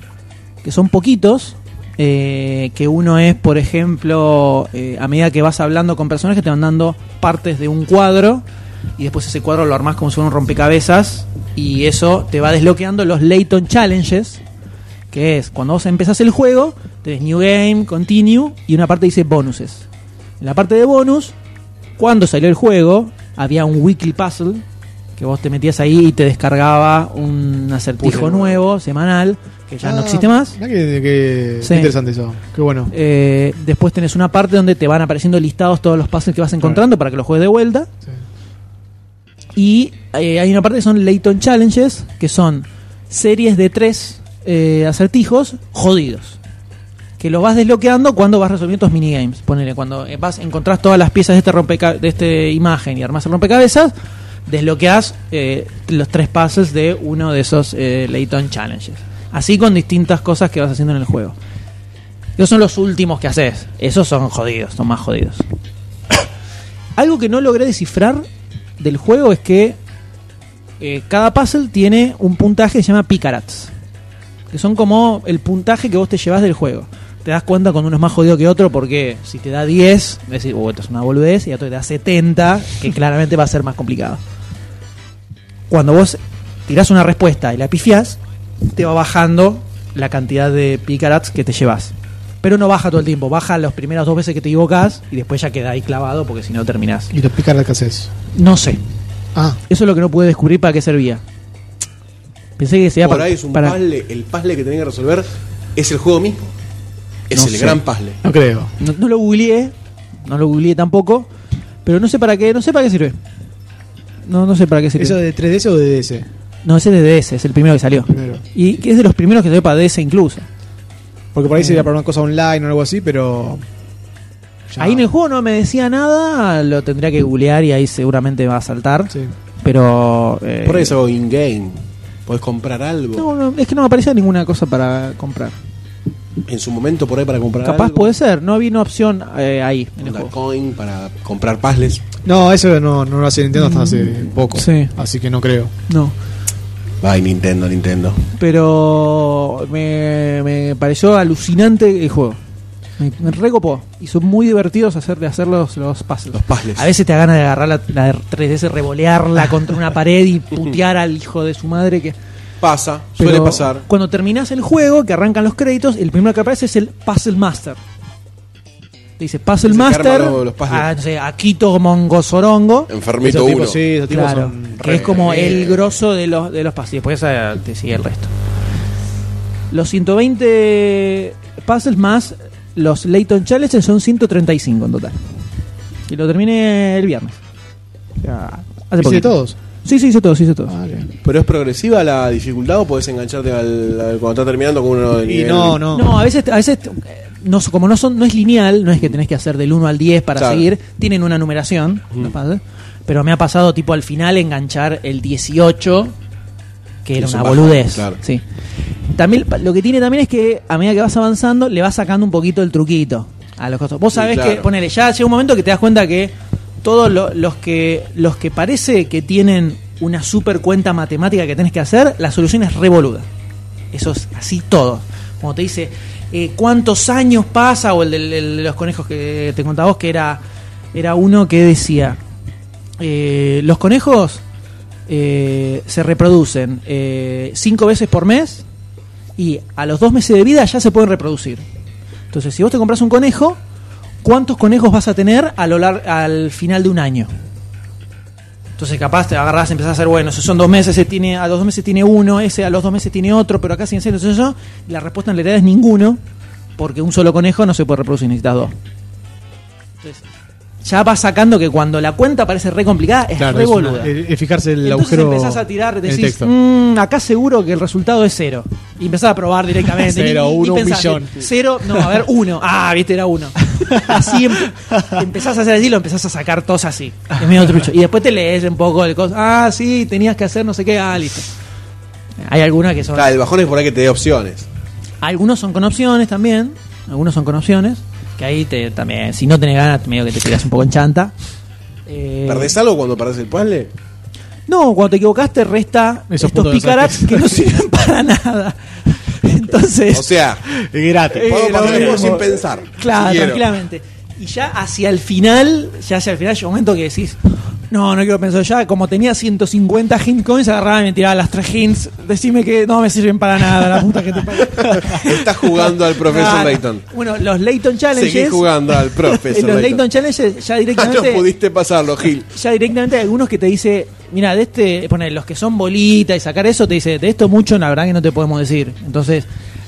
que son poquitos, eh, que uno es, por ejemplo, eh, a medida que vas hablando con personajes te van dando partes de un cuadro, y después ese cuadro lo armás como si fuera un rompecabezas, y eso te va desbloqueando los Layton Challenges, que es cuando vos empezás el juego, tenés New Game, Continue, y una parte dice bonuses. En la parte de bonus, cuando salió el juego, había un weekly puzzle que vos te metías ahí y te descargaba un acertijo
Puzzle.
nuevo, semanal, que ya no
Ah,
existe más.
mirá que- que-
Sí.
qué interesante eso. Qué bueno.
Eh, después tenés una parte donde te van apareciendo listados todos los puzzles que vas encontrando para que los juegues de vuelta.
Sí.
Y eh, hay una parte que son Layton Challenges, que son series de tres eh, acertijos jodidos. Que los vas desbloqueando cuando vas resolviendo estos minigames. Ponele, cuando eh, vas, encontrás todas las piezas de este rompeca de este imagen y armás el rompecabezas, desbloqueás eh, los tres pases de uno de esos eh, Layton Challenges. Así con distintas cosas que vas haciendo en el juego. Esos son los últimos que haces. Esos son jodidos, son más jodidos. Algo que no logré descifrar del juego es que eh, cada puzzle tiene un puntaje que se llama picarats. Que son como el puntaje que vos te llevas del juego. Te das cuenta cuando uno es más jodido que otro porque si te da 10, decís, oh, esto es una boludez, y a otro te da 70, que claramente va a ser más complicado. Cuando vos tirás una respuesta y la pifiás, te va bajando la cantidad de picarats que te llevas. Pero no baja todo el tiempo, baja las primeras dos veces que te equivocas y después ya queda ahí clavado porque si no terminás.
Y los picar la haces.
No sé,
Ah,
eso es lo que no pude descubrir para qué servía. Pensé que sería
Por
para,
ahí es un
para-
puzzle, el puzzle que tenés que resolver es el juego mismo. Es
No
el
sé. Eh.
gran puzzle.
no creo.
No, no lo googleé, no lo googleé tampoco, pero no sé para qué, no sé para qué sirve. No, no sé para qué sirve.
¿Eso de 3DS o de DS?
No, ese es de DS, es el primero que salió.
Primero.
Y que es de los primeros que salió para DS incluso.
Porque por ahí
Eh.
sería para una cosa online o algo así, pero. ya-
Ahí en el juego no me decía nada, lo tendría que googlear y ahí seguramente va a saltar.
Sí.
Pero... eh,
Por eso, in-game. Podés comprar algo.
No, no, es que no me aparecía ninguna cosa para comprar.
En su momento, por ahí para comprar
Capaz
algo.
puede ser, no vi una opción eh, ahí en el
Una
juego.
coin para comprar puzzles.
No, eso no, no lo hace Nintendo hasta hace poco.
Mm, Sí.
Así que no creo.
No.
Ay, Nintendo, Nintendo.
pero me, me pareció alucinante el juego. Me, me recopó. Y son muy divertidos hacer, de hacer los, los puzzles.
Los puzzles.
A veces te da ganas de agarrar la, la 3DS, revolearla contra una pared y putear al hijo de su madre. que
Pasa,
pero
suele pasar.
Cuando terminas el juego, que arrancan los créditos, el primero que aparece es el Puzzle Master. Te dice Puzzle
Ese que arma
Master.
los- los puzzles.
a, no sé, Akito Mongozorongo.
Enfermito
Esos
uno.
tipos, sí, esos tipos
Claro,
son
que
re-
es como
re-
el grosso de los, de los pases. Después ya te sigue el resto. Los 120 puzzles más los Layton Challenges son 135 en total. Y lo terminé el viernes. O sea, hace
¿Hiciste
poquito.
todos? Ah,
Sí, sí, hice todos, hice todos.
Vale.
Pero es progresiva la dificultad o podés engancharte al, al- cuando está terminando con uno de
Y
nivel?
no, no.
No, a veces, a veces eh, no, so- como no son, no es lineal, no es que tenés que hacer del 1 al 10 para
Claro.
seguir, tienen una numeración, los puzzles, pero me ha pasado tipo al final enganchar el 18, que era
Es
una
un bajón,
boludez.
claro.
Sí. También, pa- lo que tiene también es que a medida que vas avanzando, le vas sacando un poquito el truquito a los costos. Vos
Sí,
sabés que,
claro.
ponele, ya llega un momento que te das cuenta que todos lo- los que los que parece que tienen una super cuenta matemática que tenés que hacer, la solución es revoluda. Eso es así todo. Como te dice, eh, ¿cuántos años pasa? O el del- el de los conejos que te contaba vos, que era, era uno que decía, eh, los conejos eh, se reproducen eh, cinco veces por mes y a los dos meses de vida ya se pueden reproducir. Entonces, si vos te compras un conejo, ¿cuántos conejos vas a tener a lo lar- al final de un año? Entonces capaz te agarrás y empezás a hacer, bueno, si son dos meses, se tiene, a los dos meses tiene uno, ese a los dos meses tiene otro, pero acá sin ser eso, eso, la respuesta en realidad es ninguno, porque un solo conejo no se puede reproducir, necesitas dos. Entonces, ya vas sacando que cuando la cuenta parece re complicada, es
Claro,
re
es una-
boluda.
el- el fijarse el
Entonces
agujero.
empezás a tirar,
en el
decís,
texto.
"Mm, acá seguro que el resultado es cero. Y empezás a probar directamente.
Cero,
Y- y- y
uno, un
pensás,
millón.
Cero, no, a ver, uno. Ah, viste, era uno. Así em- empezás a hacer así, lo empezás a sacar todos así. Es medio trucho. Y después te lees un poco el cosa. Ah, sí, tenías que hacer no sé qué. Ah, listo. Hay algunas que son.
Claro, el bajón es por ahí que te dé opciones.
Algunos son con opciones también. Algunos son con opciones. Que ahí te, también, si no tenés ganas, medio que te tiras un poco en chanta. Eh,
¿Perdés algo cuando perdés el puzzle?
No, cuando te equivocaste, resta
Esos
estos
puntos de
picarats
saques.
que no [laughs] sirven para nada. Entonces.
[laughs] O sea,
Es gratis.
Eh,
puedo
lo
pasarlo
mismo.
sin pensar.
Claro,
si quiero.
tranquilamente. Y ya hacia el final, ya hacia el final, llega un momento que decís, no, no quiero pensar ya, como tenía 150 hint coins, agarraba y me tiraba las tres hints, decime que no me sirven para nada, la puta que te parió.
Estás [laughs] jugando al profesor
Claro.
Layton.
Bueno, los Layton Challenges.
Seguís jugando al profesor
[laughs] Los Layton
Layton.
Challenges ya
[laughs] Ah, no
directamente
pudiste pasarlo, Gil.
ya directamente hay algunos que te dice, mira, de este, poner los que son bolitas y sacar eso, te dice, de esto mucho la verdad que no te podemos decir. Entonces,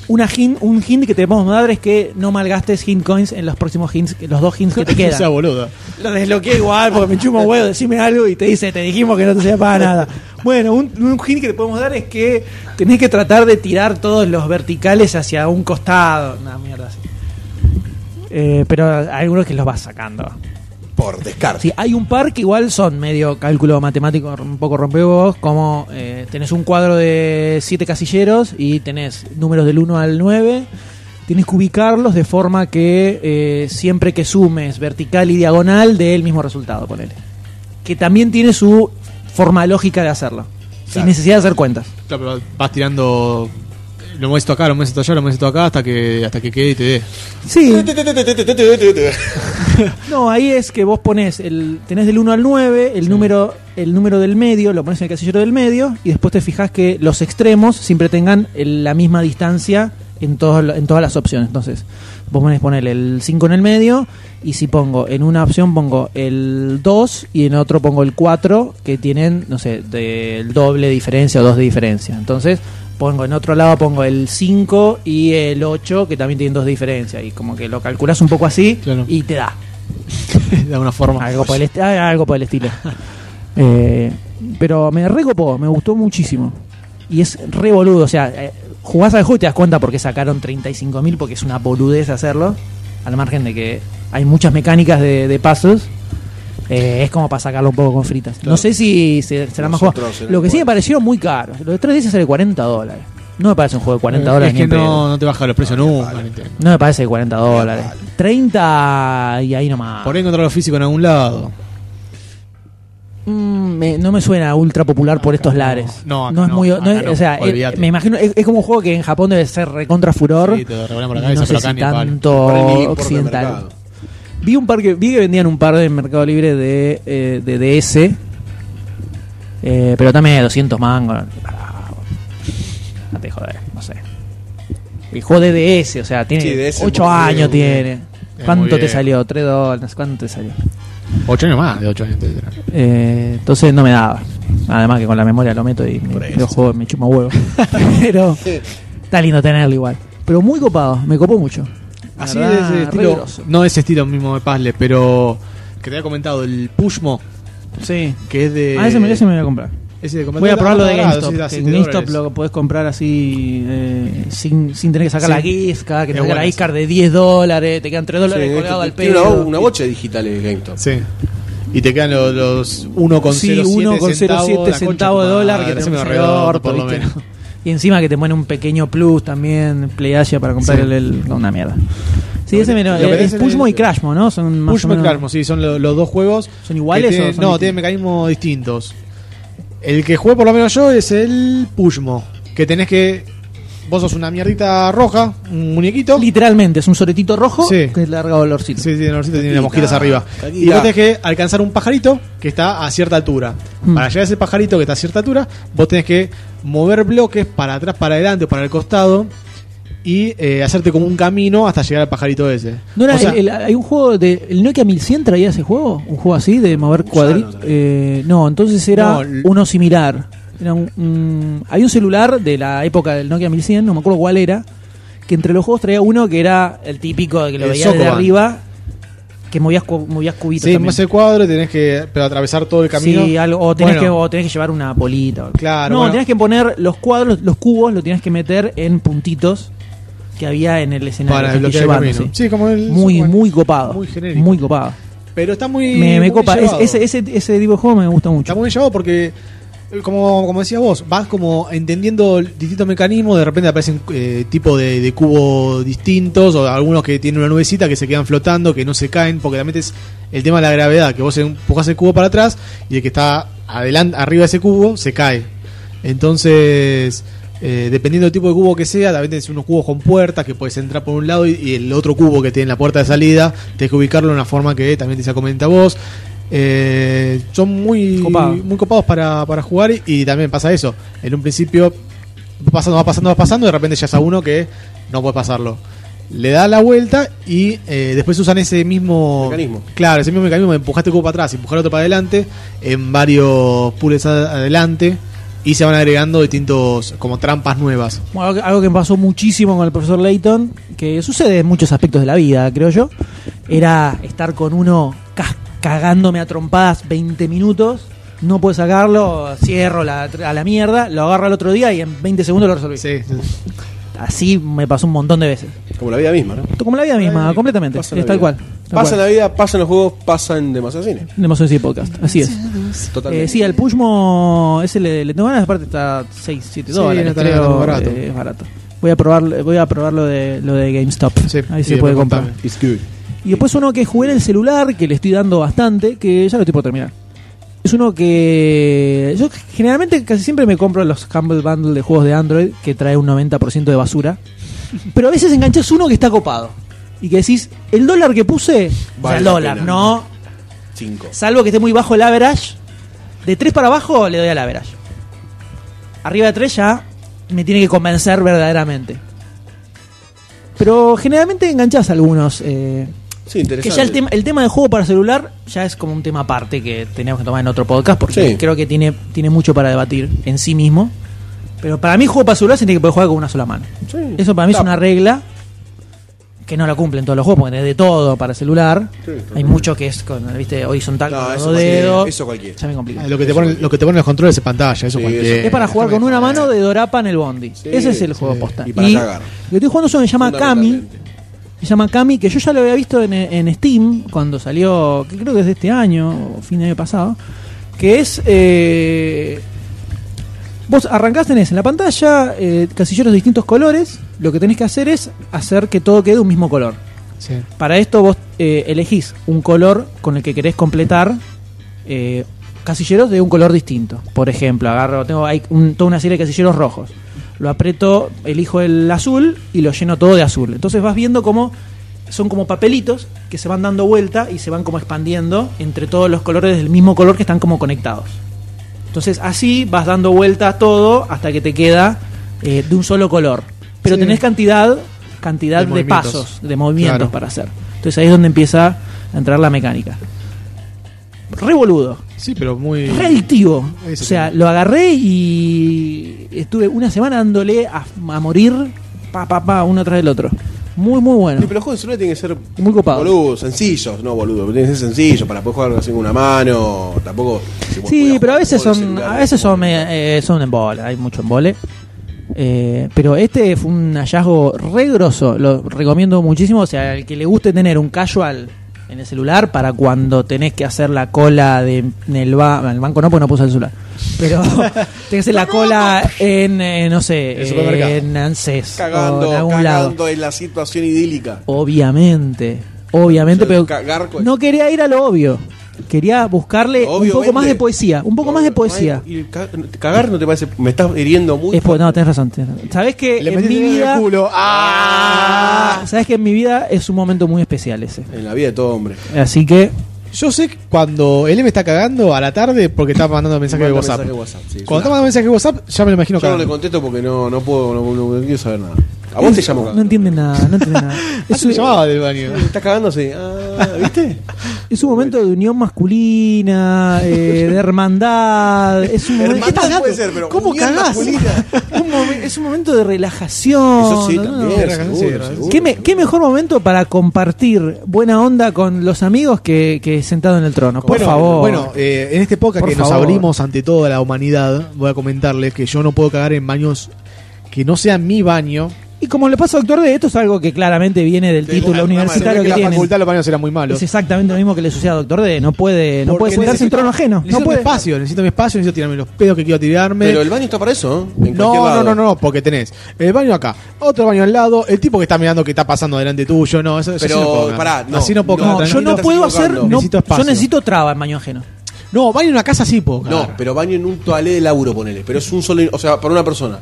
una hin- un hint que te podemos dar es que no malgastes hint coins en los próximos hints, que- los dos hints que
[laughs]
te quedan.
Esa boluda.
Lo desbloqueé igual porque me chupa un huevo, decime algo y te dice, te dijimos que no te sea para nada. Bueno, un, un hint que te podemos dar es que tenés que tratar de tirar todos los verticales hacia un costado. Una mierda así. Eh, pero hay algunos que los vas sacando.
Por descarte.
Sí, hay un par que igual son medio cálculo matemático, un poco rompevos, como eh, tenés un cuadro de siete casilleros y tenés números del 1 al 9. Tienes que ubicarlos de forma que eh, siempre que sumes vertical y diagonal dé el mismo resultado, ponele. Que también tiene su forma lógica de hacerlo, sin
Claro.
necesidad de hacer cuentas.
Claro, pero vas tirando. Lo mueves esto acá, lo mueves esto allá, lo mueves esto acá hasta que, hasta que quede y te dé. [laughs]
Sí, No, ahí es que vos pones el tenés del 1 al 9, el número el número del medio, lo pones en el casillero del medio y después te fijas que los extremos siempre tengan el- la misma distancia en todos lo- en todas las opciones. Entonces, vos pones poner el 5 en el medio y si pongo en una opción pongo el 2 y en otro pongo el 4 que tienen, no sé, del doble de diferencia o dos de diferencia. Entonces, pongo en otro lado pongo el 5 y el 8 que también tienen dos de diferencia y como que lo calculas un poco así
Claro.
y te da.
de alguna forma.
Algo por el, esti- ah, algo por el
[laughs]
estilo. Eh, pero me recopó, me gustó muchísimo. Y es re boludo, o sea, eh, jugás al juego y te das cuenta por qué sacaron 35.000, porque es una boludez hacerlo, al margen de que hay muchas mecánicas de, de pasos. Eh, es como para sacarlo un poco con fritas. No sé si se- será más
Nosotros
jugado.
en el
Lo que sí me
cual.
pareció muy caro. Lo de 3 veces sale 40 dólares. No me parece un juego de 40
Eh,
dólares.
Es
ni
que
en pedo.
no, no te baja los precios nunca. Nintendo.
no me parece 40 dólares. 30 y ahí nomás.
Por ahí encontrarlo físico en algún lado.
Mm, me- no me suena ultra popular por estos lares.
no, acá
es
no,
muy.
acá
no es-
no,
o sea, eh,
olvídate.
me imagino. Es, es como un juego que en Japón debe ser recontra furor.
Sí, te regalan por la cabeza,
no sé
pero acá
si
ni palo.
tanto
Por ahí ni importa el
occidental.
mercado.
Vi un par que, vi que vendían un par de Mercado Libre de, eh, de DS. eh, pero también 200 mangos. Ah, No te joder, no sé. El juego de DS, o sea, tiene
Sí, DS,
8
muy bien,
años.
muy
tiene.
Es muy
¿Cuánto te
bien.
salió? 3 dólares. ¿Cuánto te salió?
Ocho años más, de ocho años. te dirán.
Eh, entonces no me daba. Además que con la memoria lo meto y me, lo juego, me
[laughs]
chupa huevo. Pero está lindo tenerlo igual. Pero muy copado, me copó mucho. La
Así
verdad,
de ese
re
estilo.
groso.
No ese estilo mismo de puzzle, pero. Que te había comentado, el Pushmo,
Sí.
que es de.
a Ah, ese me, ese me voy a comprar.
ese de combate-
Voy a probarlo de
Ah,
GameStop.
sí, da
que
siete
en GameStop
dólares.
lo podés comprar así eh, sin, sin tener que sacar
Sí.
la gift cada que
Es
te saca la
bueno,
iscar de 10 dólares, te quedan 3 dólares
Sí,
colgado al
tiene una,
pelo.
una bocha de digitales GameStop.
Sí. Y te quedan los, los 1,07
Sí, 1,07 centavos,
la concha tu madre,
de dólar que te
ese me
pones
redondo,
al orto,
por lo
¿viste?
menos.
[laughs] Y encima que te ponen un pequeño plus también, Playasia para comprar
Sí.
el, el- no, una mierda. Sí,
Lo
ese
que-
me lo-
lo que
eh, es
tenés en el-
Pushmo y Crashmo, ¿no? Son más o
Pushmo y
menos-
Clarmo, sí, son lo- los dos juegos.
¿Son iguales
que
o
tienen-
son
No,
distintos?
tienen mecanismos distintos. El que jugué por lo menos yo es el Pushmo, que tenés que... Vos sos una mierdita roja, un muñequito.
Literalmente, es un soretito rojo
Sí.
que larga dolorcito.
Sí, sí, el olorcito tiene las
Caquita,
mosquitas arriba.
caquita.
Y vos tenés que alcanzar un pajarito que está a cierta altura.
Mm.
Para llegar a ese pajarito que está a cierta altura, vos tenés que mover bloques para atrás, para adelante o para el costado y eh, hacerte como un camino hasta llegar al pajarito ese.
¿No era
O sea,
el- el- hay un juego de. ¿El Nokia 1100 traía ese juego? ¿Un juego así de mover cuadritos? no, entonces era
No, l-
uno similar. Era un, un- hay un celular de la época del Nokia 1100, no me acuerdo cuál era, que entre los juegos traía uno que era el típico de que lo
El
veías desde
Sokoban.
arriba, que movías, cu- movías cubitos.
Sí,
también.
más el cuadro, tenés que pero atravesar todo el camino.
Sí, algo- o, tenés
Bueno,
que, o tenés que llevar una bolita. o-
Claro,
No,
bueno.
tenés que poner los cuadros, los cubos, lo tenías que meter en puntitos que había en el escenario.
Para
que tenés que
desbloquear el
llevarlo,
camino.
sí.
Sí, como el-
Muy,
bueno,
muy copado.
muy genérico.
Muy copado.
Pero está muy.
me, me
muy
copa. Es-
llevado.
ese, ese, ese tipo de juego me
Está
gusta mucho.
muy bien llevado porque eh, como, como decías vos, vas como entendiendo distintos mecanismos, de repente aparecen eh, tipos de, de cubos distintos, o algunos que tienen una nubecita que se quedan flotando, que no se caen, porque también es el tema de la gravedad, que vos empujás el cubo para atrás y el que está adelante, arriba de ese cubo se cae. Entonces, eh, dependiendo del tipo de cubo que sea, también tenés unos cubos con puertas que puedes entrar por un lado y, y el otro cubo que tiene la puerta de salida, tenés que ubicarlo de una forma que también te se comenta vos. Eh, son muy,
Copado.
muy copados para, para jugar y, y también pasa eso. En un principio va pasando, va pasando, va pasando, y de repente ya es a uno que no puede pasarlo. Le da la vuelta y eh, después usan ese mismo
Mecanismo.
Claro, ese mismo mecanismo de empujarte el cubo para atrás, empujar otro para adelante, en varios puzzles ad- adelante y se van agregando distintos como trampas nuevas.
Bueno, algo, que- algo que me pasó muchísimo con el profesor Layton, que sucede en muchos aspectos de la vida, creo yo, era estar con uno cas- cagándome a trompadas 20 minutos, no puedo sacarlo, cierro la, a la mierda, lo agarro al otro día y en 20 segundos lo resolví.
Sí,
Así me pasó un montón de veces.
Como la vida misma, ¿no?
Como la vida misma, completamente.
Pasa la
Es tal
vida.
cual.
Pasa en la vida, pasan los juegos, pasan demasiado cine.
Demasiado City Podcast, así es.
Totalmente.
Eh, sí, al Pushmo ese le, le tengo ganas, aparte está 6, 7
Sí,
dólares,
no está
creo,
tan barato.
eh, es barato. Voy a probar, voy a probar lo de lo de GameStop.
Sí,
Ahí
y
se
después
puede comprar.
contame.
It's good.
Y después uno que jugué en el celular, que le estoy dando bastante, que ya lo estoy por terminar. Es uno que. Yo generalmente casi siempre me compro los Humble Bundle de juegos de Android, que trae un 90%
[laughs]
de basura. Pero a veces enganchas uno que está copado. Y que decís, el dólar que puse. o sea,
Vale
el
la
dólar,
pena.
no.
Cinco.
Salvo que esté muy bajo el average. De 3 para abajo le doy al average. Arriba de 3 ya me tiene que convencer verdaderamente. Pero generalmente enganchás algunos. eh,
Sí, interesante.
que ya el tema, el tema de juego para celular ya es como un tema aparte que tenemos que tomar en otro podcast porque
Sí.
creo que tiene, tiene mucho para debatir en sí mismo. Pero para mí juego para celular se tiene que poder jugar con una sola mano.
Sí.
Eso para mí es
Está.
una regla que no la cumplen todos los juegos porque tenés de todo para celular.
Sí, totalmente.
Hay mucho que es con, viste, horizontal
No,
con los
eso
dos dedos.
cualquiera, eso cualquiera.
Ya me complica.
Ah, Lo que te ponen, lo que te ponen los controles de pantalla, eso
Sí,
cualquiera.
eso.
Es para jugar con una
joder.
mano de Dorapa en el Bondi.
Sí,
Ese es el juego
sí.
posta.
Y para cagar.
Lo que estoy jugando es uno que se llama Kami.
Fundamentalmente.
Se llama Kami, que yo ya lo había visto en, en Steam cuando salió, que creo que es de este año, o fin de año pasado. Que es. eh, vos arrancás, tenés en la pantalla eh, casilleros de distintos colores. Lo que tenés que hacer es hacer que todo quede de un mismo color.
Sí.
Para esto vos eh, elegís un color con el que querés completar eh, casilleros de un color distinto. Por ejemplo, agarro, tengo hay un- toda una serie de casilleros rojos. Lo aprieto, elijo el azul y lo lleno todo de azul. Entonces vas viendo cómo son como papelitos que se van dando vuelta y se van como expandiendo entre todos los colores del mismo color que están como conectados. Entonces así vas dando vuelta a todo hasta que te queda eh, de un solo color. Pero
Sí.
tenés cantidad, cantidad
De
de,
movimientos.
pasos, de movimientos
Claro.
para hacer. Entonces ahí es donde empieza a entrar la mecánica. Revoludo,
Sí, pero muy.
re adictivo.
Ahí
O
se
sea,
tiene.
lo agarré y estuve una semana dándole a, a morir, pa, pa, pa, uno tras el otro. Muy, muy
Sí,
bueno.
pero los juegos de celular tienen que ser
Muy copado.
boludos, sencillos, no boludos, tienen que ser sencillos para poder jugar así con una mano, tampoco. si vos
Sí,
podés
pero a
jugar
veces
con el
son,
celular,
a veces son,
como-
eh, eh, son embole, hay mucho embole. Eh, pero este fue un hallazgo re grosso, lo recomiendo muchísimo. O sea, al que le guste tener un casual en el celular para cuando tenés que hacer la cola de, en el, ba- en el banco, no, pues no puse el celular. Pero tenés que hacer la cola en, eh, no sé,
el supermercado.
en ANSES
Cagando,
o en algún lado.
cagando en la situación idílica.
Obviamente, obviamente,
O sea,
pero
cagar con-
no quería ir a lo obvio. Quería buscarle un poco
Obviamente.
más de poesía, un poco más de poesía.
Y el ca- cagar no te parece, me estás hiriendo muy.
Es po- no, tenés razón. tenés razón. Sabés que
Le
en
metiste el
mi
dedo en
vida.
el culo. ¡Ah!
Sabés que en mi vida es un momento muy especial ese.
En la vida de todo hombre.
Así que.
Yo sé que cuando él me está cagando a la tarde porque está mandando mensajes de
Manda
WhatsApp.
mensaje de WhatsApp, sí,
cuando está
claro.
mandando mensajes de WhatsApp, ya me lo imagino
Yo no le
cagando.
contesto porque no, no puedo, no, no- no quiero saber nada. A vos te llamo
No
cagando.
entiende nada, no entiende nada.
Antes
Ah,
Es
me
un,
llamaba del baño.
¿Estás cagando? Sí. Ah, ¿viste?
es un momento de unión masculina, eh, de hermandad. Es un momento.
Hermandad puede ser, pero
¿Cómo
unión
cagás?
masculina.
[laughs] Un momen- es un momento de relajación.
Eso sí,
no, no,
también.
no,
seguro,
sí,
seguro,
sí.
seguro.
¿Qué, me- qué mejor momento para compartir buena onda con los amigos que, que sentado en el trono? Por
bueno,
favor.
Bueno, eh, en este podcast
Por
que nos
favor.
abrimos ante
Ah,
toda la humanidad, voy a comentarles que yo no puedo cagar en baños que no sean mi baño,
Y como le pasa a Doctor D, esto es algo que claramente viene del
Sí,
título
una- una
universitario
que,
que,
la
tienen.
facultad lo van a hacer muy malo.
Es exactamente lo mismo que le sucede a Doctor D. No puede, no
Porque
puede sentarse en
necesita-
trono ajeno.
Necesito
No
mi
puede.
espacio, necesito mi espacio, necesito tirarme los pedos que quiero tirarme.
Pero el baño está para eso, ¿eh? En
no,
cualquier
no,
lado.
no, no, porque tenés el baño acá, otro baño al lado, el tipo que está mirando que está pasando delante tuyo, no, eso, eso
Pero,
sí no puedo ganar.
pará, no,
así no puedo
No,
ganar,
yo
tranquilo.
no
estás
puedo hacer.
equivocando.
no-
Necesito espacio.
yo necesito traba en baño ajeno.
No, baño en una casa sí puedo.
No,
ganar.
pero baño en un toalé de laburo, ponele. Pero es un solo. O sea, para una persona.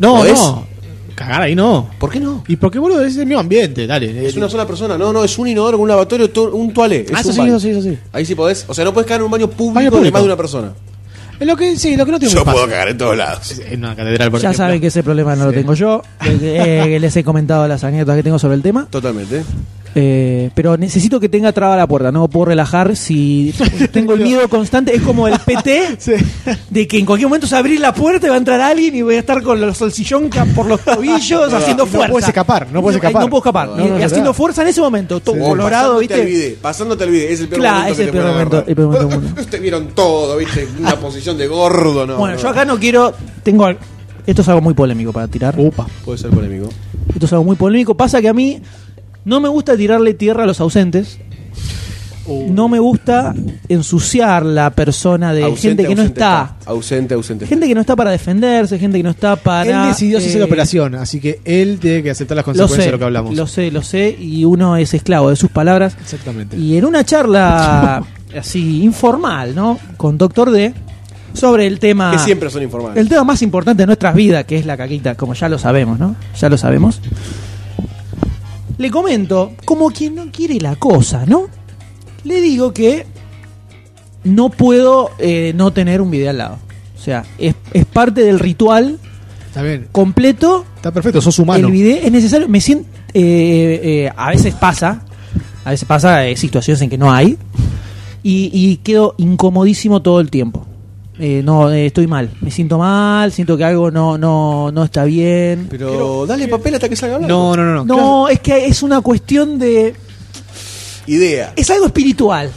no,
¿lo ves?
no, cagar ahí no.
¿Por qué no?
Y porque boludo, es el mismo ambiente, dale.
Es una sola persona. No, no, es un inodoro, un lavatorio, to- un toalé. Es
Ah, eso
un
sí,
baño.
eso sí, eso sí.
Ahí sí podés. O sea, no puedes caer en un baño público,
Baño
de
público.
más de una persona.
Es lo que sí, lo que no tiene un espacio.
cagar en todos lados.
En una catedral, por
Ya
ejemplo.
saben que ese problema no lo tengo yo. eh, que les he comentado las anécdotas que tengo sobre el tema.
Totalmente.
Eh, pero necesito que tenga traba la puerta. No me puedo
[laughs]
relajar si tengo el miedo constante. Es como el PT de que en cualquier momento se va a abrir la puerta y va a entrar alguien y voy a estar con los solsillón ca-
[laughs]
por los tobillos haciendo
no
fuerza.
puedes escapar, no puedes
Y
escapar.
No puedo escapar.
No, no,
Y
no,
haciendo
no.
fuerza en ese momento, todo
Sí.
colorado,
pasándote Al
¿viste?
vide, pasándote al vide. Es el peor
Claro,
momento
es
que
el
te
peor
pueden
momento,
agarrar.
el peor momento del
[laughs]
mundo.
Te vieron todo, viste. Una posición de gordo, no.
bueno,
no.
yo acá no quiero. Tengo. al- Esto es algo muy polémico para tirar.
Upa.
Puede ser polémico.
Esto es algo muy polémico. Pasa que a mí no me gusta tirarle tierra a los ausentes.
Uh.
No me gusta ensuciar la persona de gente que no
ausente
está.
Ausente, ausente.
Gente que no está para defenderse, gente que no está para.
él decidió si
eh,
hacer la operación, así que él tiene que aceptar las
Lo
consecuencias
sé,
de lo que hablamos.
lo sé, lo sé, y uno es esclavo de sus palabras.
Exactamente.
Y en una
[laughs]
charla así informal, ¿no? Con Doctor D, sobre el tema.
Que siempre son informales.
El tema más importante de nuestras vidas, que es la caquita, como ya lo sabemos, ¿no? Ya lo sabemos. Le comento, como quien no quiere la cosa, ¿no? Le digo que no puedo eh, no tener un video al lado. O sea, es, es parte del ritual
Está bien.
completo.
Está perfecto, sos humano.
El video es necesario. Me siento. eh, a veces pasa. A veces pasa eh, situaciones en que no hay. Y, y quedo incomodísimo todo el tiempo. Eh, no, eh, estoy mal. Me siento mal. Siento que algo no, no, no está bien.
Pero dale papel hasta que salga blanco.
No, no, no, no.
no, es que es una cuestión de.
Idea.
Es algo espiritual.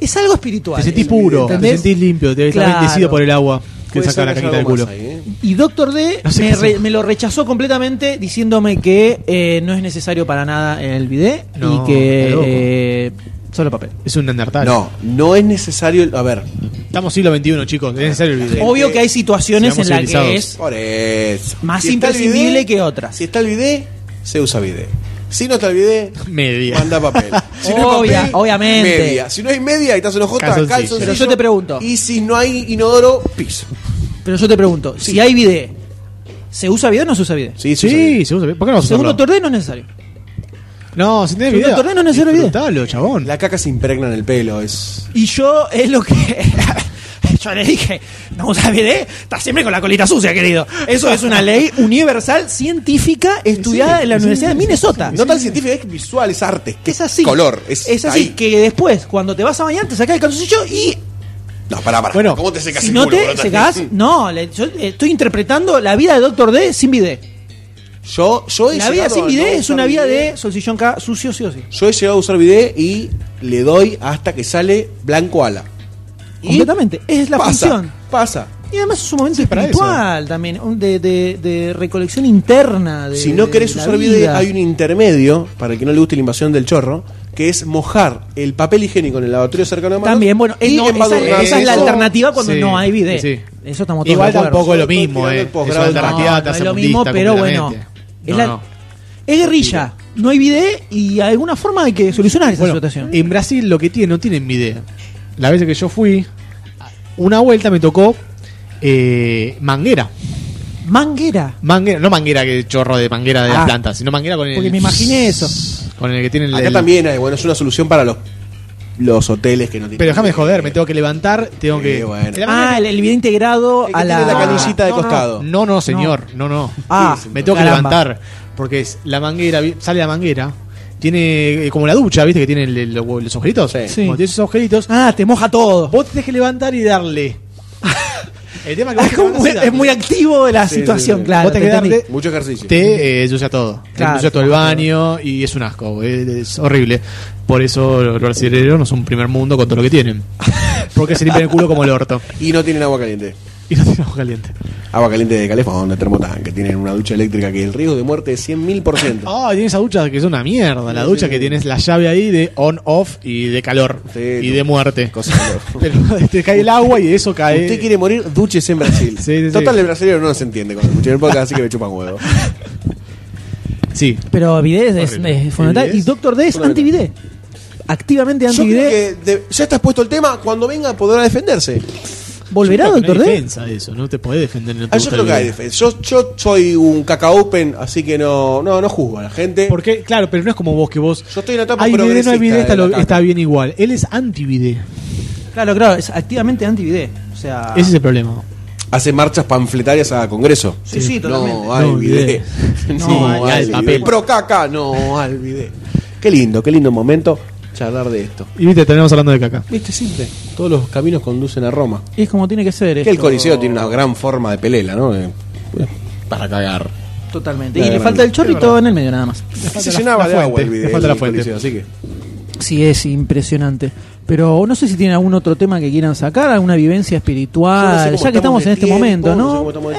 Es algo espiritual.
Te sentís puro, te
¿Entendés?
sentís limpio, te estás
Claro.
bendecido por el agua que
Puede
saca
ser
la
haya
cajita del
algo
culo.
más ahí, ¿eh?
Y Doctor D
No sé
me,
qué
re-
son.
me lo rechazó completamente diciéndome que eh, no es necesario para nada el bidet
No,
y que
está loco.
eh, solo papel.
Es un neandertal.
No, no es necesario. el- A ver,
Estamos siglo XXI, chicos. Es necesario el
Este,
video.
Obvio que hay situaciones en
Seamos
las que
civilizados.
es
por eso.
más
está el
imprescindible
bidet,
que otras.
Si está el bidet, se usa bidet. Si no está el bidet,
Media.
manda [laughs] papel. Si no hay
Obvia-
papel,
obviamente.
Media. Si no hay media y estás en OJ,
Calzoncillo.
calzoncillo.
Pero yo te pregunto.
Y si no hay inodoro, piso.
Pero yo te pregunto, si hay bidet, ¿se usa bidet o no se usa bidet?
Sí, se usa bidet.
Sí, se usa. ¿Por qué no vas a
Según
usarlo?
Doctor D no es necesario.
No, si tenés
Según
video.
doctor D no es necesario video.
disfrutalo, chabón.
La caca se impregna en el pelo. Es.
Y yo es lo que. [laughs] Yo le dije, no usas bidet, estás siempre con la colita sucia, querido. Eso es una ley universal, científica, estudiada en la Universidad de Minnesota.
No tan científica, es visual, es arte.
Es así.
Color. Es,
así
ahí.
que después, cuando te vas a bañar, te sacas el calzoncillo y
No, pará, pará.
Bueno,
¿cómo te secas
si
el
no
culo,
te
boludo?
secas. No, le- yo eh, estoy interpretando la vida de Doctor D sin bidet.
Yo, yo he
La vida
llegado
sin
a
bidet
no
es una
usar
vida
bidet.
de solsillón K sucio, sí o sí.
Yo he llegado a usar bidet y le doy hasta que sale blanco ala. Y
Completamente. Es la
pasa,
función.
Pasa.
Y además es un momento
para
espiritual también, un de, de- de recolección interna. de-
si no querés
de la
usar bidet,
vida.
hay un intermedio, para el que no le guste la invasión del chorro, que es mojar el papel higiénico en el lavatorio cercano a manos
También, bueno, es-
y
no, esa,
embadurnar
esa es la
eso.
alternativa cuando
Sí,
no hay bidet.
sí.
Eso estamos todos
Igual
de acuerdo.
tampoco es lo
Yo estoy
mismo,
tirando
eh.
el
Es una
posgrado de-
alternativa,
No,
te
no es
hace
lo
budista
mismo, pero bueno.
completamente.
Es,
No,
la-
no.
es guerrilla, no hay bidet y de alguna forma hay que solucionar esa
Bueno,
situación.
en Brasil lo que tiene, no tienen video. La vez que yo fui, una vuelta me tocó eh, manguera.
Manguera.
Manguera, no manguera que chorro de manguera de
Ah.
las plantas, sino manguera con el.
Porque me imaginé eso.
Con el que tienen
Acá
el-
también hay, bueno, es una solución para los, los hoteles que no tienen.
Pero déjame de joder, me tengo que levantar, tengo
Sí,
que.
bueno.
La manguera-
Ah, el, el bidet integrado
El que
a la,
tiene la canillita de
No, no,
costado.
No, no, señor, no, no.
Ah,
me tengo que
caramba.
levantar. Porque es la manguera, vi- sale la manguera. Tiene eh, como la ducha, ¿viste? Que tiene el- el- los agujeritos.
Sí.
Como tiene esos agujeritos.
Ah, te moja todo.
Vos tenés que levantar y
[laughs]
darle. El tema que vos
Es,
te
como
levantás
muy,
y darle.
es muy activo de la
Sí,
situación,
sí, sí.
claro.
Vos tenés que
entendí.
darle-
Mucho ejercicio.
Te eh, ensucia todo.
Claro,
te ensucia todo el
te ensucia
baño y es un asco. Es, es horrible. Por eso los brasileños no son primer mundo con todo
[laughs]
lo que tienen. Porque se limpian el culo como el orto.
Y no tienen agua caliente.
Y no tienen agua caliente.
agua caliente de calefón, de termotanque, tienen una ducha eléctrica que el riesgo de muerte es 100.000%.
Ah, tiene esas duchas que es una mierda. La
Sí,
ducha
sí,
que
sí.
tienes la llave ahí de on-off y de calor
Sí,
y
no.
de muerte.
Cosa que-
Pero [laughs] te cae el agua y de eso cae.
Usted quiere morir, duches en [laughs] Brasil.
Sí, sí, sí.
Total, el brasileño no se entiende con el podcast, así que me chupan [laughs] huevo.
Sí.
Pero Vidés es,
Horrible.
es fundamental.
Vidés,
Y Doctor D es
fundamental.
anti-Vidé. Activamente
Yo creo
anti-Vidé.
que de- ya está expuesto el tema, cuando venga podrá defenderse.
¿Volverá
Yo creo que
Doctor
no hay
D?
defensa de eso, no te podés defender. no te
Ah, yo
gusta
creo
el
que hay
video.
defensa. Yo, yo soy un caca open, así que no, no, no juzgo a la gente.
Porque, claro, pero no es como vos que vos.
Yo estoy en la etapa
Hay video, no hay video,
progresista
está,
de la
lo-
caca.
está bien igual. Él es anti-video.
Claro, claro, es activamente anti-Vidé. O
Ah.
sea.
Ese es el problema.
Hace marchas panfletarias a Congreso.
Sí, sí, totalmente.
No, al
No,
[laughs] video.
No,
No,
al
al video.
papel.
Pro caca, no, al video. Qué lindo, qué lindo momento charlar de esto.
Y viste, tenemos hablando de caca.
Viste, simple. Todos los caminos conducen a Roma.
Es como tiene que ser.
Que el Coliseo tiene una gran forma de pelela, ¿no? Eh, Para cagar.
Totalmente.
La
Y le
gran-
falta el chorrito en el medio nada más.
Se llenaba de agua el
fuente,
video.
le falta la
el
fuente.
Coliseo, así que.
Sí, es impresionante. Pero no sé si tienen algún otro tema que quieran sacar, alguna vivencia espiritual,
Yo no sé cómo
ya que estamos,
estamos de
en este
tiempo,
momento,
no sé
¿no?
cómo estamos de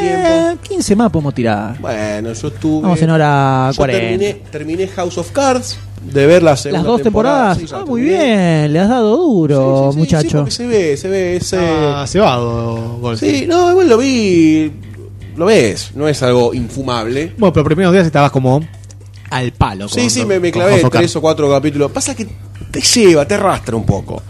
tiempo.
15 más podemos tirar.
Bueno, yo estuve.
Vamos en hora
yo
40.
Terminé, terminé House of Cards de ver la segunda
Las dos temporadas.
sí, ya
ah, muy
terminé.
bien, le has dado
Sí, sí,
duro,
sí, sí,
muchacho.
porque se ve, se ve ese.
Ah, cebado, Golf.
sí, no, igual lo vi. Lo ves, no es algo infumable.
Bueno, pero los primeros días estabas como al palo.
Sí,
con-
sí, me, me
con
clavé
House of
tres o cuatro capítulos. Pasa que te lleva, te arrastra un poco.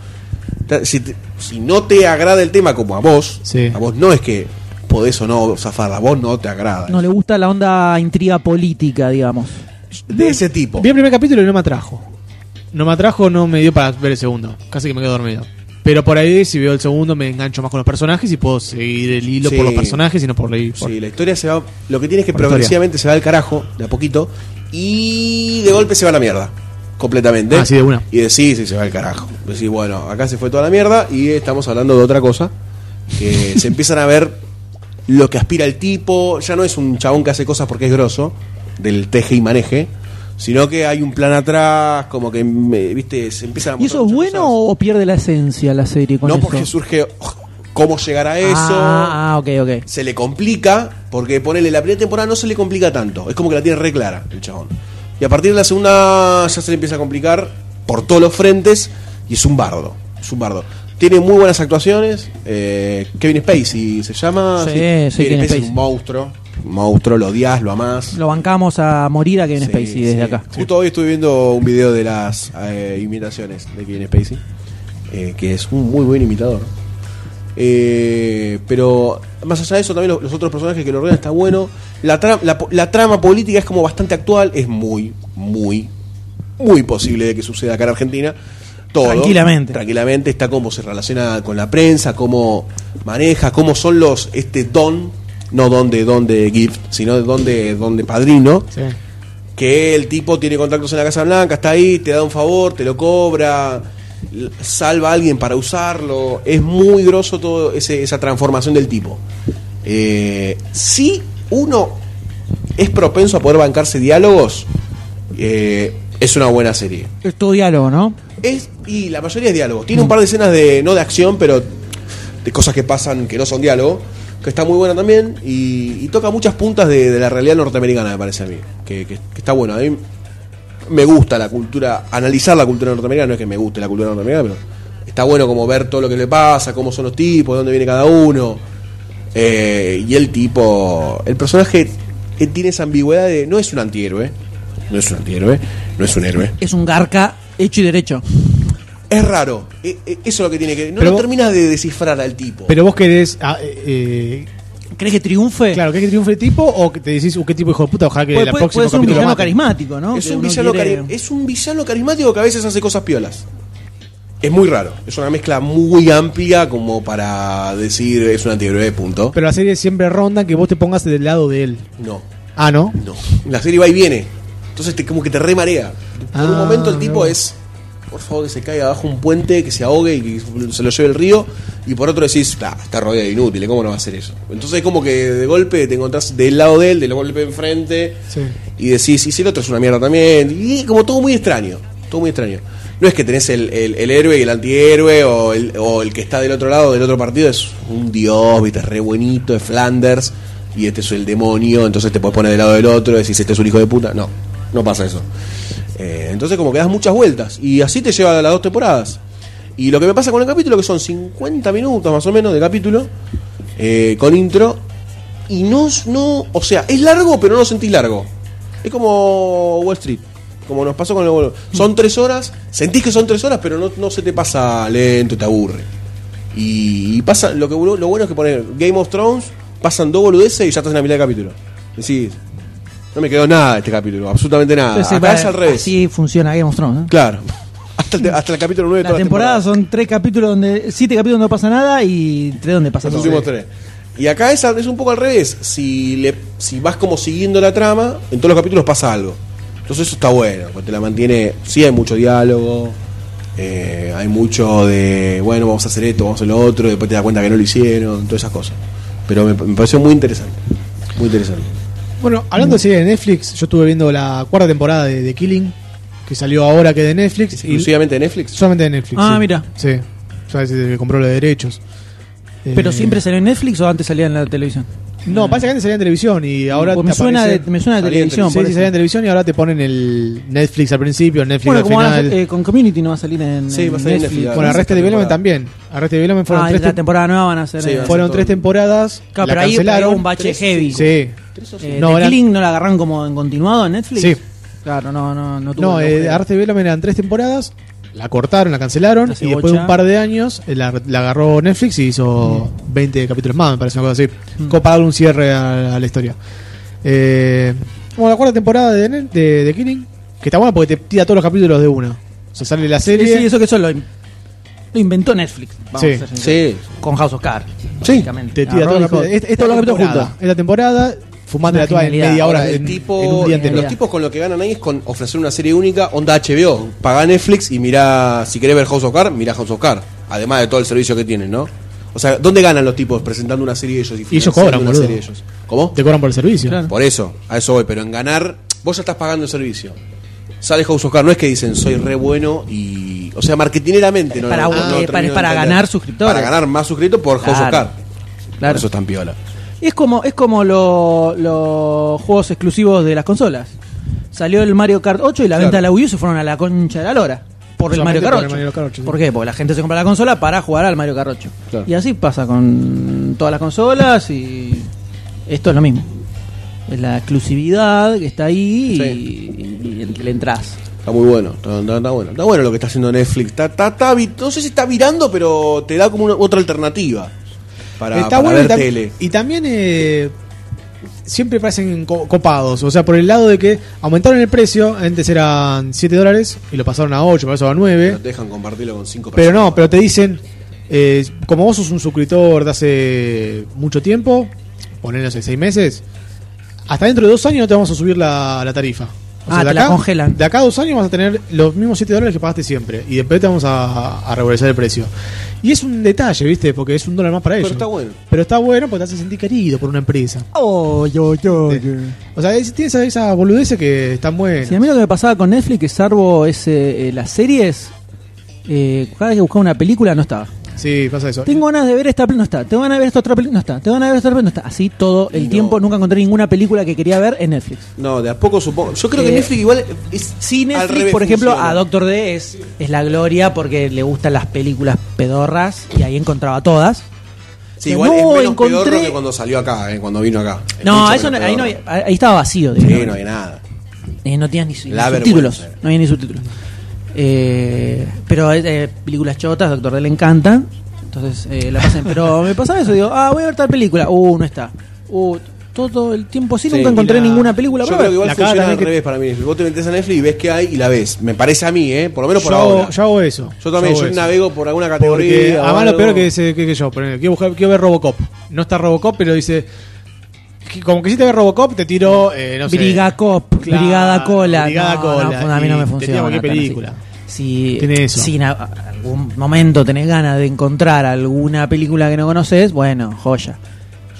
Te- Si, te- si no te agrada el tema como a vos,
Sí.
a vos no es que podés o no zafarla, a vos no te agrada.
No le gusta la onda intriga política, digamos.
de ese tipo.
Vi el primer capítulo y no me atrajo. No me atrajo, no me dio para ver el segundo. Casi que me quedo dormido. Pero por ahí, si veo el segundo, me engancho más con los personajes y puedo seguir el hilo
Sí.
por los personajes y no por leer.
Sí, la historia se va. Lo que tienes que
Por historia.
progresivamente se va al carajo, de a poquito, y de golpe se va a la mierda. Completamente.
Ah, sí, de una.
Y decís, sí, se va al carajo. Decís, bueno, acá se fue toda la mierda y estamos hablando de otra cosa.
[laughs]
Que se empiezan a ver lo que aspira el tipo. Ya no es un chabón que hace cosas porque es grosso, del teje y maneje, sino que hay un plan atrás, como que, me- viste, se empiezan a
¿Y eso
mostrar
es
muchas
bueno
cosas.
o pierde la esencia la serie con
No,
eso?
porque surge oh, cómo llegar a eso
Ah, ah, ok, ok.
se le complica, porque ponele la primera temporada no se le complica tanto, es como que la tiene re clara el chabón. Y a partir de la segunda ya se le empieza a complicar por todos los frentes y es un bardo, es un bardo. Tiene muy buenas actuaciones, eh, Kevin Spacey se llama.
Sí, sí, Kevin
es
Spacey.
un monstruo, un monstruo, lo odias, lo amás.
Lo bancamos a morir a Kevin
Sí,
Spacey desde
sí.
acá.
Justo hoy estuve viendo un video de las eh, imitaciones de Kevin Spacey, eh, que es un muy buen imitador. Eh, pero más allá de eso, también lo- los, otros personajes que lo rodean está bueno. La, tra- la po- la trama política es como bastante actual, es muy, muy, muy posible de que suceda acá en Argentina. Todo.
Tranquilamente.
Tranquilamente está cómo se relaciona con la prensa, cómo maneja, cómo son los, este don, no don de don de gift, sino de don de, don de padrino
Sí.
que el tipo tiene contactos en la Casa Blanca, está ahí, te da un favor, te lo cobra, l- salva a alguien para usarlo. Es muy grosso todo ese- esa transformación del tipo. Eh, si uno es propenso a poder bancarse diálogos, eh, es una buena serie.
Es todo diálogo, ¿no?
Es, y la mayoría es diálogo. Tiene un par de escenas de, no de acción, pero de cosas que pasan que no son diálogo, que está muy buena también y, y toca muchas puntas de, de la realidad norteamericana, me parece a mí, que, que- que está bueno. A mí me gusta la cultura, analizar la cultura norteamericana, no es que me guste la cultura norteamericana, pero está bueno como ver todo lo que le pasa, cómo son los tipos, dónde viene cada uno. Eh, y el tipo, el personaje eh, tiene esa ambigüedad de, no es un antihéroe, no es un antihéroe, no es un héroe.
Es un garca hecho y derecho.
Es raro. E- e- Eso es lo que tiene que. No
Pero
lo
vos-
terminas de descifrar al tipo.
Pero vos querés. ah, eh,
¿Crees que
eh,
triunfe?
claro, ¿querés que triunfe el tipo o que te decís, uh, qué tipo hijo de puta? Ojalá que
Puede,
la
puede-
próxima
puede ser un villano
capítulo mate.
carismático, ¿no?
es,
Que
un
uno
villano
quiere-
cari- es un villano carismático que a veces hace cosas piolas. Es muy raro. Es una mezcla muy amplia como para decir es un antihéroe, punto.
Pero la serie siempre ronda que vos te pongas del lado de él.
No,
Ah, ¿no?
no. La serie va y viene. Entonces te, como que te remarea. Por un
Ah,
momento el tipo
mira.
es. Por favor, que se caiga abajo un puente, que se ahogue y que se lo lleve el río. Y por otro decís, "Ah, está rodeado de inútiles, ¿cómo no va a hacer eso? Entonces, como que de golpe te encontrás del lado de él, del golpe enfrente.
Sí.
y decís, y si el otro es una mierda también, y como todo muy extraño, todo muy extraño. No es que tenés el, el- el héroe y el antihéroe o el, o el que está del otro lado del otro partido, es un dios, viste, es re buenito, es Flanders y este es el demonio, entonces te puedes poner del lado del otro y decís, este es un hijo de puta. No, no pasa eso. Eh, entonces como que das muchas vueltas y así te lleva a las dos temporadas. Y lo que me pasa con el capítulo, que son 50 minutos más o menos de capítulo, eh, con intro, y no, no, o sea, es largo pero no lo sentís largo. Es como Wall Street, como nos pasó con el... Son tres horas, sentís que son tres horas, pero no, no se te pasa lento, te aburre. Y, y pasa, lo, que, bu- lo bueno es que poner Game of Thrones, pasan dos boludeces y ya estás en la mitad del capítulo. Decís, no me quedó nada de este capítulo, absolutamente nada.
Entonces,
Ah, Acá
va-
es al revés.
Así funciona Game of Thrones. ¿no?
Claro. [laughs] Hasta el, hasta el capítulo 9 de
La
toda
temporada son tres capítulos donde. Siete capítulos donde no pasa nada y tres donde pasa
Los
todo.
últimos tres. Y acá es, es un poco al revés. Si, le, si vas como siguiendo la trama, en todos los capítulos pasa algo. Entonces eso está bueno, porque te la mantiene. Sí, hay mucho diálogo. eh, hay mucho de, bueno, vamos a hacer esto, vamos a hacer lo otro. Después te das cuenta que no lo hicieron, todas esas cosas. Pero me, me pareció muy interesante. Muy interesante.
Bueno, hablando de serie de Netflix, yo estuve viendo la cuarta temporada de The Killing, que salió ahora que de Netflix. y-
Exclusivamente de Netflix.
solamente de Netflix.
Ah,
sí.
mira.
Sí. O sea, es el que compró los derechos.
¿Pero
Eh,
siempre salió en Netflix o antes salía en la televisión?
No, parece que antes salía en televisión y ahora
Porque
te
Pues me, suena de,
aparece-
me suena de
Salía en
televisión.
Sí, sí,
parece.
salía en televisión y ahora te ponen el Netflix al principio, el Netflix
bueno,
al
como ahora,
final.
eh, con Community no va a salir en,
Sí, va a
en
salir
Netflix.
en
bueno,
Netflix. la
Arrested
sexta
Development
temporada.
también. Arrested Development fueron
Ah,
tres,
la
tem-
temporada nueva van a ser.
Sí,
eh,
va a ser.
fueron tres temporadas.
Claro,
la
pero ahí
cancelaron.
pegó un bache heavy.
Sí.
Eh,
No,
The
eran-
Killing no la agarraron como en continuado en Netflix.
Sí.
Claro, no, no, no tuvo.
No,
el
eh,
auge.
Arrested Development eran tres temporadas. La cortaron, la cancelaron.
La
y después de
cebolla.
un par de años eh, la, la agarró Netflix y hizo 20 capítulos más, me parece una cosa así.
Mm.
Como para darle un cierre a, a la historia. Eh, bueno, la cuarta temporada de, Nen- de, de Killing, que está buena porque te tira todos los capítulos de una. O sea, sale la
Sí,
serie.
sí, eso que eso lo, in- lo inventó Netflix. Vamos
Sí.
a ser sinceros.
Sí.
Con House of Cards.
Sí,
básicamente. Ah,
te tira
Agarró
todos
y
los
dijo,
capítulos. Esta, esta
todos los capítulos
temporada,
juntos.
esta temporada, fumate la
Una
toda en
genialidad.
media hora.
Ahora,
en,
el tipo,
en un día entero.
los tipos con lo que ganan ahí es con ofrecer una serie única, onda HBO. Pagá Netflix y mirá, si querés ver House of Cards, mirá House of Cards. Además de todo el servicio que tienen, ¿no? O sea, ¿dónde ganan los tipos presentando una serie ellos? Y financiando
cobran,
una
boludo.
serie ellos? ¿Cómo?
Te cobran por el servicio.
Claro.
Por eso, a eso voy, pero en ganar, vos ya estás pagando el servicio. Sale House of Cards, no es que dicen soy re bueno y. O sea, marketineramente, no
Para-
no, no
eh,
termino
para-
de
para
entender.
ganar suscriptores.
Para ganar más suscritos por House
Claro.
of Cards.
Claro.
Por eso es tan piola.
Es como, es como lo- los juegos exclusivos de las consolas. Salió el Mario Kart 8 y la
Claro.
venta de la Wii U se fueron a la concha de la lora. Por el
Solamente
Mario Kart
por
8.
el Mario Kart 8, sí.
¿Por qué? Porque la gente se compra la consola para jugar al Mario Kart 8.
Claro.
Y así pasa con todas las consolas y esto es lo mismo. Es la exclusividad que está ahí y, y- y le entras.
Está muy bueno, está, está- está bueno. Está bueno lo que está haciendo Netflix. Está, está, está vi- no sé si está virando, pero te da como una- otra alternativa para,
Está
para
bueno
ver
y tam-
tele.
Y también eh, siempre parecen co- copados. O sea, por el lado de que aumentaron el precio, antes eran 7 dólares y lo pasaron a 8, pasó a 9.
No te dejan compartirlo con cinco
¿Eh? Pero
personas.
no, pero te dicen, eh, como vos sos un suscriptor de hace mucho tiempo, ponernos no sé, 6 meses, hasta dentro de 2 años no te vamos a subir la, la tarifa.
Ah,
de
te la congelan.
De acá a 2 años vas a tener los mismos 7 dólares que pagaste siempre. Y después te vamos a, a revalorizar el precio. Y es un detalle, ¿viste? Porque es un dólar más para
Pero
ellos.
está bueno.
Pero está bueno porque te hace sentir querido por una empresa.
Oh, yo, yo,
O sea, es- tiene esa, esa boludez que están buenas.
Si a mí lo que me pasaba con Netflix, que salvo ese, eh, las series, eh, cada vez que buscaba una película no estaba.
Sí, pasa eso.
Tengo ganas de ver esta película, no está. Tengo ganas de ver esta otra película, no está. Tengo ganas de ver esta otra película, no está. Así todo el
No.
tiempo, nunca encontré ninguna película que quería ver en Netflix.
No, de a poco supongo. Yo creo
Eh,
que Netflix igual es
Sí,
al
Netflix,
revés
por ejemplo,
funciona.
a Doctor D es, es la gloria porque le gustan las películas pedorras y ahí encontraba todas.
Sí, igual es
No,
menos
encontré-
pedorro que cuando salió acá, eh, cuando vino acá. Es
No,
mucho
eso no-
menos
ahí, no
pedorro.
había- ahí estaba vacío.
Sí,
digamos.
no hay nada.
Eh, no tenías ni, su- ni
La
subtítulos.
vergüenza.
No había ni subtítulos. Eh, pero eh, películas chotas, Doctor D le encanta. Entonces eh, la pasan.
[laughs]
Pero me pasaba eso, digo, ah, voy a ver tal película. Uh, no está. Uh, todo el tiempo así,
Sí,
nunca encontré
y la-
ninguna película.
Yo
para
creo que
ver.
igual
la cara
funciona al
también que-
revés para mí. Vos te metés a Netflix y ves qué hay y la ves. Me parece a mí, ¿eh? Por lo menos por
yo,
ahora.
yo hago eso.
Yo también,
hago
yo
eso.
navego por alguna categoría.
Porque
o
además lo
algo.
peor que, dice- que, que yo, ponele, quiero, buscar- quiero ver Robocop. No está Robocop, pero dice. que Como que si te ver Robocop, te tiro. Eh, no sé,
Brigacop,
Claro,
Brigada Cola.
Brigada
no,
Cola.
no, a mí no
Y
me
te
funciona.
tira cualquier
tan así.
película.
Si,
Tiene eso.
si en a- algún momento tenés ganas de encontrar alguna película que no conoces, bueno, joya.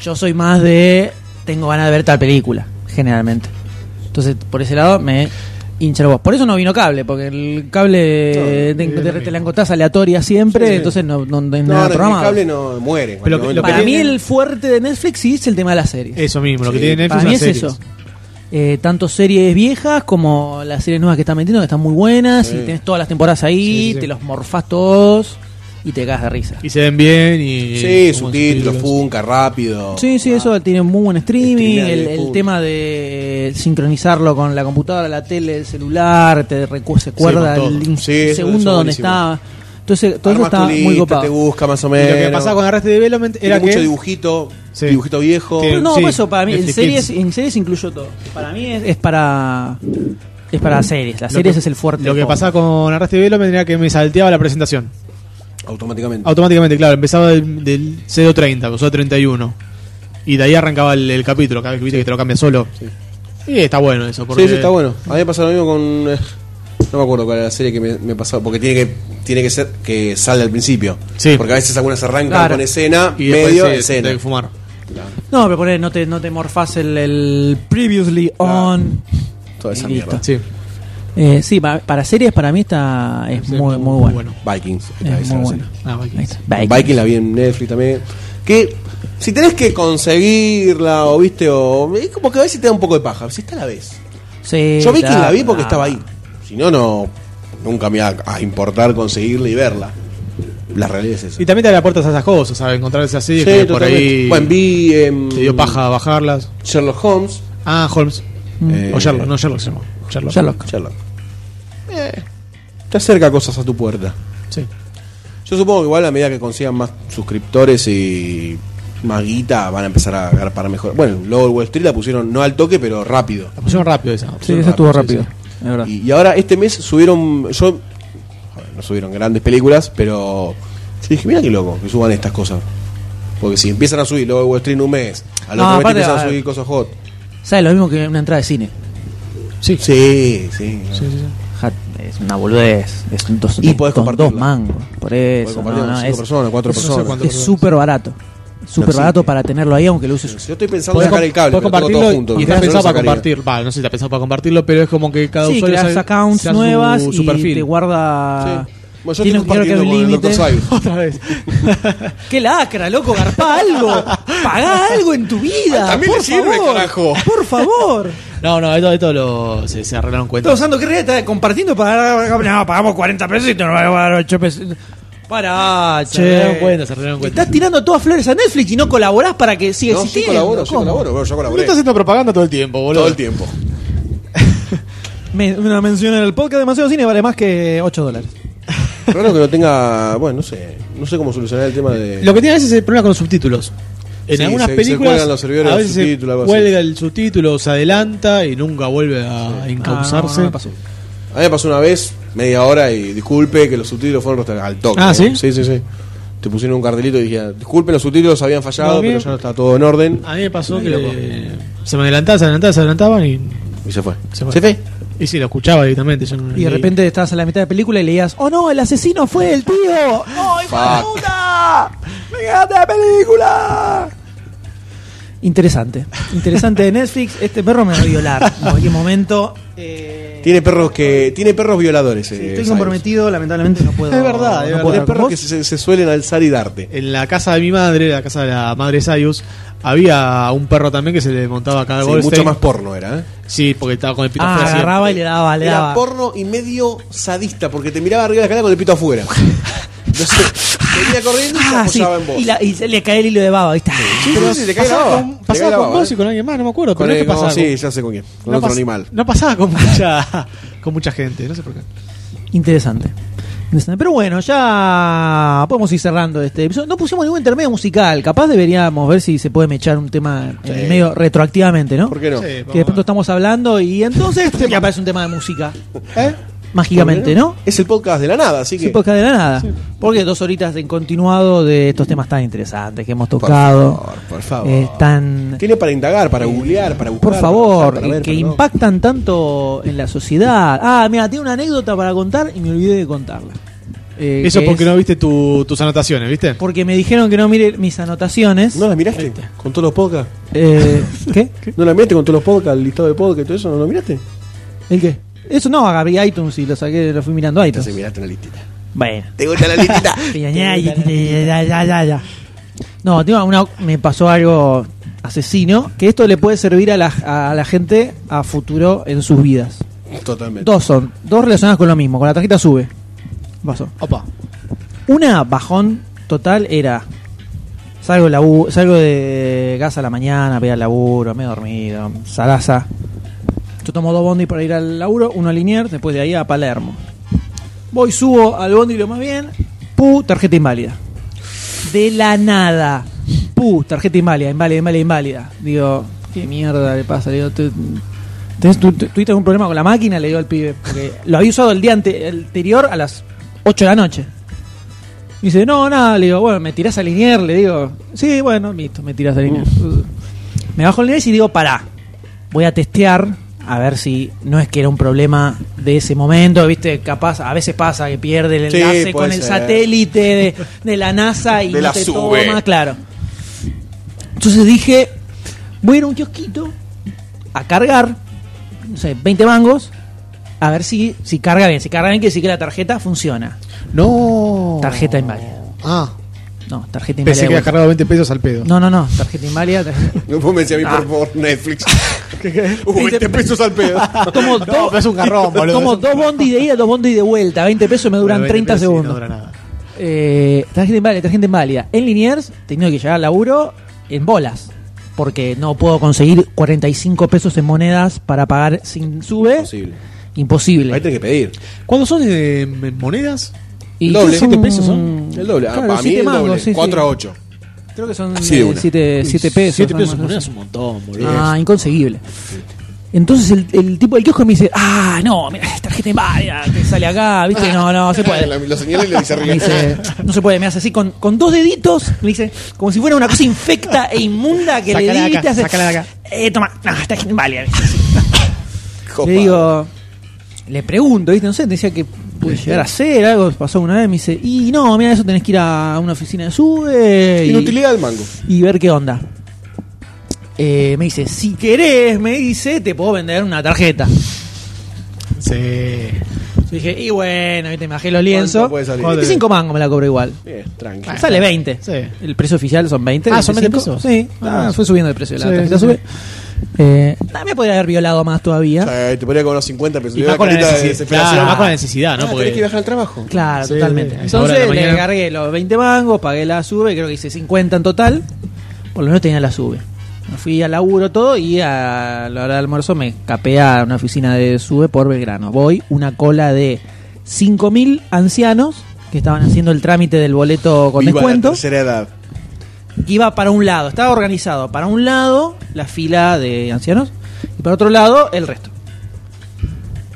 Yo soy más de. Tengo ganas de ver tal película, generalmente. Entonces, por ese lado, me. hinchar vos. Por eso no vino cable, porque el cable
No,
eh, te,
es lo
te-
mismo.
te la encontrás aleatoria siempre,
Sí, sí.
entonces no, no, no es
No,
nada
no, el
programado.
cable no muere. en
Pero
cualquier
lo que
momento.
Para mí
tiene-
el fuerte de Netflix sí es el tema de las series.
Eso mismo, lo que
Sí,
tiene Netflix
Para mí
son
es
las
eso.
series.
Eh, tanto series viejas como las series nuevas que están metiendo, que están muy buenas,
Sí.
y tenés todas las temporadas ahí,
Sí, sí, sí.
te los morfás todos y te cagas de risa.
Y se ven bien y...
Sí,
como
subtítulos, funca, rápido.
Sí, sí,
Ah.
eso tiene un muy buen streaming.
Streaming
El,
de
el
full.
tema de eh, sincronizarlo con la computadora, la tele, el celular, te recu- se acuerda
con
el
todo.
in-
Sí, eso-
segundo
eso es
donde
buenísimo.
estaba. Entonces, todo eso
Armas
está
tu
muy
lista, te
copado.
busca más o
Y
menos.
lo que pasaba con Arrested Development
Tiene
era
mucho
que...
dibujito,
Sí.
dibujito viejo.
Tiene-
Pero no,
Sí,
por eso para mí, en
Netflix
series,
Kids.
en series incluyo todo. Para mí es, es para es para series. Las
lo
series
que-
es el fuerte.
Lo que
fondo.
pasaba con Arrested Development era que me salteaba la presentación.
Automáticamente.
Automáticamente, claro, empezaba del, del 0.30, o 0.31. Y de ahí arrancaba el, el capítulo, cada vez que viste que te lo cambia solo. Y está bueno eso, porque
Sí, sí, está bueno. A mí me pasó lo mismo con. eh, no me acuerdo cuál era la serie que me, me pasó. Porque tiene que tiene que ser que sale al principio.
Sí.
Porque a veces algunas arrancan
Claro.
con escena,
y después
medio,
se-
escena.
tenés que fumar.
No, pero poner, no te, no te morfás el, el previously on.
Toda esa
Y listo.
mierda.
Sí,
Eh, sí, pa- para, series para mí está es
Sí,
muy, muy bueno.
Vikings. esa
Es
es la
muy
escena.
bueno.
Ah, Vikings.
Ahí está.
Vikings. la vi en Netflix también. Que si tenés que conseguirla o viste, o. Es como que a veces te da un poco de paja. Si está a la vez.
Sí,
Yo Vikings
está-
la vi porque
ah,
estaba ahí. Si no, no. Nunca me iba a importar conseguirla y verla. La realidad es esa.
Y también te abre puertas a esas cosas, ¿sabes? Encontrar esas series
Sí,
que por
totalmente.
ahí
Bueno, vi. em,
te dio paja a bajarlas.
Sherlock Holmes.
Ah, Holmes.
eh,
o Sherlock, no Sherlock se llama. Sherlock.
Mm. Sherlock.
Sherlock. Eh, te acerca cosas a tu puerta.
Sí.
Yo supongo que igual a medida que consigan más suscriptores y más guita van a empezar a agarpar mejor. Bueno, luego el Wall Street la pusieron no al toque, pero rápido.
La pusieron rápido esa.
Sí, esa estuvo rápido. Es verdad.
Y, y ahora este mes subieron. Yo. a ver, no subieron grandes películas, pero. Yo dije, mira qué loco que suban estas cosas. Porque si empiezan a subir luego el Wall Street en un mes, al
No,
otro mes
aparte,
te empiezan
a
a
ver.
subir cosas hot.
¿Sabes lo mismo que una entrada de cine?
Sí. Sí,
Sí, sí.
sí, sí.
Ja- Es una boludez. Es un dos,
Y podés
dos-
compartirla.
dos mangos. Por
Podés
eso.
compartir
no,
con
no,
cinco
es-
personas, cuatro
eso no sé
personas.
cuánto-
es súper barato. Súper barato para tenerlo ahí, aunque lo uses.
Yo estoy pensando
Podés
en sacar
com-
el cable,
podés
pero tengo todo
compartirlo
junto.
y
Yo
está
no
pensado
lo
para
sacaría.
compartir. Va, no sé si está pensado para compartirlo, pero es como que cada
Sí,
usuario
creas
sabe-
accounts
se hace su-
nuevas
su,
y
perfil.
te guarda.
Sí. Bueno, yo
Tiene
estoy
un- creo que
compartiendo
un
con el
límite.
Dr. Cyber.
[laughs] Otra vez. [laughs]
¡Qué lacra, loco! ¡Garpa
[laughs]
algo! ¡Pagá algo en tu vida!
Ah, también
por
le sirve,
favor,
carajo.
¡Por
[laughs]
favor!
No, no, esto, esto lo, se, se arreglaron
Estás
cuentas.
usando que está compartiendo para. No, pagamos 40 pesitos, no vamos a dar 8 pesitos. Pará,
Se arreglaron cuentas, se arreglaron cuentas.
Estás tirando todas flores a Netflix y no colaborás para que siga
No, sí
existiendo.
colaboro, sí
¿Cómo?
colaboro, bueno, yo colaboré.
estás haciendo propaganda todo el tiempo, boludo.
Todo el tiempo.
Me- una mención en el podcast de Demasiado Cine vale más que 8 dólares.
Raro que no tenga. Bueno, no sé. No sé cómo solucionar el tema de.
Lo que tiene a veces es el problema con los subtítulos. En
Sí,
algunas
se- se
películas
cuelgan los servidores
a
del
veces
subtítulo, algo
se
así.
cuelga el subtítulo, se adelanta y nunca vuelve a encauzarse.
Ah, no, no me pasó.
A mí me pasó una vez, media hora, y disculpe que los subtítulos fueron resta- al toque.
Ah,
¿eh?
¿sí?
Sí, sí, sí. Te pusieron un cartelito y dije, disculpen, los subtítulos habían fallado,
No, bien.
pero ya no está todo en orden.
Ah.
a mí me pasó que se me adelantaba, se adelantaba, se adelantaban y
Y se fue.
se fue.
Se fue.
Y sí, lo escuchaba directamente. yo no-
Y de repente estabas en la mitad de la película y leías, ¡Oh no, el asesino fue el tío! ¡Oh, hijo de
Fuck.
puta! ¡Me cagaste la película! Interesante. Interesante de Netflix. Este perro me va a violar en cualquier momento. Eh,
Tiene perros que. Tiene perros violadores. eh,
estoy
Cyrus.
comprometido, lamentablemente no puedo.
Es verdad,
no
es
puedo
verdad.
Tiene
hablar con
perros
vos.
que se, se suelen alzar y darte.
En la casa de mi madre, la casa de la madre Sayus, había un perro también que se le montaba cada
Sí,
Goldstein.
mucho más porno era, ¿eh?
Sí, porque estaba con el pito
Ah,
afuera siempre.
agarraba y le daba, le
Era
daba.
porno y medio sadista, porque te miraba arriba de la cara con el pito
[laughs]
afuera. Entonces, venía corriendo y se
Ah, sí.
apoyaba en vos.
Y, la- y se le cae el hilo de baba, ¿viste?
Sí, sí, sí, te cae la
pasaba
baba,
con,
te
pasaba
cae la
con
baba,
vos
¿eh?
y con alguien más, no me acuerdo.
Con
pero
el-
esto pasaba
no, sí,
con-
ya sé con quién. Con
no
otro
pas-
animal.
No pasaba con mucha, [laughs] con mucha gente, no sé por qué.
Interesante. Interesante. Pero bueno, ya podemos ir cerrando este episodio. No pusimos ningún intermedio musical. Capaz deberíamos ver si se puede mechar un tema en el
Sí.
medio retroactivamente, ¿no?
¿Por qué no? ¿Eh?
Sí,
Que de pronto estamos hablando y
[laughs]
entonces te aparece un tema de música.
¿Eh?
Mágicamente, ¿no?
Es el podcast de la nada, así que.
Sí, podcast de la nada. Porque dos horitas en continuado de estos temas tan interesantes que hemos tocado.
favor, por favor.
Eh, tan,
Tiene para indagar, para googlear, para buscar.
Por
para
favor,
buscar, para
y
ver,
que
para no.
impactan tanto en la sociedad. Ah, mira, tengo una anécdota para contar y me olvidé de contarla. Eh,
Eso
que
porque
es-
no viste tu- tus anotaciones, ¿viste?
Porque me dijeron que no mire mis anotaciones.
¿No la miraste? ¿Con todos los podcasts?
Eh, ¿Qué?
¿No la miraste con todos los podcasts, [laughs] el listado de podcasts y todo eso? ¿No lo miraste?
¿El qué? Eso no, agarré iTunes y lo saqué, lo fui mirando a iTunes.
Entonces miraste una listita.
Bueno.
¿Te gusta
[laughs]
la listita?
Ya, ya, ya, ya, ya, ya. No, tengo una- me pasó algo asesino, que esto le puede servir a la, a la gente a futuro en sus vidas.
Totalmente.
Dos son, dos relacionadas con lo mismo, con la tarjeta sube. Pasó.
Opa.
Una bajón total era. Salgo, del labu- salgo de gas a la mañana, voy al laburo, me he dormido, zaraza. Yo tomo dos bondi para ir al laburo, uno a Liniers, después de ahí a Palermo. Voy, subo al bondi lo más bien, pu, tarjeta inválida. De la nada, pu, tarjeta inválida, inválida, inválida, inválida. Digo, ¿qué mierda le pasa? Le digo, "Te- ¿Tenés, tu- tu- ¿Tuviste algún problema con la máquina? Le digo al pibe,
[laughs]
porque lo había usado el día ante- anterior a las 8 de la noche. Y dice, no, nada, le digo, bueno, me tirás a linear, le digo, sí, bueno, listo, me tirás a linear. Me bajo el linear y digo, pará, voy a testear a ver si no es que era un problema de ese momento, viste, capaz, a veces pasa que pierde el
Sí,
enlace
puede
con el
ser.
satélite de, de la NASA y
De
no
la
te
sube.
toma, claro. Entonces dije, voy a ir a un kiosquito a cargar, no sé, 20 mangos, a ver si, si carga bien. Si carga bien, quiere decir que la tarjeta funciona.
No.
Tarjeta inválida.
Ah.
No, tarjeta
Pensé
inválida. de
que había
vuelta.
cargado 20 pesos al pedo.
No, no, no, tarjeta inválida. tarjeta-
No vos me decís a mí
Ah.
por, favor
[laughs]
Netflix. [laughs] Uh, 20 pesos al pedo.
Tomo
No,
dos,
pero es un garrón, boludo.
tomo
Es un
dos bondi de ida, dos bondi de vuelta. 20 pesos me duran
Bueno, 20
30
pesos sí,
segundos.
no dura nada.
Eh, tarjeta inválida, tarjeta inválida. En Liniers tenía que llegar al laburo en bolas. Porque no puedo conseguir 45 pesos en monedas para pagar sin sube.
Imposible.
Imposible.
Ahí tenés que pedir.
¿Cuántos son de m- monedas?
Y
doble,
son-
siete pesos son.
El doble. Ah,
Claro,
para mí
siete
el
mangos,
doble.
sí, sí.
4 a 8.
Creo que son
Sí, de una.
7 pesos.
7
¿no?
pesos
Más
monedas
o menos.
es un montón, boludo.
Ah, inconseguible. Entonces el, el tipo del kiosco me dice, ah, no, mira, es tarjeta inválida, que sale acá, viste, no, no, se
[laughs]
[laughs]
La-
puede.
Lo señala y le dice
Me
arriba. [laughs]
dice, no se puede, me hace así con, con dos deditos, me dice, como si fuera una cosa infecta e inmunda que
Sacala
le
de
di y
acá,
te hace.
sacala de acá.
Eh, toma, no, es tarjeta inválida.
Copa.
Le digo, le pregunto, ¿viste? No sé, decía que pude llegar a hacer algo, pasó una vez, me dice, y no, mira, eso tenés que ir a una oficina de sube. y-
Inutilidad del mango.
y ver qué onda. Eh, me dice, si querés, me dice, te puedo vender una tarjeta.
Sí.
Yo dije, y bueno, viste, me bajé los lienzos.
puede salir?
25 mangos me la cobro igual.
Bien, tranqui.
Sale 20.
Sí.
El precio oficial son 20.
Ah, ¿son
25.
20 pesos?
Sí,
Ah,
Ah, fue subiendo el precio. de La
sí,
tarjeta
sí,
sube. Eh, nah, me podría haber violado más todavía.
Eh, te ponía con unos 50 pesos.
Y
Yo
más
la
con, la
carita de
necesidad,
desesperación.
claro, más con la necesidad, ¿no?
Ah, tenés que
Porque
viajar al trabajo.
Claro,
Sí,
totalmente.
a esa hora de la
Entonces le
mañana.
cargué los 20 mangos, pagué la sube, creo que hice 50 en total. Por lo menos tenía la sube. Me fui al laburo todo y a la hora del almuerzo me capé a una oficina de sube por Belgrano. Voy, una cola de 5.000 ancianos que estaban haciendo el trámite del boleto con
Viva la
descuento.
tercera edad.
que Iba para un lado, estaba organizado. Para un lado, la fila de ancianos y para otro lado, el resto.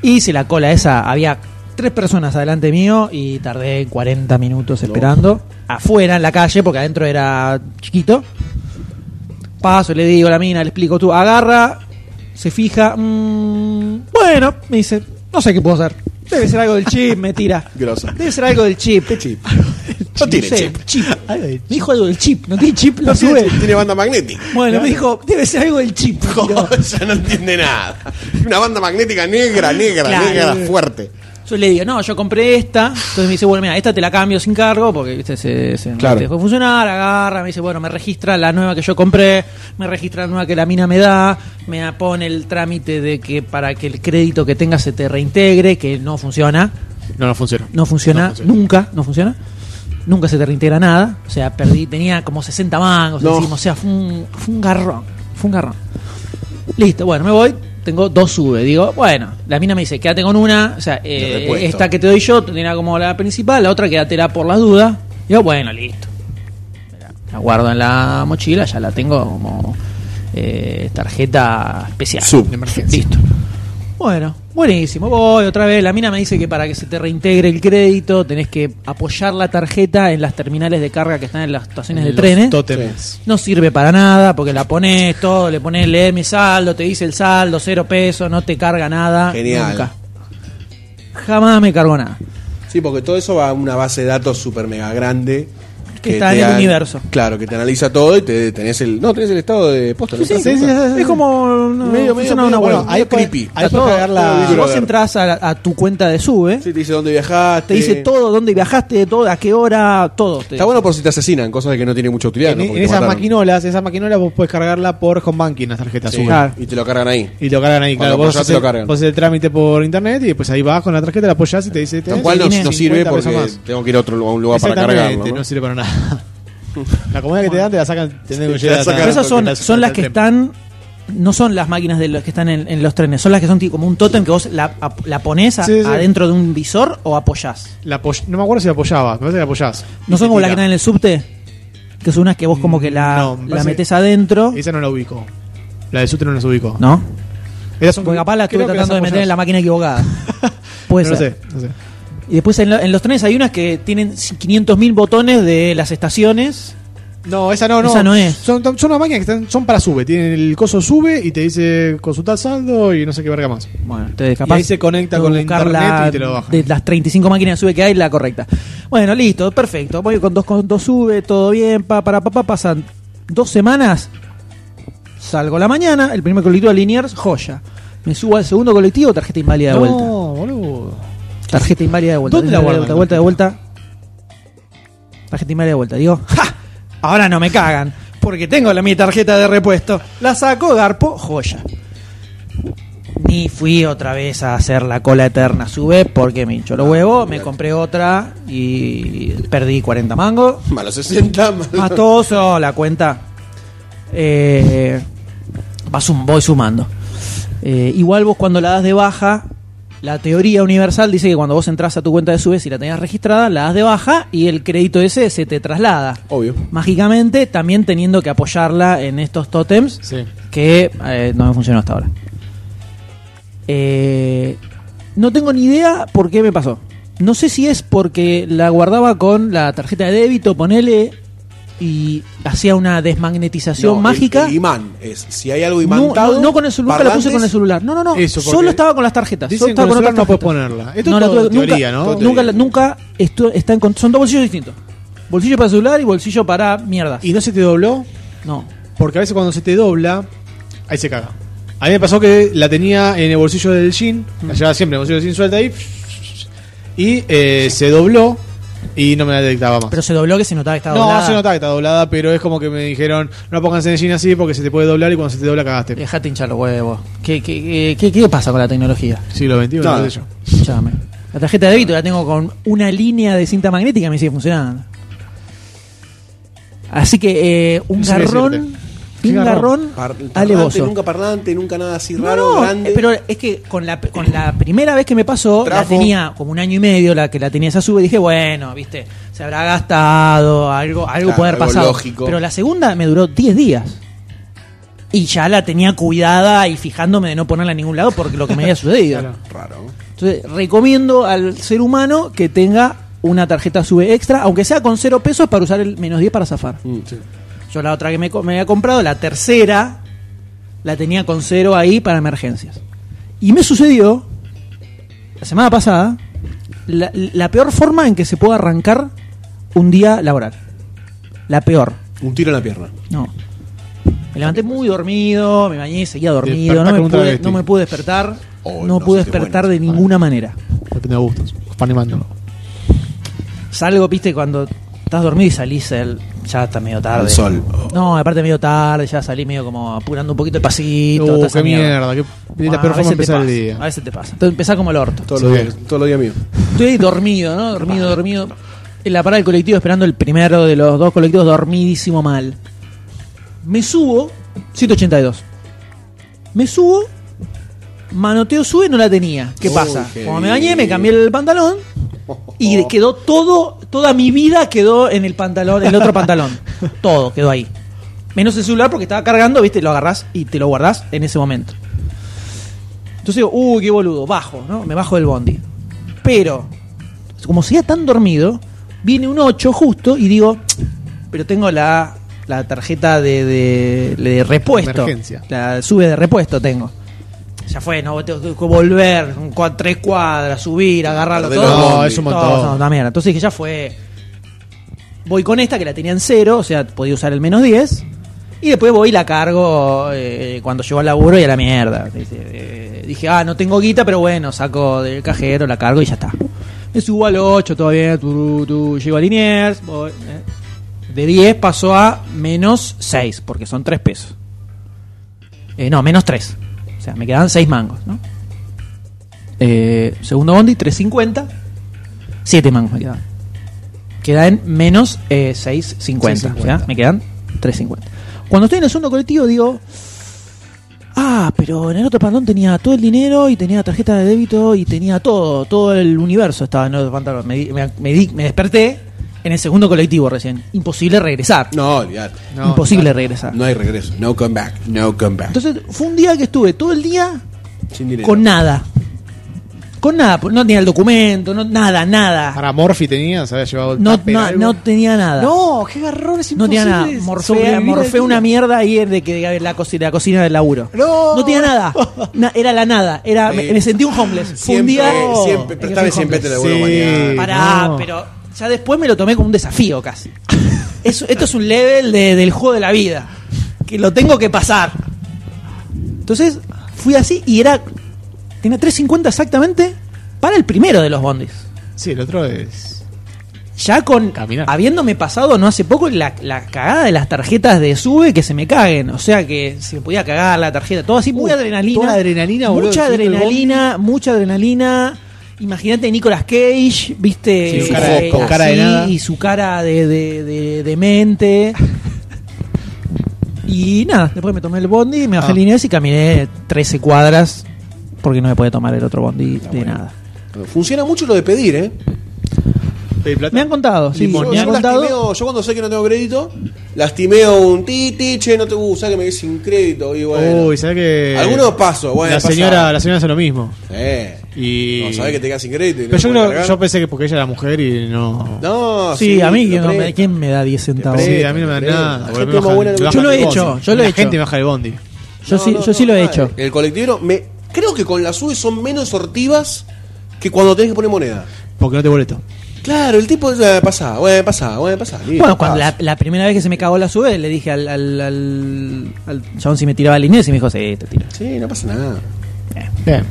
Hice la cola esa, había tres personas adelante mío y tardé 40 minutos esperando. Afuera, en la calle, porque adentro era chiquito. Paso, le digo a la mina, le explico tú, agarra, se fija. mm, bueno, me dice, no sé qué puedo hacer. Debe ser algo del chip, me tira.
Grosso.
Debe ser algo del chip. [laughs]
¿Qué chip? No tiene
sé,
chip.
Algo del
Me dijo algo del chip, no tiene chip, lo
No tiene
sube.
chip, Tiene
[laughs]
banda magnética. [laughs]
Bueno, me dijo, debe ser algo del chip. Tiró.
ya no entiende nada. Una banda magnética negra, negra,
Claro.
negra, fuerte.
Yo le digo, no, yo compré esta. Entonces me dice, bueno, mira, esta te la cambio sin cargo porque viste, se, se- no
Claro.
te dejó funcionar. Agarra, me dice, bueno, me registra la nueva que yo compré, me registra la nueva que la mina me da, me pone el trámite de que para que el crédito que tengas se te reintegre, que no funciona.
No, no funciona.
No funciona,
No funciona.
nunca, no funciona. Nunca se te reintegra nada. O sea, perdí, tenía como 60 mangos
No.
encima. O sea, fue un, fue un garrón. Fue un garrón. Listo, bueno, me voy. Tengo dos sube. Digo, bueno, la mina me dice, quédate con una. O sea, eh,
De repuesto.
esta que te doy yo tenía como la principal, la otra quédatela por las dudas. Digo, bueno, listo. La guardo en la mochila, ya la tengo como eh, tarjeta especial.
Sub.
De emergencia.
Listo. Bueno, buenísimo. Voy otra vez. La mina me dice que para que se te reintegre el crédito tenés que apoyar la tarjeta en las terminales de carga que están en ¿eh? las estaciones de
Los
trenes.
Tótems.
No sirve para nada porque la pones todo, le pones leer mi saldo, te dice el saldo, cero pesos, no te carga nada.
Genial.
Nunca. Jamás me cargó nada.
Sí, porque todo eso va a una base de datos super mega grande.
Que está en el
an-
universo.
Claro, que te analiza todo y te tenés el. No, tenés el estado de posta. ¿no?
Sí, sí,
Estás-
sí, sí, sí.
es como no,
Medio, medio,
funciona
medio,
una
bueno,
web.
ahí creepy.
Ahí
Está
puedes
todo-
cagar la-
Si vos entras a, la- a tu cuenta de sube,
Sí, te dice dónde viajaste.
te dice todo, dónde viajaste, todo, a qué hora, todo. te-
Está bueno por si te asesinan, cosas que no tienen mucha utilidad.
En,
¿no?
e-
en
Porque te
esas
mataron.
maquinolas, esas maquinolas vos puedes cargarla por home banking las tarjetas
Sí,
Uber.
Claro.
Y te lo cargan ahí.
Y lo cargan ahí,
Cuando
claro. Vos
apoyás, te
haces,
lo cargan.
vos haces el trámite por internet y después ahí vas con la tarjeta, la apoyás y te dice.
Lo
tenés
cual no,
tiene
no sirve
50
porque
pesos más.
tengo que ir a, otro, a un lugar para
Exactamente,
este,
cargarlo. ¿no?
¿no? sirve para nada. La comida que te dan te la sacan. tenés que
te
llegar
la
a-
sacan.
Pero esas son,
porque
son las que
el
están. No son las máquinas de los que están en, en los trenes, son las que son ti- como un tótem que vos la, ap- la pones a-
Sí, sí.
adentro de un visor o apoyás.
La apoy- no me acuerdo si la apoyaba, me parece que la apoyás.
No son como las que
Tira.
están en el subte, que son unas que vos como que la,
No, me
la
parece-
metes adentro.
Esa no la ubico. La de Sutre no las ubico.
¿No?
Esas son-
Porque capaz la estuve
creo que
tratando de
las
meter en la
apoyás.
máquina equivocada.
[laughs]
Puede
No lo
ser.
sé, no sé.
Y después en, lo- en los trenes hay unas que tienen 500.000 botones de las estaciones.
No, esa no, no.
Esa no es.
Son, son unas máquinas que están, son para sube. Tienen el coso sube y te dice consultar saldo y no sé qué verga más.
Bueno, entonces
ahí se conecta
tengo
con
que
la
buscar
internet y te lo baja.
De las 35 máquinas de sube que hay, la correcta. Bueno, listo, perfecto. Voy con dos, con dos sube, todo bien, pa, para papá. pasan dos semanas. Salgo a la mañana, el primer colectivo a Liniers, joya. Me subo al segundo colectivo, tarjeta inválida de vuelta.
No, boludo.
Tarjeta inválida de vuelta.
¿Dónde la
Tarjeta
guardan?
De vuelta, de vuelta, de vuelta. Tarjeta inválida de vuelta. Digo, ¡ja! Ahora no me cagan. Porque tengo la, mi tarjeta de repuesto. La saco, garpo, joya. Ni fui otra vez a hacer la cola eterna. Sube porque me hinchó los huevos. Me compré otra y perdí 40 mangos.
[laughs] Más los 60, más
Más todo eso, la cuenta. Eh, va sum- voy sumando. Eh, igual vos cuando la das de baja, la teoría universal dice que cuando vos entras a tu cuenta de subes y la tenías registrada, la das de baja y el crédito ese se te traslada.
Obvio.
Mágicamente, también teniendo que apoyarla en estos tótems
Sí.
que eh, no me funcionó hasta ahora. Eh, no tengo ni idea por qué me pasó. No sé si es porque la guardaba con la tarjeta de débito, ponele, y hacía una desmagnetización
No, el-
mágica.
El, imán es. Si hay algo
no,
imantado.
no- no con el celular, nunca la puse
parlantes,
con el celular. No, no, no.
Eso, porque
Solo estaba con las tarjetas. Solo
Dicen que
estaba
con el celular
otras
no puedes
tarjetas.
ponerla. Esto
No,
es
la
todo
tuve-
teoría,
nunca,
¿no?
Nunca, la- nunca estu- está en, con- son dos bolsillos distintos. Bolsillo para celular y bolsillo para mierdas.
¿Y no se te dobló?
no.
Porque a veces cuando se te dobla, ahí se caga. A mí me pasó que la tenía en el bolsillo del jean, la llevaba siempre en el bolsillo del jean suelta ahí, y eh, se dobló y no me la detectaba más.
Pero se dobló que se notaba que estaba
no,
doblada.
se nota que está doblada, pero es como que me dijeron, no la pongas en el jean así porque se te puede doblar y cuando se te dobla cagaste.
Dejate hinchar los huevos. ¿Qué, qué, qué, qué- qué pasa con la tecnología?
Siglo XXI, no,
Nada.
sé yo.
Escuchame. La tarjeta de débito la tengo con una línea de cinta magnética, me sigue funcionando. Así que eh, un
No sé qué
garrón,
decirte. ¿Qué
un garrón,
garrón?
par-
dale
parlante,
bozo.
Nunca parlante, nunca nada así
No,
raro,
no,
grande.
eh, pero es que con la, con la primera vez que me pasó, la
Trafo.
tenía como un año y medio, la que la tenía esa sube, dije, bueno, viste, se habrá gastado, algo, algo
Claro,
puede haber
algo
pasado.
lógico.
Pero la segunda me duró 10 días. Y ya la tenía cuidada y fijándome de no ponerla en ningún lado porque lo que me había sucedido.
Claro.
Raro.
Entonces, recomiendo al ser humano que tenga una tarjeta sube extra, aunque sea con cero pesos, para usar el menos 10 para zafar.
Mm, sí.
Yo la otra que me, co- me había comprado, la tercera, la tenía con cero ahí para emergencias. Y me sucedió, la semana pasada, la, la peor forma en que se puede arrancar un día laboral. La peor.
Un tiro en la pierna.
No. Me levanté muy dormido, me bañé, seguía dormido,
Despertás
no
con
me,
un
pude,
travesti.
no me pude despertar,
Oh,
no
no,
pude
sí, qué
despertar
bueno.
de ninguna manera.
Depende de gustos. Fan y mando.
Salgo, viste, cuando estás dormido y salís el, ya está medio tarde.
Al sol.
No, aparte medio tarde, ya salí medio como apurando un poquito el pasito. toda
Uh,
esa
qué mierda, qué
Bueno,
la peor
a
forma de
veces te
empezar el
pasa,
día.
A veces te pasa. Entonces empezás como el orto.
Todos
Sí.
los días, todos los días mío.
Estoy dormido, ¿no? Dormido, dormido. En la parada del colectivo, esperando el primero de los dos colectivos, dormidísimo mal. Me subo, 182. Me subo, manoteo sube, no la tenía. ¿Qué
Uy,
pasa?
qué
Como me bañé, me
bien. Oh.
cambié el pantalón y quedó todo, toda mi vida quedó en el pantalón, en el otro
[laughs]
pantalón. Todo quedó ahí. Menos el celular porque estaba cargando, viste, lo agarrás y te lo guardás en ese momento. Entonces digo, uy, qué boludo, bajo, ¿no? Me bajo del bondi. Pero, como seguía tan dormido, viene un 8 justo y digo, pero tengo la, la tarjeta de, de- de repuesto.
Emergencia.
La sube de repuesto tengo. Ya fue, no, tengo que volver, un cua- tres cuadras, subir, agarrarlo
Perdelo
todo.
al bondi.
No, es un montón.
Todo, no, una mierda. Entonces dije, ya fue. voy con esta que la tenía en cero, o sea, podía usar el menos 10. Y después voy y la cargo eh, cuando llego al laburo y a la mierda. Dice, eh, dije, ah, no tengo guita, pero bueno, saco del cajero, la cargo y ya está. Me subo al 8 todavía, tu, tu, llego a Liniers. voy, eh. De 10 pasó a menos 6, porque son 3 pesos. Eh, no, menos 3. O sea, me quedan 6 mangos, ¿no? Eh, segundo bondi, 3.50. 7 mangos me quedan. Queda en menos eh, 6.50. O sea, me quedan 3.50. Cuando estoy en el segundo colectivo digo... Ah, pero en el otro pantalón tenía todo el dinero y tenía tarjeta de débito y tenía todo, todo el universo estaba en el otro pantalón. Me, di- me- me di- me desperté en el segundo colectivo recién. Imposible regresar.
No, olvidate.
no,
Imposible regresar.
No hay regreso. No come back. No come back.
Entonces fue un día que estuve todo el día
Sin dinero.
con nada. Con nada, pues, no tenía el documento, no, nada, nada.
Para Morphy tenía, se había llevado el
No,
tupper,
no,
algo.
no tenía nada.
No, qué garrón, es
no tenía
imposible
nada. Morfé,
sobrevivir
morfé
al
una
día.
mierda ahí de que de la, cocina, la cocina del laburo.
No. [laughs]
tenía nada. Na- era la nada. Era, me,
Sí.
me sentí un homeless. Fue un
Siempre,
día.
siempre,
en
pero
que
esta
fui
vez siempre te
homeless.
la buena
Sí.
mañana.
Pará,
no.
pero ya después me lo tomé como un desafío casi. Es- esto es un level de- del juego de la vida. Que lo tengo que pasar. Entonces, fui así y era. Tenía 3.50 exactamente para el primero de los bondis.
Sí, el otro es.
Ya con.
Caminar.
Habiéndome pasado no hace poco la, la cagada de las tarjetas de sube que se me caguen. O sea que se me podía cagar la tarjeta. Todo así, muy
Uh,
adrenalina.
toda adrenalina, boludo,
Mucha
subiendo el
adrenalina, mucha adrenalina. Imagínate Nicolas Cage, viste. eh,
Sí,
su cara de- con
así,
cara de nada.
Y su cara de, de, de- de mente. Y nada, después me tomé el bondi, me bajé
Ah.
en líneas y caminé 13 cuadras porque no me podía tomar el otro bondi de nada.
Funciona mucho lo de pedir, ¿eh?
Pedí plata.
Me han contado, sí,
Limón.
me
yo,
han contado.
lastimeo- yo cuando sé que no tengo crédito, lastimeo un titi, che, no te gusta que me quedé sin crédito. Y bueno.
Uy, ¿sabes que
Algunos paso, bueno,
la
pasa.
señora, la señora hace lo mismo.
Eh.
Y.
No sabés que te quedas sin crédito. y no
Pero yo
te puedes
creo-
cargar.
yo pensé que porque ella era mujer y no.
No,
Sí, a mí,
Ah, lo
que no me-
presta.
¿quién me da 10 centavos?
Te
Sí,
presta,
a mí no me da
te presta.
nada.
La
boludo,
gente
me
es más
bajan-
buena que-
me
Yo
bajan
lo he
el bondi.
hecho, yo lo he
La
hecho.
gente baja el bondi.
Yo
No,
sí,
no,
yo sí
no,
lo he
mal.
hecho.
El colectivo, me, creo que con la SUBE son menos sortivas que cuando tenés que poner moneda.
Porque no te boleto.
Claro, el tipo eh, pasá, bueno, pasá, bueno, pasá. listo,
Bueno, cuando la,
pasa.
la primera vez que se me cagó la sube, le dije al, al, al, al chabón si me tiraba el Inés y me dijo, sí, te tiro.
Sí, no pasa nada.
Bien.